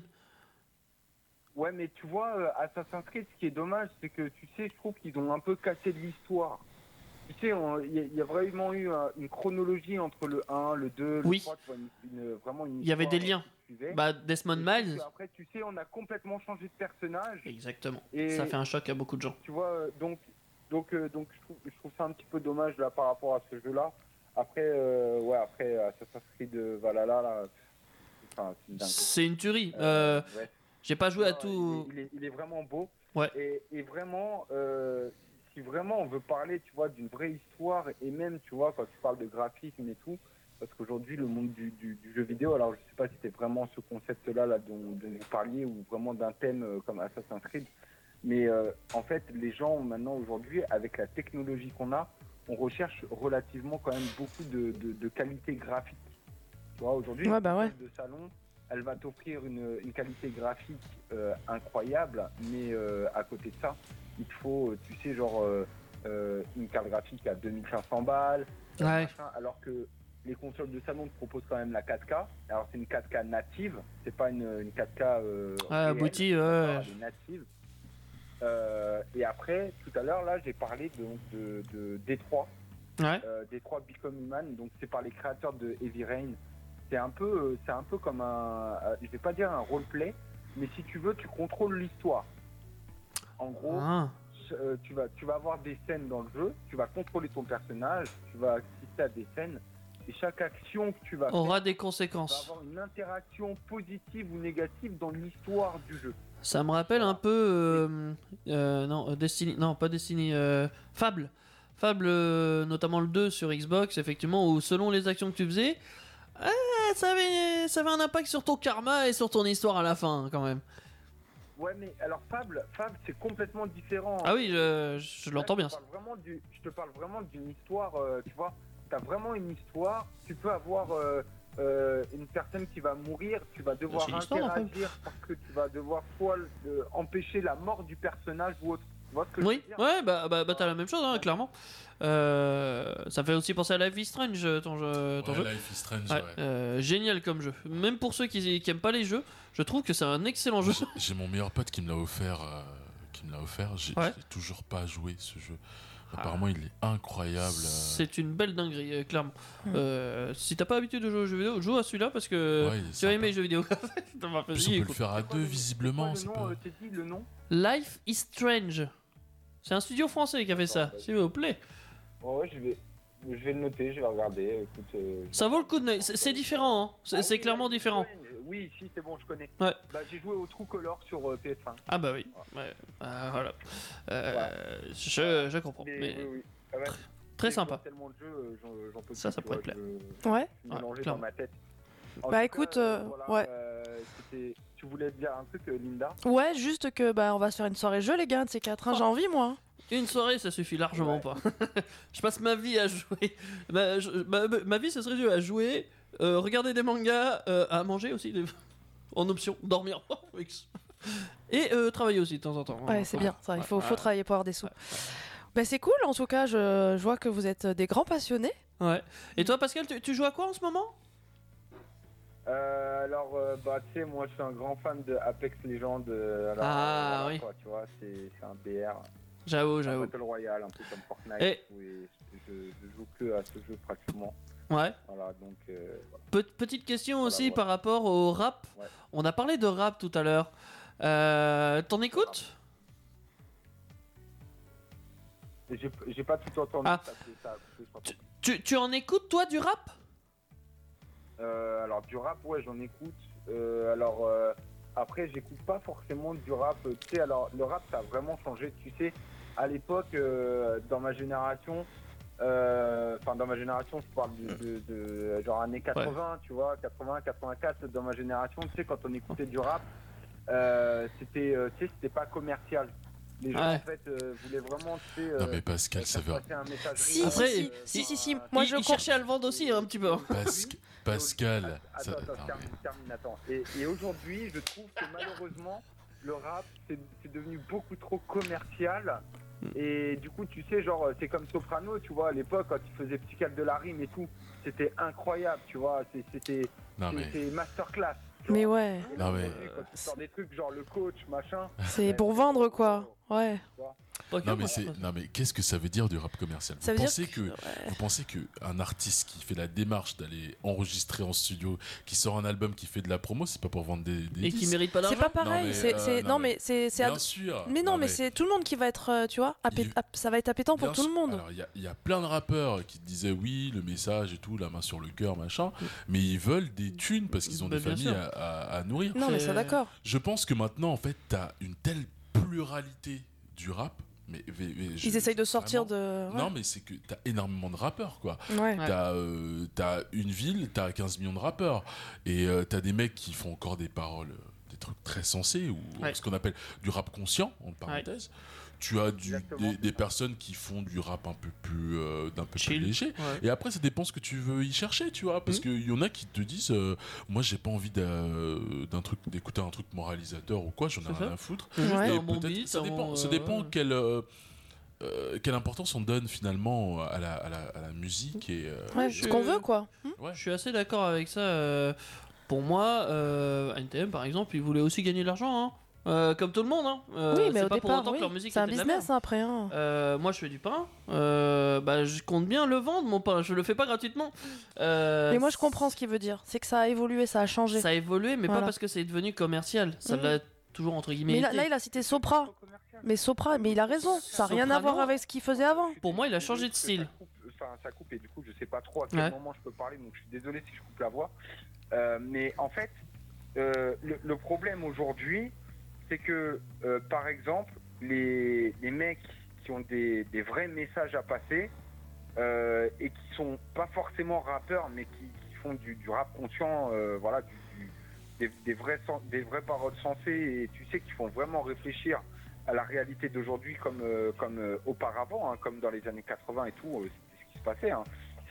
[SPEAKER 13] Ouais, mais tu vois, euh, Assassin's Creed, ce qui est dommage, c'est que tu sais, je trouve qu'ils ont un peu cassé de l'histoire. Tu sais, on- il y, a- il y a vraiment eu euh, une chronologie entre le 1, le 2, le
[SPEAKER 3] Oui.
[SPEAKER 13] 3, tu vois, une- une- vraiment une
[SPEAKER 3] Il y avait
[SPEAKER 13] histoire
[SPEAKER 3] des liens.
[SPEAKER 13] qui suivait.
[SPEAKER 3] Bah, Desmond
[SPEAKER 13] Et puis,
[SPEAKER 3] Miles.
[SPEAKER 13] Après, tu sais, on a complètement changé de personnage.
[SPEAKER 3] Exactement.
[SPEAKER 13] Et-
[SPEAKER 3] Ça fait un choc à beaucoup de gens.
[SPEAKER 13] Tu vois, euh, donc, donc, euh, donc je, trouve, je trouve ça un petit peu dommage là par rapport à ce jeu-là. Après, euh, ouais, après Assassin's Creed euh, Valhalla, là, enfin, c'est une dinguerie.
[SPEAKER 3] C'est une tuerie.
[SPEAKER 13] Euh,
[SPEAKER 3] Euh,
[SPEAKER 13] ouais.
[SPEAKER 3] J'ai pas joué à
[SPEAKER 13] Non,
[SPEAKER 3] tout.
[SPEAKER 13] Il est, il est vraiment beau.
[SPEAKER 3] Ouais.
[SPEAKER 13] Et, et vraiment, euh, si vraiment on veut parler, tu vois, d'une vraie histoire, et même, tu vois, quand tu parles de graphisme et tout, parce qu'aujourd'hui, le monde du, du- du jeu vidéo, alors je sais pas si c'était vraiment ce concept-là là, dont, dont vous parliez, ou vraiment d'un thème euh, comme Assassin's Creed, mais euh, en fait, les gens, maintenant, aujourd'hui, avec la technologie qu'on a, on recherche relativement quand même beaucoup de, de, de qualité graphique. Tu vois, aujourd'hui,
[SPEAKER 4] Ouais, bah ouais.
[SPEAKER 13] une console de salon, elle va t'offrir une, une qualité graphique euh, incroyable, mais euh, à côté de ça, il te faut, euh, tu sais, genre euh, euh, une carte graphique à 2500 balles, euh,
[SPEAKER 3] Ouais.
[SPEAKER 13] machin, alors que les consoles de salon te proposent quand même la 4K. Alors c'est une 4K native, c'est pas une, une 4K euh,
[SPEAKER 3] Ah,
[SPEAKER 13] réelle,
[SPEAKER 3] abouti,
[SPEAKER 13] elle
[SPEAKER 3] ouais, ouais.
[SPEAKER 13] est native. Euh, et après, tout à l'heure, là, j'ai parlé donc de, de Détroit.
[SPEAKER 3] Ouais.
[SPEAKER 13] Euh, Détroit Become Human, donc c'est par les créateurs de Heavy Rain. C'est un peu, euh, c'est un peu comme un, euh, je vais pas dire un roleplay, mais si tu veux, tu contrôles l'histoire. En gros,
[SPEAKER 3] Ah.
[SPEAKER 13] euh, tu vas, tu vas avoir des scènes dans le jeu, tu vas contrôler ton personnage, tu vas assister à des scènes, et chaque action que tu vas
[SPEAKER 3] Aura
[SPEAKER 13] faire
[SPEAKER 3] des conséquences.
[SPEAKER 13] va avoir une interaction positive ou négative dans l'histoire du jeu.
[SPEAKER 3] Ça me rappelle un peu. euh, euh, non, euh, Destiny. Non, pas Destiny. euh, Fable. Fable, euh, notamment le 2 sur Xbox, effectivement, où selon les actions que tu faisais, ah, ça, avait, ça avait un impact sur ton karma et sur ton histoire à la fin, hein, quand même.
[SPEAKER 13] Ouais, mais alors Fable, Fable, c'est complètement différent.
[SPEAKER 3] Ah oui, je, je
[SPEAKER 13] Là,
[SPEAKER 3] l'entends bien.
[SPEAKER 13] Je
[SPEAKER 3] ça.
[SPEAKER 13] te parle vraiment du- je te parle vraiment d'une histoire, euh, tu vois. Tu as vraiment une histoire. Tu peux avoir euh, euh, une personne qui va mourir. Tu vas devoir
[SPEAKER 3] C'est une histoire, en fait.
[SPEAKER 13] interagir parce que tu vas devoir soit euh, empêcher la mort du personnage ou autre. Tu vois ce que je
[SPEAKER 3] Oui,
[SPEAKER 13] veux dire
[SPEAKER 3] ouais, bah, bah, bah, t'as la même chose, hein, clairement. Euh, ça fait aussi penser à Life is Strange, euh, ton jeu. Ton
[SPEAKER 5] Ouais,
[SPEAKER 3] jeu.
[SPEAKER 5] Life is Strange, ouais.
[SPEAKER 3] euh, génial comme jeu. Même pour ceux qui, qui aiment pas les jeux, je trouve que c'est un excellent jeu.
[SPEAKER 5] J'ai mon meilleur pote qui me l'a offert. euh, qui me l'a offert. J'ai
[SPEAKER 3] Ouais. Ah.
[SPEAKER 5] j'ai toujours pas joué ce jeu. Apparemment, il est incroyable. euh.
[SPEAKER 3] C'est une belle dinguerie, euh, clairement. Euh, si t'as pas l'habitude de jouer aux jeux vidéo, joue à celui-là parce que
[SPEAKER 5] Ouais, il est
[SPEAKER 3] tu as aimé les jeux vidéo. T'as pas fait-
[SPEAKER 5] En plus,
[SPEAKER 3] il
[SPEAKER 5] on
[SPEAKER 3] est
[SPEAKER 5] peut le
[SPEAKER 3] cool.
[SPEAKER 5] faire à deux, visiblement.
[SPEAKER 13] Le
[SPEAKER 5] c'est
[SPEAKER 13] nom,
[SPEAKER 5] pas-
[SPEAKER 13] euh, t'es dit le nom
[SPEAKER 3] Life is Strange. C'est un studio français qui a fait ça, s'il vous plaît.
[SPEAKER 13] Ouais, ouais, je vais, je vais le noter, je vais regarder. Écoute, euh,
[SPEAKER 3] Ça vaut le coup de. C'est c'est différent, hein. C'est- c'est clairement différent.
[SPEAKER 13] je- Ah Oui, si, c'est bon, je connais.
[SPEAKER 3] Ouais.
[SPEAKER 13] Bah, j'ai joué au True Color sur euh, PS1.
[SPEAKER 3] Ah bah oui. Ouais. Ah, voilà. Euh, je, je comprends.
[SPEAKER 13] Mais
[SPEAKER 3] mais
[SPEAKER 13] oui, oui. Ah ouais.
[SPEAKER 3] Très
[SPEAKER 13] Mais je vois
[SPEAKER 3] sympa.
[SPEAKER 13] tellement de jeux, euh, j'en- j'en peux
[SPEAKER 3] Ça,
[SPEAKER 13] plus,
[SPEAKER 3] ça
[SPEAKER 13] tu
[SPEAKER 3] pourrait
[SPEAKER 13] vois, je-
[SPEAKER 3] te
[SPEAKER 4] Ouais.
[SPEAKER 13] je suis
[SPEAKER 3] Ouais,
[SPEAKER 13] mélangé
[SPEAKER 3] clairement.
[SPEAKER 13] dans ma tête.
[SPEAKER 4] Bah,
[SPEAKER 13] tout cas,
[SPEAKER 4] écoute, euh,
[SPEAKER 13] voilà,
[SPEAKER 4] ouais.
[SPEAKER 13] euh, c'était- tu voulais dire un truc, euh, Linda
[SPEAKER 4] Ouais, juste que bah on va se faire une soirée jeu les gars, de ces quatre. hein, J'ai envie moi.
[SPEAKER 3] Une soirée, ça suffit largement pas. je passe ma vie à jouer. Ma, je- ma- ma vie, ce serait jeu à jouer, euh, regarder des mangas, euh, à manger aussi, des- en option, dormir. Et euh, travailler aussi de temps en temps.
[SPEAKER 4] Ouais, c'est bien. Ça, il faut, faut
[SPEAKER 3] Ouais.
[SPEAKER 4] travailler pour avoir des sous. Bah c'est cool. En tout cas, je, je vois que vous êtes euh, des grands passionnés.
[SPEAKER 3] Ouais. Et toi, Pascal, tu, tu joues à quoi en ce moment
[SPEAKER 13] Euh, alors, euh, bah, tu sais, moi, je suis un grand fan de Apex Legends. euh, alors,
[SPEAKER 3] Ah,
[SPEAKER 13] euh, voilà,
[SPEAKER 3] oui.
[SPEAKER 13] quoi, tu vois, c'est c'est un BR.
[SPEAKER 3] J'avoue,
[SPEAKER 13] un
[SPEAKER 3] j'avoue. Eh.
[SPEAKER 13] Battle Royale, un peu comme Fortnite.
[SPEAKER 3] Et-
[SPEAKER 13] où je, je joue que à ce jeu pratiquement.
[SPEAKER 3] Ouais.
[SPEAKER 13] Voilà, donc. euh, voilà.
[SPEAKER 3] Pe- petite question aussi
[SPEAKER 13] ouais.
[SPEAKER 3] par rapport au rap.
[SPEAKER 13] Ouais.
[SPEAKER 3] On a parlé de rap tout à l'heure. Euh, T'en écoutes
[SPEAKER 13] Et J'ai j'ai pas tout entendu.
[SPEAKER 3] Ah.
[SPEAKER 13] ça, c'est- ça, c'est pas possible.
[SPEAKER 3] tu, tu en écoutes, toi, du rap
[SPEAKER 13] Euh, alors du rap, ouais, j'en écoute. Euh, alors euh, après, j'écoute pas forcément du rap. euh, Tu sais, alors le rap, ça a vraiment changé. Tu sais, à l'époque, euh, dans ma génération, euh, enfin dans ma génération, je parle de, de- de- genre années 80, tu vois, 80, 84. Dans ma génération, tu sais, quand on écoutait du rap, euh, c'était, euh, tu sais, c'était pas commercial. Les gens,
[SPEAKER 3] Ouais.
[SPEAKER 13] en fait, euh, voulaient vraiment, tu sais,
[SPEAKER 5] Non
[SPEAKER 13] euh,
[SPEAKER 5] mais Pascal, ça va.
[SPEAKER 13] passer un message.
[SPEAKER 3] Si,
[SPEAKER 13] riche,
[SPEAKER 3] Après,
[SPEAKER 13] euh,
[SPEAKER 3] si,
[SPEAKER 13] enfin,
[SPEAKER 3] si, si,
[SPEAKER 13] euh,
[SPEAKER 3] moi je cherchais à le vendre aussi hein, un petit peu.
[SPEAKER 5] Pasc- Pascal,
[SPEAKER 13] Attends,
[SPEAKER 5] ça-
[SPEAKER 13] attends,
[SPEAKER 5] non,
[SPEAKER 13] termine, termine, attends. Et, et aujourd'hui, je trouve que malheureusement, le rap, c'est c'est devenu beaucoup trop commercial. Et du coup, tu sais, genre, c'est comme Soprano, tu vois, à l'époque, quand il faisait Petit Cap de la Rime et tout, c'était incroyable, tu vois, c'est- c'était
[SPEAKER 5] Non, mais-
[SPEAKER 13] c'était masterclass.
[SPEAKER 4] Mais ouais,
[SPEAKER 5] Non mais,
[SPEAKER 13] Et Quand tu sors des trucs genre le coach, machin.
[SPEAKER 4] c'est pour vendre quoi. Ouais.
[SPEAKER 5] non, mais c'est- non, mais qu'est-ce que ça veut dire du rap commercial
[SPEAKER 4] Ça
[SPEAKER 5] vous
[SPEAKER 4] veut dire
[SPEAKER 5] pensez, que, vous pensez que un artiste qui fait la démarche d'aller enregistrer en studio, qui sort un album, qui fait de la promo, c'est pas pour vendre des, des
[SPEAKER 3] Et qui
[SPEAKER 5] disques.
[SPEAKER 3] mérite pas
[SPEAKER 4] C'est
[SPEAKER 3] d'argent.
[SPEAKER 4] pas pareil. c'est- c'est- non, mais c'est. c'est
[SPEAKER 5] Bien
[SPEAKER 4] ad-
[SPEAKER 5] sûr.
[SPEAKER 4] Mais non,
[SPEAKER 5] Non,
[SPEAKER 4] mais,
[SPEAKER 5] mais-
[SPEAKER 4] c'est tout le monde qui va être, euh, tu vois, appé- app- ça va être appétant pour
[SPEAKER 5] Bien
[SPEAKER 4] tout le
[SPEAKER 5] sûr.
[SPEAKER 4] monde.
[SPEAKER 5] Alors, il y a- il y, a plein de rappeurs qui te disaient oui, le message et tout, la main sur le cœur, machin, mais ils veulent des thunes parce qu'ils ont
[SPEAKER 3] Bah,
[SPEAKER 5] des
[SPEAKER 3] bien
[SPEAKER 5] familles
[SPEAKER 3] sûr.
[SPEAKER 5] à, à- à nourrir.
[SPEAKER 4] Non, mais ça,
[SPEAKER 5] C'est-
[SPEAKER 4] d'accord.
[SPEAKER 5] Je pense que maintenant, en fait, t'as une telle pluralité du rap. Mais, mais- mais je-
[SPEAKER 4] Ils essayent de sortir de. ouais.
[SPEAKER 5] Non, mais c'est que t'as énormément de rappeurs, quoi.
[SPEAKER 4] Ouais.
[SPEAKER 5] T'as euh, t'as une ville, t'as 15 millions de rappeurs. Et euh, t'as des mecs qui font encore des paroles, euh, des trucs très sensés, ou
[SPEAKER 3] Ouais.
[SPEAKER 5] ce qu'on appelle du rap conscient, en parenthèse. Tu as du- des, des personnes qui font du rap un peu plus, euh, d'un peu plus léger. Et après, ça dépend ce que tu veux y chercher, tu vois. Parce qu'il y en a qui te disent euh, Moi, j'ai pas envie d'un d'un truc d'écouter un truc moralisateur ou quoi, j'en ai
[SPEAKER 3] C'est
[SPEAKER 5] rien
[SPEAKER 3] ça.
[SPEAKER 5] à foutre.
[SPEAKER 3] Juste
[SPEAKER 5] Et
[SPEAKER 3] un bon
[SPEAKER 5] peut-être-
[SPEAKER 3] beat,
[SPEAKER 5] ça
[SPEAKER 3] un
[SPEAKER 5] dépend,
[SPEAKER 3] bon,
[SPEAKER 5] ça
[SPEAKER 3] euh,
[SPEAKER 5] dépend
[SPEAKER 3] ouais.
[SPEAKER 5] quelle, euh, euh, quelle importance on donne finalement à la, à la- à la musique et. euh,
[SPEAKER 4] Ouais, ce qu'on veut quoi.
[SPEAKER 3] Je suis assez d'accord avec ça. euh, pour moi, euh, NTM par exemple, ils voulaient aussi gagner de l'argent. hein. Euh, comme tout le monde, hein. Euh,
[SPEAKER 4] oui, mais
[SPEAKER 3] c'est
[SPEAKER 4] au
[SPEAKER 3] pas pour
[SPEAKER 4] départ,
[SPEAKER 3] autant
[SPEAKER 4] oui,
[SPEAKER 3] que leur musique
[SPEAKER 4] c'est un
[SPEAKER 3] était de la
[SPEAKER 4] business hein, après. hein.
[SPEAKER 3] Euh, moi je fais du pain, Euh, bah, je compte bien le vendre mon pain, je le fais pas gratuitement. Euh,
[SPEAKER 4] Mais moi, je comprends ce qu'il veut dire. C'est que ça a évolué, ça a changé.
[SPEAKER 3] ça a évolué, mais
[SPEAKER 4] Voilà.
[SPEAKER 3] pas parce que c'est devenu commercial, ça
[SPEAKER 4] Mhm.
[SPEAKER 3] l'a toujours entre guillemets.
[SPEAKER 4] Mais là,
[SPEAKER 3] été.
[SPEAKER 4] là, il a cité Sopra. Mais Sopra, mais il a raison. Ça n'a rien à
[SPEAKER 3] Soprano.
[SPEAKER 4] voir avec ce qu'il faisait avant.
[SPEAKER 3] Pour moi, il a changé de style.
[SPEAKER 13] Enfin, ça coupe et du coup, je sais pas trop à quel
[SPEAKER 3] Ouais.
[SPEAKER 13] moment je peux parler, donc je suis désolé si je coupe la voix. Euh, mais en fait, euh, le, le problème aujourd'hui, c'est que, euh, par exemple, les, les mecs qui ont des, des vrais messages à passer euh, et qui sont pas forcément rappeurs, mais qui, qui font du, du rap conscient, euh, voilà, du, du- des, des, vrais, sen- des vraies paroles sensées et tu sais qu'ils font vraiment réfléchir à la réalité d'aujourd'hui comme, euh, comme euh, auparavant, hein, comme dans les années 80 et tout, euh, c'était ce qui se passait. hein.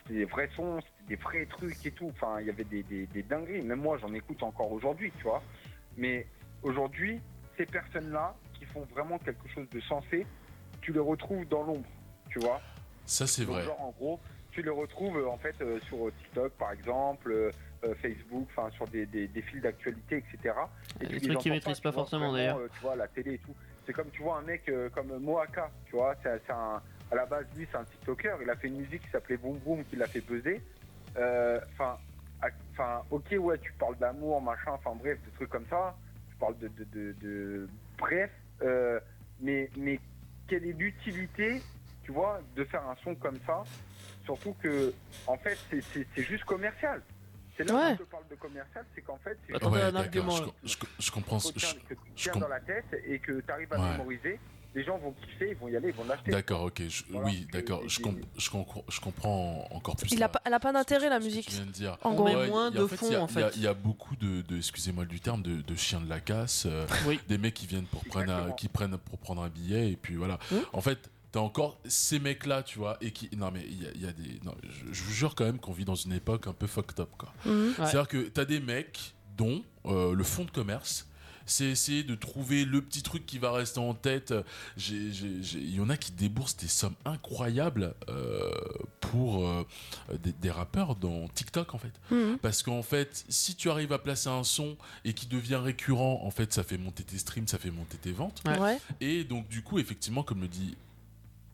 [SPEAKER 13] C'était des vrais sons, c'était des vrais trucs et tout. Enfin, il y avait des, des- des dingueries. Même moi, j'en écoute encore aujourd'hui, tu vois. Mais aujourd'hui, ces personnes-là qui font vraiment quelque chose de sensé, tu les retrouves dans l'ombre, tu vois.
[SPEAKER 5] Ça, c'est
[SPEAKER 13] Donc,
[SPEAKER 5] vrai.
[SPEAKER 13] genre, en gros, tu les retrouves euh, en fait euh, sur euh, TikTok, par exemple, euh, euh, Facebook, enfin sur des, des, des fils d'actualité, etc.
[SPEAKER 3] Des
[SPEAKER 13] tu les
[SPEAKER 3] trucs qu'ils
[SPEAKER 13] entends
[SPEAKER 3] maîtrisent
[SPEAKER 13] tu
[SPEAKER 3] pas
[SPEAKER 13] vois,
[SPEAKER 3] forcément,
[SPEAKER 13] vraiment,
[SPEAKER 3] d'ailleurs.
[SPEAKER 13] euh, tu vois, la télé et tout. C'est comme tu vois un mec euh, comme Moaka, tu vois, c'est c'est un- à la base lui c'est un TikToker, il a fait une musique qui s'appelait Boom Boom, qui l'a fait buzzer. Euh, Enfin, à- enfin, ok ouais, tu parles d'amour, machin, enfin bref, de trucs comme ça. Tu parles de, de, de, de- bref, euh, mais mais quelle est l'utilité, tu vois, de faire un son comme ça Surtout que, en fait, c'est- c'est c'est juste commercial. C'est là
[SPEAKER 4] Ouais.
[SPEAKER 13] où je te parle de commercial, c'est qu'en fait, c'est
[SPEAKER 3] Attendez,
[SPEAKER 5] Ouais,
[SPEAKER 3] un
[SPEAKER 5] d'accord,
[SPEAKER 3] argument.
[SPEAKER 5] je com- Je, co- je comprends. ce-
[SPEAKER 13] faut
[SPEAKER 5] Bah, je-
[SPEAKER 13] tiens- que tu tiens
[SPEAKER 5] com-
[SPEAKER 13] dans la tête et que tu arrives à
[SPEAKER 5] Ouais.
[SPEAKER 13] mémoriser, les gens vont kiffer, ils vont y aller, ils vont l'acheter.
[SPEAKER 5] D'accord, ok. je-
[SPEAKER 13] Voilà,
[SPEAKER 5] oui,
[SPEAKER 13] que-
[SPEAKER 5] d'accord. Je, com- je, concor- je comprends encore plus.
[SPEAKER 4] Il
[SPEAKER 5] la-
[SPEAKER 4] a pas, elle a pas d'intérêt la
[SPEAKER 5] ce que
[SPEAKER 4] musique.
[SPEAKER 5] tu viens de dire.
[SPEAKER 4] En gros.
[SPEAKER 3] met moins
[SPEAKER 5] il y a-
[SPEAKER 3] de
[SPEAKER 5] il y a-
[SPEAKER 3] fond, en
[SPEAKER 5] il y a-
[SPEAKER 3] fait.
[SPEAKER 5] Il y, a beaucoup de, de- excusez-moi du terme, de, de chiens de la casse, euh, des mecs qui viennent pour prendre, un, qui prennent pour prendre un billet et puis voilà. En fait, t'as encore ces mecs-là, tu vois, et qui, non mais il y a- il y, a des, non, je, je vous jure quand même qu'on vit dans une époque un peu fucked up quoi.
[SPEAKER 3] Mhm.
[SPEAKER 4] Mmh.
[SPEAKER 3] Ouais.
[SPEAKER 5] C'est-à-dire que t'as des mecs dont euh, le fonds de commerce. C'est essayer de trouver le petit truc qui va rester en tête. J'ai- j'ai- j'ai- Il y en a qui déboursent des sommes incroyables euh, pour euh, des, des rappeurs dans TikTok en fait.
[SPEAKER 4] Mmh.
[SPEAKER 14] Mhm.
[SPEAKER 5] Parce qu'en fait, si tu arrives à placer un son et qui devient récurrent, en fait, ça fait monter tes streams, ça fait monter tes ventes.
[SPEAKER 14] Ouais. Ouais.
[SPEAKER 5] Et donc, du coup, effectivement, comme le dit.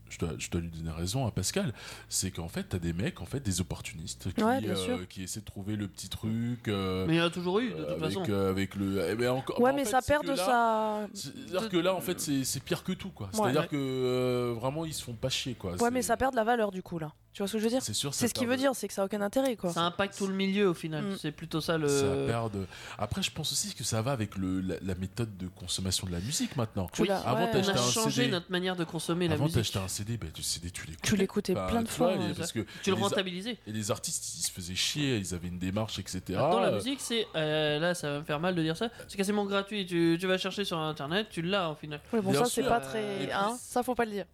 [SPEAKER 5] Je dois, je dois lui donner raison à Pascal, c'est qu'en fait, t'as des mecs, en fait, des opportunistes qui, euh,
[SPEAKER 4] Ouais, bien sûr.
[SPEAKER 5] qui essaient de trouver le petit truc. euh,
[SPEAKER 3] Mais il y en a toujours eu, de toute
[SPEAKER 5] avec,
[SPEAKER 3] façon.
[SPEAKER 5] euh, avec le. eh ben, encore-
[SPEAKER 4] Ouais,
[SPEAKER 5] en
[SPEAKER 4] mais
[SPEAKER 5] fait,
[SPEAKER 4] ça
[SPEAKER 5] c'est
[SPEAKER 4] perd
[SPEAKER 5] que
[SPEAKER 4] de
[SPEAKER 5] là-
[SPEAKER 4] sa.
[SPEAKER 5] C'est-à-dire que là, en fait, c'est c'est pire que tout, quoi.
[SPEAKER 4] Ouais.
[SPEAKER 5] C'est-à-dire
[SPEAKER 4] Ouais.
[SPEAKER 5] que euh, vraiment, ils se font pas chier, quoi.
[SPEAKER 4] Ouais, mais
[SPEAKER 5] C'est-
[SPEAKER 4] ça perd de la valeur du coup là. Tu vois ce que je veux dire
[SPEAKER 5] C'est sûr, ça
[SPEAKER 4] ce qu'il
[SPEAKER 5] perd
[SPEAKER 4] veut
[SPEAKER 5] de-
[SPEAKER 4] dire, c'est que ça n'a aucun intérêt quoi.
[SPEAKER 3] Ça impacte tout le milieu au final.
[SPEAKER 4] Mm.
[SPEAKER 3] C'est plutôt ça le.
[SPEAKER 5] euh, Ça perd de- Après, je pense aussi que ça va avec le, la, la méthode de consommation de la musique maintenant.
[SPEAKER 3] Oui,
[SPEAKER 5] Avant,
[SPEAKER 3] on
[SPEAKER 5] t'achetais
[SPEAKER 3] a
[SPEAKER 5] un
[SPEAKER 3] changé
[SPEAKER 5] CD.
[SPEAKER 3] notre manière de consommer la
[SPEAKER 5] Avant,
[SPEAKER 3] musique.
[SPEAKER 5] t'achetais un CD, bah, le CD, tu l'écoutais.
[SPEAKER 4] Tu l'écoutais
[SPEAKER 5] Bah,
[SPEAKER 4] plein de
[SPEAKER 5] tu
[SPEAKER 4] fois. hein.
[SPEAKER 5] vois,
[SPEAKER 4] ouais.
[SPEAKER 5] il- parce que
[SPEAKER 3] Tu le
[SPEAKER 5] les a-
[SPEAKER 3] rentabilisais.
[SPEAKER 5] Et les artistes, ils se faisaient chier, ils avaient une démarche, etc.
[SPEAKER 3] Dans la musique, c'est. euh, là, ça va me faire mal de dire ça. C'est quasiment gratuit. Tu, tu vas chercher sur internet, tu l'as au final.
[SPEAKER 4] Ouais, bon,
[SPEAKER 5] Bien
[SPEAKER 4] ça c'est
[SPEAKER 5] sûr.
[SPEAKER 4] pas
[SPEAKER 3] Euh,
[SPEAKER 4] très. Hein ça faut pas le dire.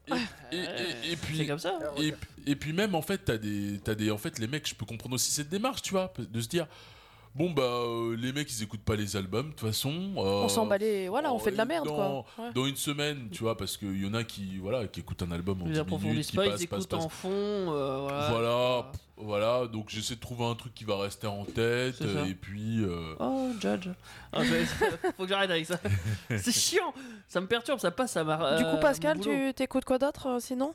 [SPEAKER 5] Et, et- et puis,
[SPEAKER 3] C'est comme ça.
[SPEAKER 5] Et, et puis même en fait, t'as des, t'as des, en fait, les mecs, je peux comprendre aussi cette démarche, tu vois, de se dire, bon bah, euh, les mecs, ils écoutent pas les albums de toute façon. euh, Oh,
[SPEAKER 4] On s'en bat les- voilà, on fait de la merde,
[SPEAKER 5] dans,
[SPEAKER 4] quoi. Ouais.
[SPEAKER 5] Dans une semaine, tu vois, parce qu'il y en a qui, voilà, qui écoutent un album en 10
[SPEAKER 3] Ils
[SPEAKER 5] minutes,
[SPEAKER 3] approfondissent
[SPEAKER 5] qui
[SPEAKER 3] pas,
[SPEAKER 5] passe,
[SPEAKER 3] ils
[SPEAKER 5] passe,
[SPEAKER 3] écoutent
[SPEAKER 5] passe.
[SPEAKER 3] en fond. euh, voilà.
[SPEAKER 5] Voilà, pff, voilà. Donc j'essaie de trouver un truc qui va rester en tête,
[SPEAKER 3] C'est ça.
[SPEAKER 5] et puis. euh,
[SPEAKER 3] Oh, Judge. Ah, mais- faut que j'arrête avec ça. C'est chiant. Ça me perturbe, ça passe à ma.
[SPEAKER 4] Du
[SPEAKER 3] à
[SPEAKER 4] coup,
[SPEAKER 3] Euh, mon
[SPEAKER 4] Pascal,
[SPEAKER 3] boulot.
[SPEAKER 4] tu t'écoutes quoi d'autre euh, sinon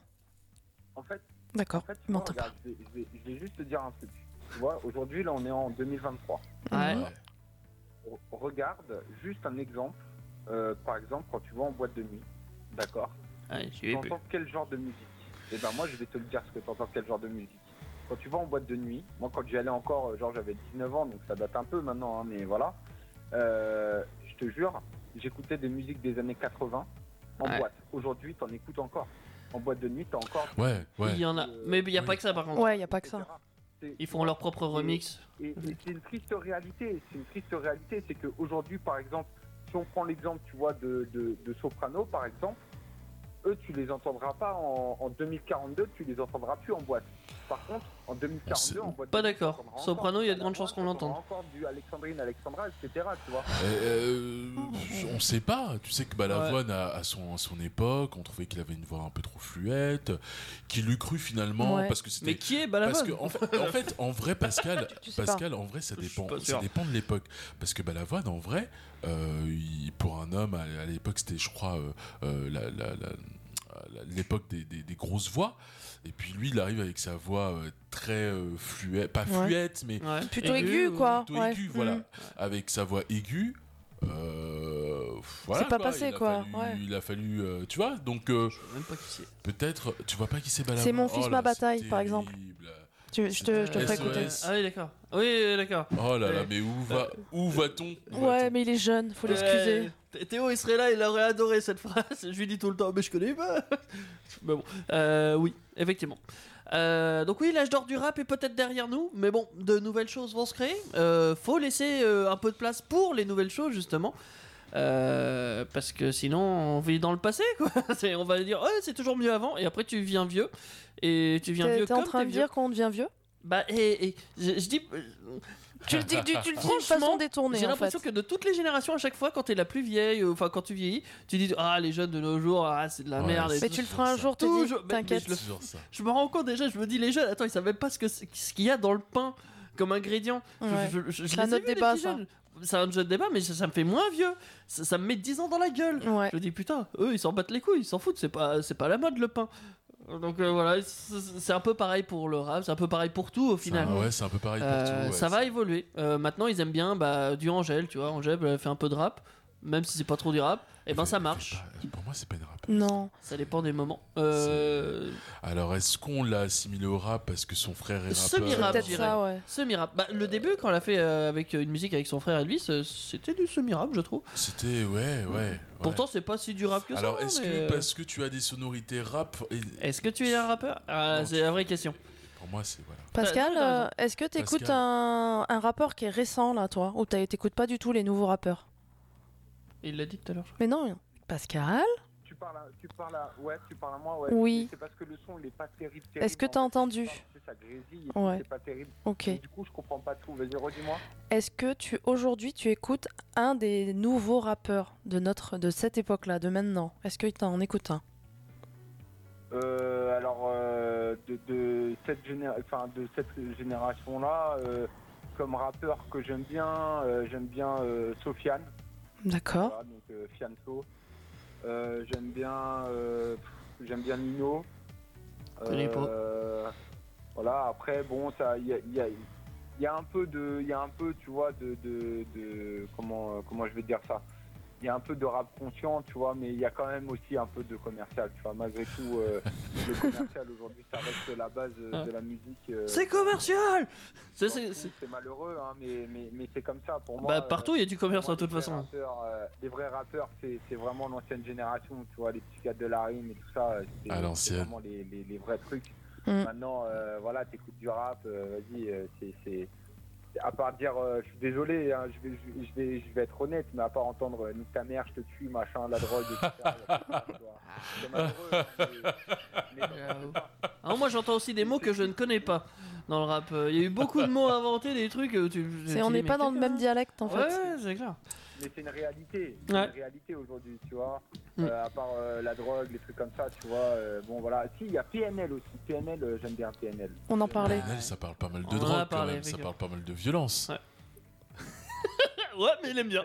[SPEAKER 13] En fait,
[SPEAKER 4] D'accord,
[SPEAKER 13] tu vois,
[SPEAKER 4] m'entends
[SPEAKER 13] regarde, je vais, je vais- je vais juste te dire un truc. Tu vois, aujourd'hui, là, on est en 2023.
[SPEAKER 3] Ouais.
[SPEAKER 13] Re- Regarde juste un exemple. Euh, par exemple, quand tu vas en boîte de nuit, d'accord
[SPEAKER 3] Ouais, j'y vais
[SPEAKER 13] Tu
[SPEAKER 3] plus.
[SPEAKER 13] entends quel genre de musique Et ben moi, je vais te le dire ce que tu entends quel genre de musique. Quand tu vas en boîte de nuit, moi, quand j'y allais encore, euh, genre j'avais 19 ans, donc ça date un peu maintenant, hein, mais voilà. Euh, je te jure, j'écoutais des musiques des années 80 en
[SPEAKER 3] Ouais.
[SPEAKER 13] boîte. Aujourd'hui, t'en écoutes encore. En boîte de nuit, t'as encore.
[SPEAKER 5] Ouais,
[SPEAKER 3] Il y en a. Mais il n'y a pas que ça par contre.
[SPEAKER 4] Ouais, y a pas que ça.
[SPEAKER 3] Ils font leur propre remix.
[SPEAKER 5] Mmh.
[SPEAKER 13] Et, et c'est une triste réalité. C'est une triste réalité, c'est qu'aujourd'hui, par exemple, si on prend l'exemple, tu vois, de, de, de Soprano, par exemple, eux, tu les entendras pas en, en 2042, tu les entendras plus en boîte. Par contre, en 2042, en boîte.
[SPEAKER 3] Pas
[SPEAKER 13] de nuit,
[SPEAKER 3] d'accord.
[SPEAKER 13] tu entendras
[SPEAKER 3] Soprano, il y a de
[SPEAKER 13] encore-
[SPEAKER 3] grandes chances qu'on l'entende.
[SPEAKER 13] t'entendras Encore du Alexandrine, Alexandra, etc. Tu vois.
[SPEAKER 5] Euh, euh, on sait pas. Tu sais que Balavoine, à, à son, à son époque, on trouvait qu'il avait une voix un peu trop fluette, qu'il l'eut cru finalement.
[SPEAKER 3] Ouais.
[SPEAKER 5] Parce que c'était-
[SPEAKER 3] Mais qui est Balavoine
[SPEAKER 5] parce que, en, fait, en fait, en vrai, Pascal,
[SPEAKER 3] Tu sais pas.
[SPEAKER 5] Pascal en vrai, ça dépend,
[SPEAKER 3] pas
[SPEAKER 5] ça
[SPEAKER 3] sûr.
[SPEAKER 5] dépend de l'époque. Parce que Balavoine, en vrai, euh, il- pour un homme, à, à l'époque, c'était, je crois, euh, euh, la- la- la- la- l'époque des, des- des grosses voix. Et puis lui, il arrive avec sa voix euh, très euh, fluette, pas
[SPEAKER 4] Ouais.
[SPEAKER 5] fluette, mais
[SPEAKER 4] Ouais. Plutôt aiguë, quoi.
[SPEAKER 5] Plutôt
[SPEAKER 4] Ouais.
[SPEAKER 5] aiguë, voilà
[SPEAKER 4] Mhm.
[SPEAKER 5] avec sa voix aiguë. euh, voilà,
[SPEAKER 4] C'est pas passé,
[SPEAKER 5] il a
[SPEAKER 4] quoi,
[SPEAKER 5] fallu-
[SPEAKER 4] ouais.
[SPEAKER 5] Il a fallu, euh, tu vois, donc. euh, Peut-être, tu vois pas qui c'est Balavoine.
[SPEAKER 4] C'est mon fils,
[SPEAKER 5] Oh
[SPEAKER 4] ma
[SPEAKER 5] là,
[SPEAKER 4] bataille,
[SPEAKER 5] c'est
[SPEAKER 4] par exemple. Tu- je te, je te ferai écouter.
[SPEAKER 5] SOS.
[SPEAKER 3] Ah oui, d'accord. Oui, euh, d'accord.
[SPEAKER 5] Oh là là, mais où va, où va-t-on
[SPEAKER 4] Ouais, mais il est jeune, faut l'excuser.
[SPEAKER 3] Euh, Théo, il serait là, il aurait adoré cette phrase. Je lui dis tout le temps, mais je connais pas. mais bon, euh, oui, effectivement. Euh, donc oui, l'âge d'or du rap est peut-être derrière nous, mais bon, de nouvelles choses vont se créer. Euh, faut laisser euh, un peu de place pour les nouvelles choses justement, Euh, parce que sinon on vit dans le passé quoi. C'est- on va dire, ouais, c'est toujours mieux avant, et après tu viens vieux et tu viens
[SPEAKER 4] T'es
[SPEAKER 3] vieux
[SPEAKER 4] t'es
[SPEAKER 3] comme
[SPEAKER 4] en train
[SPEAKER 3] t'es
[SPEAKER 4] de
[SPEAKER 3] vieux.
[SPEAKER 4] dire qu'on devient vieux
[SPEAKER 3] Bah, et, et- je, je dis.
[SPEAKER 4] Tu le dis- tu- tu le dis de façon détournée,
[SPEAKER 3] J'ai
[SPEAKER 4] en
[SPEAKER 3] l'impression
[SPEAKER 4] fait.
[SPEAKER 3] que de toutes les générations, à chaque fois, quand t'es la plus vieille, euh, enfin quand tu vieillis, tu dis Ah, les jeunes de nos jours, ah, c'est de la
[SPEAKER 5] Ouais,
[SPEAKER 3] merde. et
[SPEAKER 4] Mais
[SPEAKER 3] tout.
[SPEAKER 4] tu le feras un jour, t'es dit,
[SPEAKER 3] Toujours- mais- mais
[SPEAKER 4] t'inquiète.
[SPEAKER 3] je le-
[SPEAKER 5] Toujours ça.
[SPEAKER 3] Je me rends compte déjà, je me dis Les jeunes, attends, ils savent même pas ce que c'est- ce qu'il y a dans le pain comme ingrédient. Je-
[SPEAKER 4] Ouais.
[SPEAKER 3] je- je- je
[SPEAKER 4] C'est
[SPEAKER 3] les
[SPEAKER 4] un
[SPEAKER 3] ai
[SPEAKER 4] autre
[SPEAKER 3] vus, les
[SPEAKER 4] débat,
[SPEAKER 3] petits
[SPEAKER 4] ça.
[SPEAKER 3] jeunes. C'est un jeu de débat, mais ça, ça me fait moins vieux. Ça, ça me met 10 ans dans la gueule. Je me dis Putain, eux, ils s'en battent les couilles, ils s'en foutent, c'est pas, c'est pas la mode le pain. Donc euh, voilà, c'est c'est un peu pareil pour le rap, c'est un peu pareil pour tout au final.
[SPEAKER 5] Ah ouais, c'est un peu pareil
[SPEAKER 3] Euh,
[SPEAKER 5] partout. ouais.
[SPEAKER 3] ça va évoluer. Euh, maintenant, ils aiment bien bah, du Angèle, tu vois. Angèle elle fait un peu de rap, même si c'est pas trop du rap. Et ben ça marche.
[SPEAKER 5] Pour moi, c'est pas une rap.
[SPEAKER 4] Non.
[SPEAKER 3] Ça dépend des moments. Euh,
[SPEAKER 5] Alors, est-ce qu'on l'a assimilé au rap parce que son frère est rappeur
[SPEAKER 3] Semi-rap,
[SPEAKER 5] peut
[SPEAKER 3] je dirais. Semi-rap. Bah, le début, quand elle a fait euh, avec euh, une musique avec son frère Elvis, euh, c'était du semi-rap, je trouve.
[SPEAKER 5] C'était, ouais, ouais. ouais.
[SPEAKER 3] Pourtant, c'est pas si du rap que ça.
[SPEAKER 5] Alors, est-ce
[SPEAKER 3] mais,
[SPEAKER 5] que
[SPEAKER 3] euh,
[SPEAKER 5] parce que tu as des sonorités rap, et-
[SPEAKER 3] est-ce que tu es un rappeur Ah, C'est la vraie question.
[SPEAKER 5] pour moi, c'est voilà.
[SPEAKER 4] Pascal, euh, est-ce que t'écoutes
[SPEAKER 5] Pascal.
[SPEAKER 4] un, un rappeur qui est récent là, toi Ou t'as- t'écoutes pas du tout les nouveaux rappeurs
[SPEAKER 3] Il l'a dit tout à l'heure.
[SPEAKER 4] Mais non, Pascal
[SPEAKER 13] Tu parles, à, tu parles à, ouais, tu parles à moi, ouais.
[SPEAKER 4] Oui.
[SPEAKER 13] Mais C'est parce que le son, il est pas terrible. terrible,
[SPEAKER 4] Est-ce que
[SPEAKER 13] en
[SPEAKER 4] t'as
[SPEAKER 13] fait.
[SPEAKER 4] entendu
[SPEAKER 13] Ça grésille. et
[SPEAKER 4] Ouais.
[SPEAKER 13] C'est pas terrible.
[SPEAKER 4] Ok.
[SPEAKER 13] Et du coup, je comprends pas tout. Vas-y, redis-moi.
[SPEAKER 4] Est-ce que tu aujourd'hui tu écoutes un des nouveaux rappeurs de notre de cette époque-là, de maintenant Est-ce que t'en écoutes un
[SPEAKER 13] Euh, alors, euh, de, de cette, géné- enfin, de cette génération-là, euh, comme rappeur que j'aime bien, euh, j'aime bien euh, Sofiane.
[SPEAKER 4] D'accord.
[SPEAKER 3] Ah.
[SPEAKER 13] Voilà, donc euh, Fianso. Euh, j'aime bien, euh, pff, j'aime bien Nino.
[SPEAKER 3] Connais pas.
[SPEAKER 13] Euh, voilà. Après, bon, ça, il y a, il y a- il y a un peu de, il y a un peu, tu vois, de, de, de- comment, euh, comment je vais dire ça. il y a un peu de rap conscient, tu vois, mais il y a quand même aussi un peu de commercial, tu vois. Malgré tout, euh, le commercial aujourd'hui, ça reste la base euh, de la musique. euh,
[SPEAKER 3] Ah. C'est commercial Ça,
[SPEAKER 13] dans le fond,
[SPEAKER 3] c'est-
[SPEAKER 13] C'est malheureux, hein, mais, mais, mais c'est comme ça pour moi.
[SPEAKER 3] Bah, partout, il y a
[SPEAKER 13] euh,
[SPEAKER 3] du commerce,
[SPEAKER 13] pour
[SPEAKER 3] hein, de
[SPEAKER 13] moi,
[SPEAKER 3] toute façon.
[SPEAKER 13] Les vrais rappeurs, euh, les vrais rappeurs, c'est c'est vraiment l'ancienne génération, tu vois, les petits gars de la rime et tout ça. euh, c'est-
[SPEAKER 5] À
[SPEAKER 13] C'est
[SPEAKER 5] l'ancienne.
[SPEAKER 13] vraiment les, les, les vrais trucs.
[SPEAKER 4] Mm.
[SPEAKER 13] Maintenant, euh, voilà, t'écoutes du rap, euh, vas-y, euh, c'est- c'est. À part dire, euh, je suis désolé, hein, je, vais, je, je vais, je vais être honnête, mais à part entendre euh, nique ta mère, je te tue, machin, la drogue, etc. y a pas de ça, tu vois. C'est malheureux, hein, mais- mais-
[SPEAKER 3] Ah, moi j'entends aussi des mots que je ne connais pas dans le rap. Euh, Il y a eu beaucoup de mots inventés, des trucs. euh, Tu, tu-
[SPEAKER 4] C'est- on
[SPEAKER 3] tu
[SPEAKER 4] n'est
[SPEAKER 3] dis,
[SPEAKER 4] pas
[SPEAKER 3] mais
[SPEAKER 4] dans le même dialecte en fait.
[SPEAKER 3] Ouais, ouais, c'est clair.
[SPEAKER 13] Mais c'est une réalité, c'est
[SPEAKER 3] Ouais.
[SPEAKER 13] une réalité aujourd'hui, tu vois.
[SPEAKER 3] Mm.
[SPEAKER 13] Euh, à part euh, la drogue, les trucs comme ça, tu vois. euh, bon, voilà. Si, il y a PNL aussi. PNL, euh, j'aime bien PNL.
[SPEAKER 4] On en parlait.
[SPEAKER 5] Là, ça parle pas mal
[SPEAKER 3] On
[SPEAKER 5] de
[SPEAKER 3] en a
[SPEAKER 5] drogue quand
[SPEAKER 3] parlé,
[SPEAKER 5] même, ça
[SPEAKER 3] effectivement.
[SPEAKER 5] parle pas mal de violence.
[SPEAKER 3] Ouais, mais il aime bien.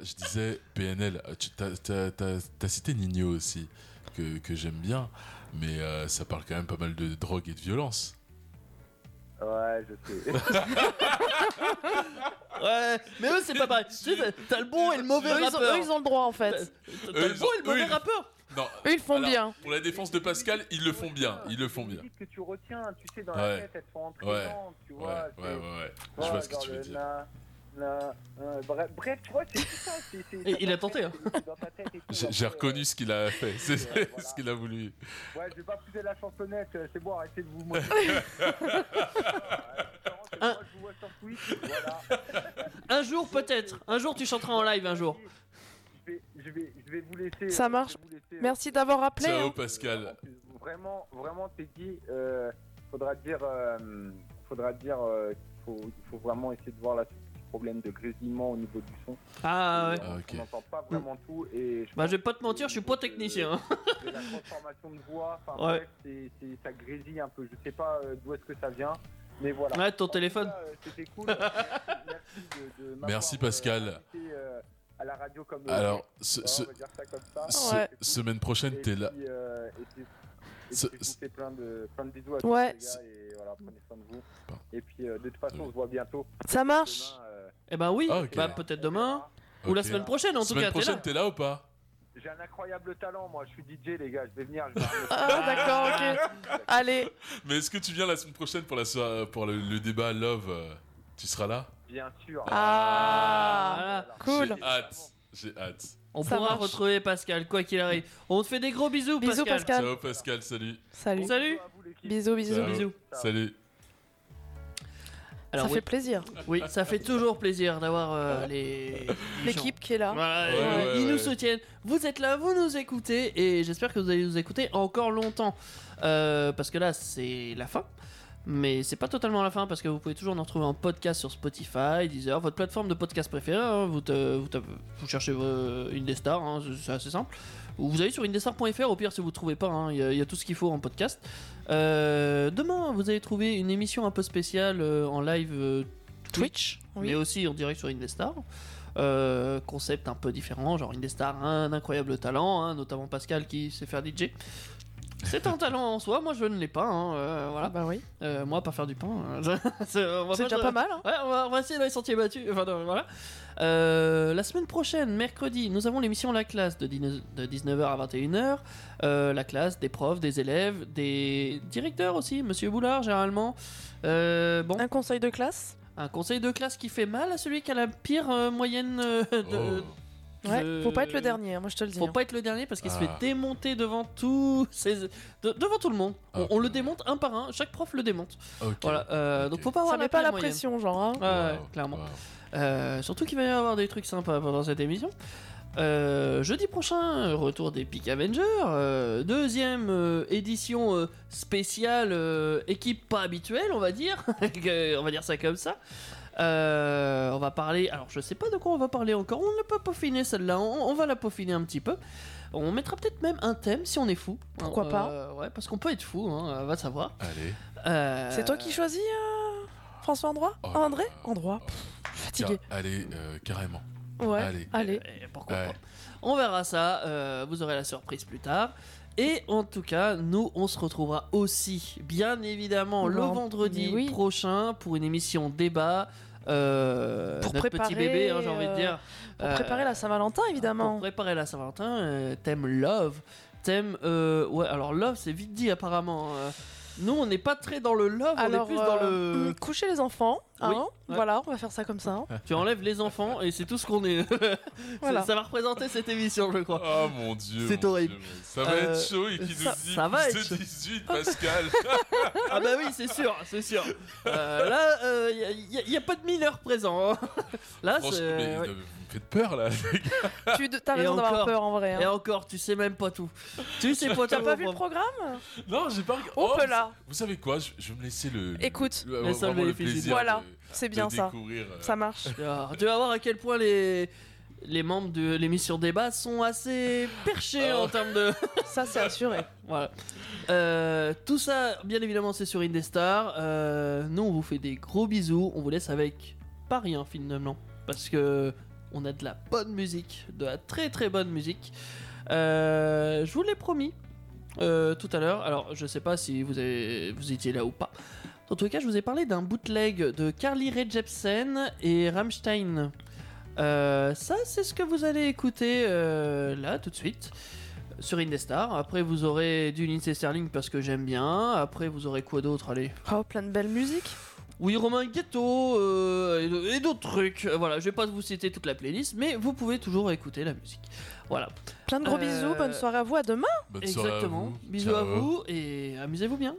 [SPEAKER 5] Je disais PNL, euh, tu t'as- t'as t'as- t'as cité Nino aussi, que, que j'aime bien, mais euh, ça parle quand même pas mal de drogue et de violence.
[SPEAKER 13] Ouais, je sais.
[SPEAKER 3] Ouais, mais eux c'est pas pareil. Tu sais, t'as- t'as le bon et le mauvais
[SPEAKER 4] Eux, ils ont,
[SPEAKER 3] rappeur.
[SPEAKER 4] eux, ils ont le droit en fait.
[SPEAKER 3] T'as
[SPEAKER 5] Eux,
[SPEAKER 3] le
[SPEAKER 5] ils
[SPEAKER 3] bon
[SPEAKER 5] ont-
[SPEAKER 3] et le mauvais
[SPEAKER 5] eux, ils-
[SPEAKER 3] rappeur.
[SPEAKER 5] Non.
[SPEAKER 4] Eux, ils font
[SPEAKER 5] Alors,
[SPEAKER 4] bien.
[SPEAKER 5] Pour la défense de Pascal, ils le font bien, ils le font bien.
[SPEAKER 13] que tu retiens, tu sais, dans la
[SPEAKER 5] Ouais.
[SPEAKER 13] tête, elles sont
[SPEAKER 5] Ouais, ouais,
[SPEAKER 13] entraînantes, tu
[SPEAKER 5] ouais,
[SPEAKER 13] vois. c'est-
[SPEAKER 5] ouais, ouais.
[SPEAKER 13] tu
[SPEAKER 5] Je
[SPEAKER 13] vois,
[SPEAKER 5] vois ce que
[SPEAKER 13] genre
[SPEAKER 5] tu veux
[SPEAKER 13] le
[SPEAKER 5] dire.
[SPEAKER 13] na, na, na, bref, bref, tu vois, c'est tout ça. c'est- c'est-
[SPEAKER 3] Et il a
[SPEAKER 13] dans ta
[SPEAKER 3] tenté, hein.
[SPEAKER 13] tête, c'est dans ta tête et tout.
[SPEAKER 5] J'ai j'ai
[SPEAKER 13] Après,
[SPEAKER 5] reconnu ce qu'il a fait, c'est
[SPEAKER 13] euh, voilà.
[SPEAKER 5] ce qu'il a voulu.
[SPEAKER 13] euh, Ouais, je vais pas pousser la chansonnette, euh, c'est bon, arrêtez de vous moquer. Moi, je vous vois sur Twitch, voilà.
[SPEAKER 3] Un jour peut-être. Un jour tu chanteras en live un jour.
[SPEAKER 13] Je vais, je vais, je vais vous laisser. euh, je
[SPEAKER 4] Ça
[SPEAKER 13] vais
[SPEAKER 4] marche.
[SPEAKER 13] vous laisser, euh,
[SPEAKER 4] Merci d'avoir appelé.
[SPEAKER 5] Ciao
[SPEAKER 4] hein.
[SPEAKER 5] Pascal.
[SPEAKER 13] Vraiment, vraiment, Peggy, euh, faudra dire, euh, faudra dire, euh, qu'il faut, il faut vraiment essayer de voir la problème de grésillement au niveau du son.
[SPEAKER 3] Ah ouais.
[SPEAKER 13] Euh,
[SPEAKER 5] Ah, ok.
[SPEAKER 13] On n'entend pas vraiment tout et je
[SPEAKER 3] Bah
[SPEAKER 13] pense
[SPEAKER 3] je vais pas te
[SPEAKER 13] que
[SPEAKER 3] mentir, je suis pas
[SPEAKER 13] au niveau de-
[SPEAKER 3] technicien. hein.
[SPEAKER 13] de la transformation de voix, enfin
[SPEAKER 3] Ouais.
[SPEAKER 13] bref, c'est- c'est- ça grésille un peu. Je sais pas euh, d'où est-ce que ça vient, mais voilà.
[SPEAKER 3] Ouais, ton
[SPEAKER 13] En tout
[SPEAKER 3] téléphone.
[SPEAKER 13] cas, euh, C'était cool. Merci, de- de m'avoir,
[SPEAKER 5] Merci, Pascal.
[SPEAKER 13] euh, invité, euh, à la radio comme. euh,
[SPEAKER 5] Alors, ce-
[SPEAKER 13] Ouais,
[SPEAKER 5] ce-
[SPEAKER 13] on va dire ça comme ça.
[SPEAKER 5] ce-
[SPEAKER 4] Ouais.
[SPEAKER 5] semaine prochaine,
[SPEAKER 13] Et
[SPEAKER 5] t'es là.
[SPEAKER 13] puis, euh, et puis- et puis,
[SPEAKER 5] Ce-
[SPEAKER 13] je vous fais plein de, plein de bisous à
[SPEAKER 4] Ouais.
[SPEAKER 13] tous les gars et voilà, prenez soin de vous.
[SPEAKER 5] Pardon.
[SPEAKER 13] Et puis euh, de toute façon,
[SPEAKER 5] Oui.
[SPEAKER 13] on se voit bientôt.
[SPEAKER 4] Ça marche.
[SPEAKER 13] Demain, euh,
[SPEAKER 3] Eh ben oui,
[SPEAKER 5] Ah, ok.
[SPEAKER 3] bah peut-être demain ou la
[SPEAKER 5] Ok.
[SPEAKER 3] semaine prochaine en tout
[SPEAKER 5] Semaine
[SPEAKER 3] cas. t'es
[SPEAKER 5] prochaine,
[SPEAKER 3] là.
[SPEAKER 5] t'es là ou pas
[SPEAKER 13] J'ai un incroyable talent, moi. Je suis DJ, les gars. Je vais venir. Je vais
[SPEAKER 4] Ah, d'accord, ok. Allez,
[SPEAKER 5] Mais est-ce que tu viens la semaine prochaine pour, la soirée- pour le, le débat Love euh, Tu seras là
[SPEAKER 13] Bien sûr.
[SPEAKER 4] Ah,
[SPEAKER 13] Voilà.
[SPEAKER 4] cool.
[SPEAKER 5] J'ai hâte. J'ai hâte.
[SPEAKER 3] On
[SPEAKER 4] Ça
[SPEAKER 3] pourra
[SPEAKER 4] marche.
[SPEAKER 3] retrouver Pascal quoi qu'il arrive. On te fait des gros bisous
[SPEAKER 4] Bisous, Pascal.
[SPEAKER 5] Ciao Pascal, salut.
[SPEAKER 4] salut.
[SPEAKER 3] Salut.
[SPEAKER 13] Bisous à vous, l'équipe.
[SPEAKER 4] Bisous, bisous.
[SPEAKER 5] Ciao.
[SPEAKER 3] Bisous.
[SPEAKER 5] Salut.
[SPEAKER 3] Alors
[SPEAKER 4] ça
[SPEAKER 3] oui,
[SPEAKER 4] fait plaisir.
[SPEAKER 3] oui, ça fait toujours plaisir d'avoir euh, les les gens.
[SPEAKER 4] L'équipe hein. qui est là.
[SPEAKER 3] Voilà,
[SPEAKER 5] Ouais,
[SPEAKER 3] euh,
[SPEAKER 5] ouais,
[SPEAKER 3] ils
[SPEAKER 5] ouais.
[SPEAKER 3] nous soutiennent. Vous êtes là, vous nous écoutez, et j'espère que vous allez nous écouter encore longtemps. Euh, parce que là, c'est la fin. Mais c'est pas totalement la fin parce que vous pouvez toujours nous retrouver en podcast sur Spotify, Deezer, votre plateforme de podcast préférée. hein, vous, te- vous, tapez- vous cherchez euh, Indestar, hein, c'est- c'est assez simple. Ou vous allez sur indestar.fr, au pire si vous trouvez pas, hein, il y, a- il y a tout ce qu'il faut en podcast. Euh, demain, vous allez trouver une émission un peu spéciale euh, en live euh, Twitch,
[SPEAKER 4] oui.
[SPEAKER 3] mais aussi en direct sur Indestar. Euh, concept un peu différent, genre Indestar a un incroyable talent, hein, notamment Pascal qui sait faire DJ. C'est un talent en soi, moi je ne l'ai pas, hein, euh, voilà.
[SPEAKER 4] Bah oui.
[SPEAKER 3] Euh, moi, pas faire du pain. hein, je- c'est on va
[SPEAKER 4] C'est déjà pas mal. Hein.
[SPEAKER 3] Ouais, on va, on va essayer dans les sentiers battus. Enfin, non, voilà. Euh, la semaine prochaine, mercredi, nous avons l'émission La classe de, 19h à 21h. Euh, la classe des profs, des élèves, des directeurs aussi, Monsieur Boulard généralement. Euh, bon,
[SPEAKER 4] Un conseil de classe.
[SPEAKER 3] un conseil de classe qui fait mal à celui qui a la pire euh, moyenne euh, de,
[SPEAKER 5] Oh.
[SPEAKER 4] Ouais,
[SPEAKER 3] Euh,
[SPEAKER 4] faut pas être le dernier, hein, moi je te le dis.
[SPEAKER 3] Faut
[SPEAKER 4] hein.
[SPEAKER 3] pas être le dernier parce qu'il se fait
[SPEAKER 5] Ah.
[SPEAKER 3] démonter devant tout, ses- de- devant tout le monde. On-
[SPEAKER 5] Ah,
[SPEAKER 3] on le
[SPEAKER 5] putain.
[SPEAKER 3] démonte un par un, chaque prof le démonte.
[SPEAKER 5] Oh. Ok.
[SPEAKER 3] Voilà, euh,
[SPEAKER 5] Ok.
[SPEAKER 3] donc faut pas avoir
[SPEAKER 4] Ça met pas la
[SPEAKER 3] moyenne.
[SPEAKER 4] pression, genre. hein.
[SPEAKER 3] Ouais, ouais,
[SPEAKER 5] Wow,
[SPEAKER 3] clairement.
[SPEAKER 5] wow.
[SPEAKER 3] Euh, surtout qu'il va y avoir des trucs sympas pendant cette émission. Euh, jeudi prochain, retour des Peak Avengers, euh, deuxième euh, édition euh, spéciale euh, équipe pas habituelle, on va dire, Que- on va dire ça comme ça. Euh, on va parler, alors je sais pas de quoi on va parler encore, on ne l'a pas peaufiné celle-là, on, on va la peaufiner un petit peu. On mettra peut-être même un thème si on est fou.
[SPEAKER 4] Pourquoi
[SPEAKER 3] Euh,
[SPEAKER 4] pas
[SPEAKER 3] Ouais, parce qu'on peut être fou, hein, va savoir.
[SPEAKER 5] Allez.
[SPEAKER 3] Euh,
[SPEAKER 4] C'est toi qui choisis, euh, François Androit Ah,
[SPEAKER 5] Oh là
[SPEAKER 4] André
[SPEAKER 5] là.
[SPEAKER 4] Androit. Fatigué.
[SPEAKER 5] Car- allez, euh, carrément.
[SPEAKER 4] Ouais,
[SPEAKER 5] Allez.
[SPEAKER 4] allez.
[SPEAKER 3] Et Euh, pourquoi
[SPEAKER 5] Ouais.
[SPEAKER 3] pas. On verra ça, euh, vous aurez la surprise plus tard. Et en tout cas, nous, on se retrouvera aussi, bien évidemment, le
[SPEAKER 4] Bon,
[SPEAKER 3] vendredi
[SPEAKER 4] mais oui.
[SPEAKER 3] prochain pour une émission débat. euh,
[SPEAKER 4] Pour
[SPEAKER 3] notre
[SPEAKER 4] préparer,
[SPEAKER 3] petit bébé, hein, j'ai envie de
[SPEAKER 4] euh,
[SPEAKER 3] dire.
[SPEAKER 4] pour
[SPEAKER 3] Euh,
[SPEAKER 4] préparer la Saint-Valentin, évidemment.
[SPEAKER 3] Pour préparer la Saint-Valentin, euh, thème love, thème. euh, ouais, alors love, c'est vite dit apparemment. euh. nous, on n'est pas très dans le love,
[SPEAKER 4] Alors,
[SPEAKER 3] on est plus dans
[SPEAKER 4] euh,
[SPEAKER 3] le.
[SPEAKER 4] hum, coucher les enfants. hein,
[SPEAKER 3] Oui, ouais.
[SPEAKER 4] Voilà, on va faire ça comme ça. hein.
[SPEAKER 3] Tu enlèves les enfants et c'est tout ce qu'on est. C'est-
[SPEAKER 4] Voilà.
[SPEAKER 3] Ça va représenter cette émission, je crois.
[SPEAKER 5] Oh mon dieu.
[SPEAKER 3] C'est
[SPEAKER 5] mon
[SPEAKER 3] horrible.
[SPEAKER 5] Dieu, mais Ça va
[SPEAKER 3] Euh,
[SPEAKER 5] être chaud et qui nous dit
[SPEAKER 3] ça- ça va
[SPEAKER 5] plus
[SPEAKER 3] être
[SPEAKER 5] de
[SPEAKER 3] chaud.
[SPEAKER 5] 18, Pascal.
[SPEAKER 3] Ah bah oui, c'est sûr, c'est sûr. Euh, là, il n'y a, pas de mineur présent. hein. Là,
[SPEAKER 5] Franchement,
[SPEAKER 3] c'est-
[SPEAKER 5] mais,
[SPEAKER 3] ouais.
[SPEAKER 5] euh, vous me faites peur là.
[SPEAKER 4] Tu de- t'as
[SPEAKER 3] Et
[SPEAKER 4] raison d'avoir
[SPEAKER 3] encore.
[SPEAKER 4] peur en vrai. hein.
[SPEAKER 3] Et encore, tu sais même pas tout. Tu sais pas tout.
[SPEAKER 4] T'as pas vu le
[SPEAKER 3] pauvre.
[SPEAKER 4] programme
[SPEAKER 5] Non, j'ai pas.
[SPEAKER 4] On peut
[SPEAKER 5] Oh,
[SPEAKER 3] Oh,
[SPEAKER 5] vous-
[SPEAKER 4] là.
[SPEAKER 5] Vous savez quoi je, je vais me laisser le.
[SPEAKER 4] Écoute.
[SPEAKER 5] le- euh,
[SPEAKER 3] Laisse
[SPEAKER 5] vraiment
[SPEAKER 3] enlever
[SPEAKER 5] le
[SPEAKER 3] les fils.
[SPEAKER 5] plaisir
[SPEAKER 4] Voilà,
[SPEAKER 5] de-
[SPEAKER 4] c'est
[SPEAKER 5] de
[SPEAKER 4] bien ça.
[SPEAKER 5] découvrir, euh,
[SPEAKER 4] Ça marche.
[SPEAKER 3] Ah, Tu vas voir à quel point les, les membres de l'émission Débat sont assez perchés en termes de.
[SPEAKER 4] Ça, c'est assuré.
[SPEAKER 3] Voilà. Euh, tout ça, bien évidemment, c'est sur Indestar. Euh, nous, on vous fait des gros bisous. On vous laisse avec pas rien, finalement. Parce que on a de la bonne musique, de la très très bonne musique. Euh, je vous l'ai promis euh, tout à l'heure. Alors, je sais pas si vous, avez, vous étiez là ou pas. Dans tous les cas, je vous ai parlé d'un bootleg de Carly Rae Jepsen et Rammstein. Euh, ça, c'est ce que vous allez écouter euh, là tout de suite sur Indestar. Après, vous aurez du Lindsay Sterling parce que j'aime bien. Après, vous aurez quoi d'autre Allez.
[SPEAKER 4] Oh, plein de belles musiques.
[SPEAKER 3] Oui, Romain Ghetto euh, et d- et d'autres trucs. Euh, Voilà, je vais pas vous citer toute la playlist, mais vous pouvez toujours écouter la musique. Voilà.
[SPEAKER 4] Plein de gros
[SPEAKER 3] Euh,
[SPEAKER 4] bisous. Bonne soirée à vous. À demain.
[SPEAKER 5] Bonne soirée à
[SPEAKER 3] Exactement.
[SPEAKER 5] vous.
[SPEAKER 3] Bisous à
[SPEAKER 5] Ciao.
[SPEAKER 3] vous et amusez-vous bien.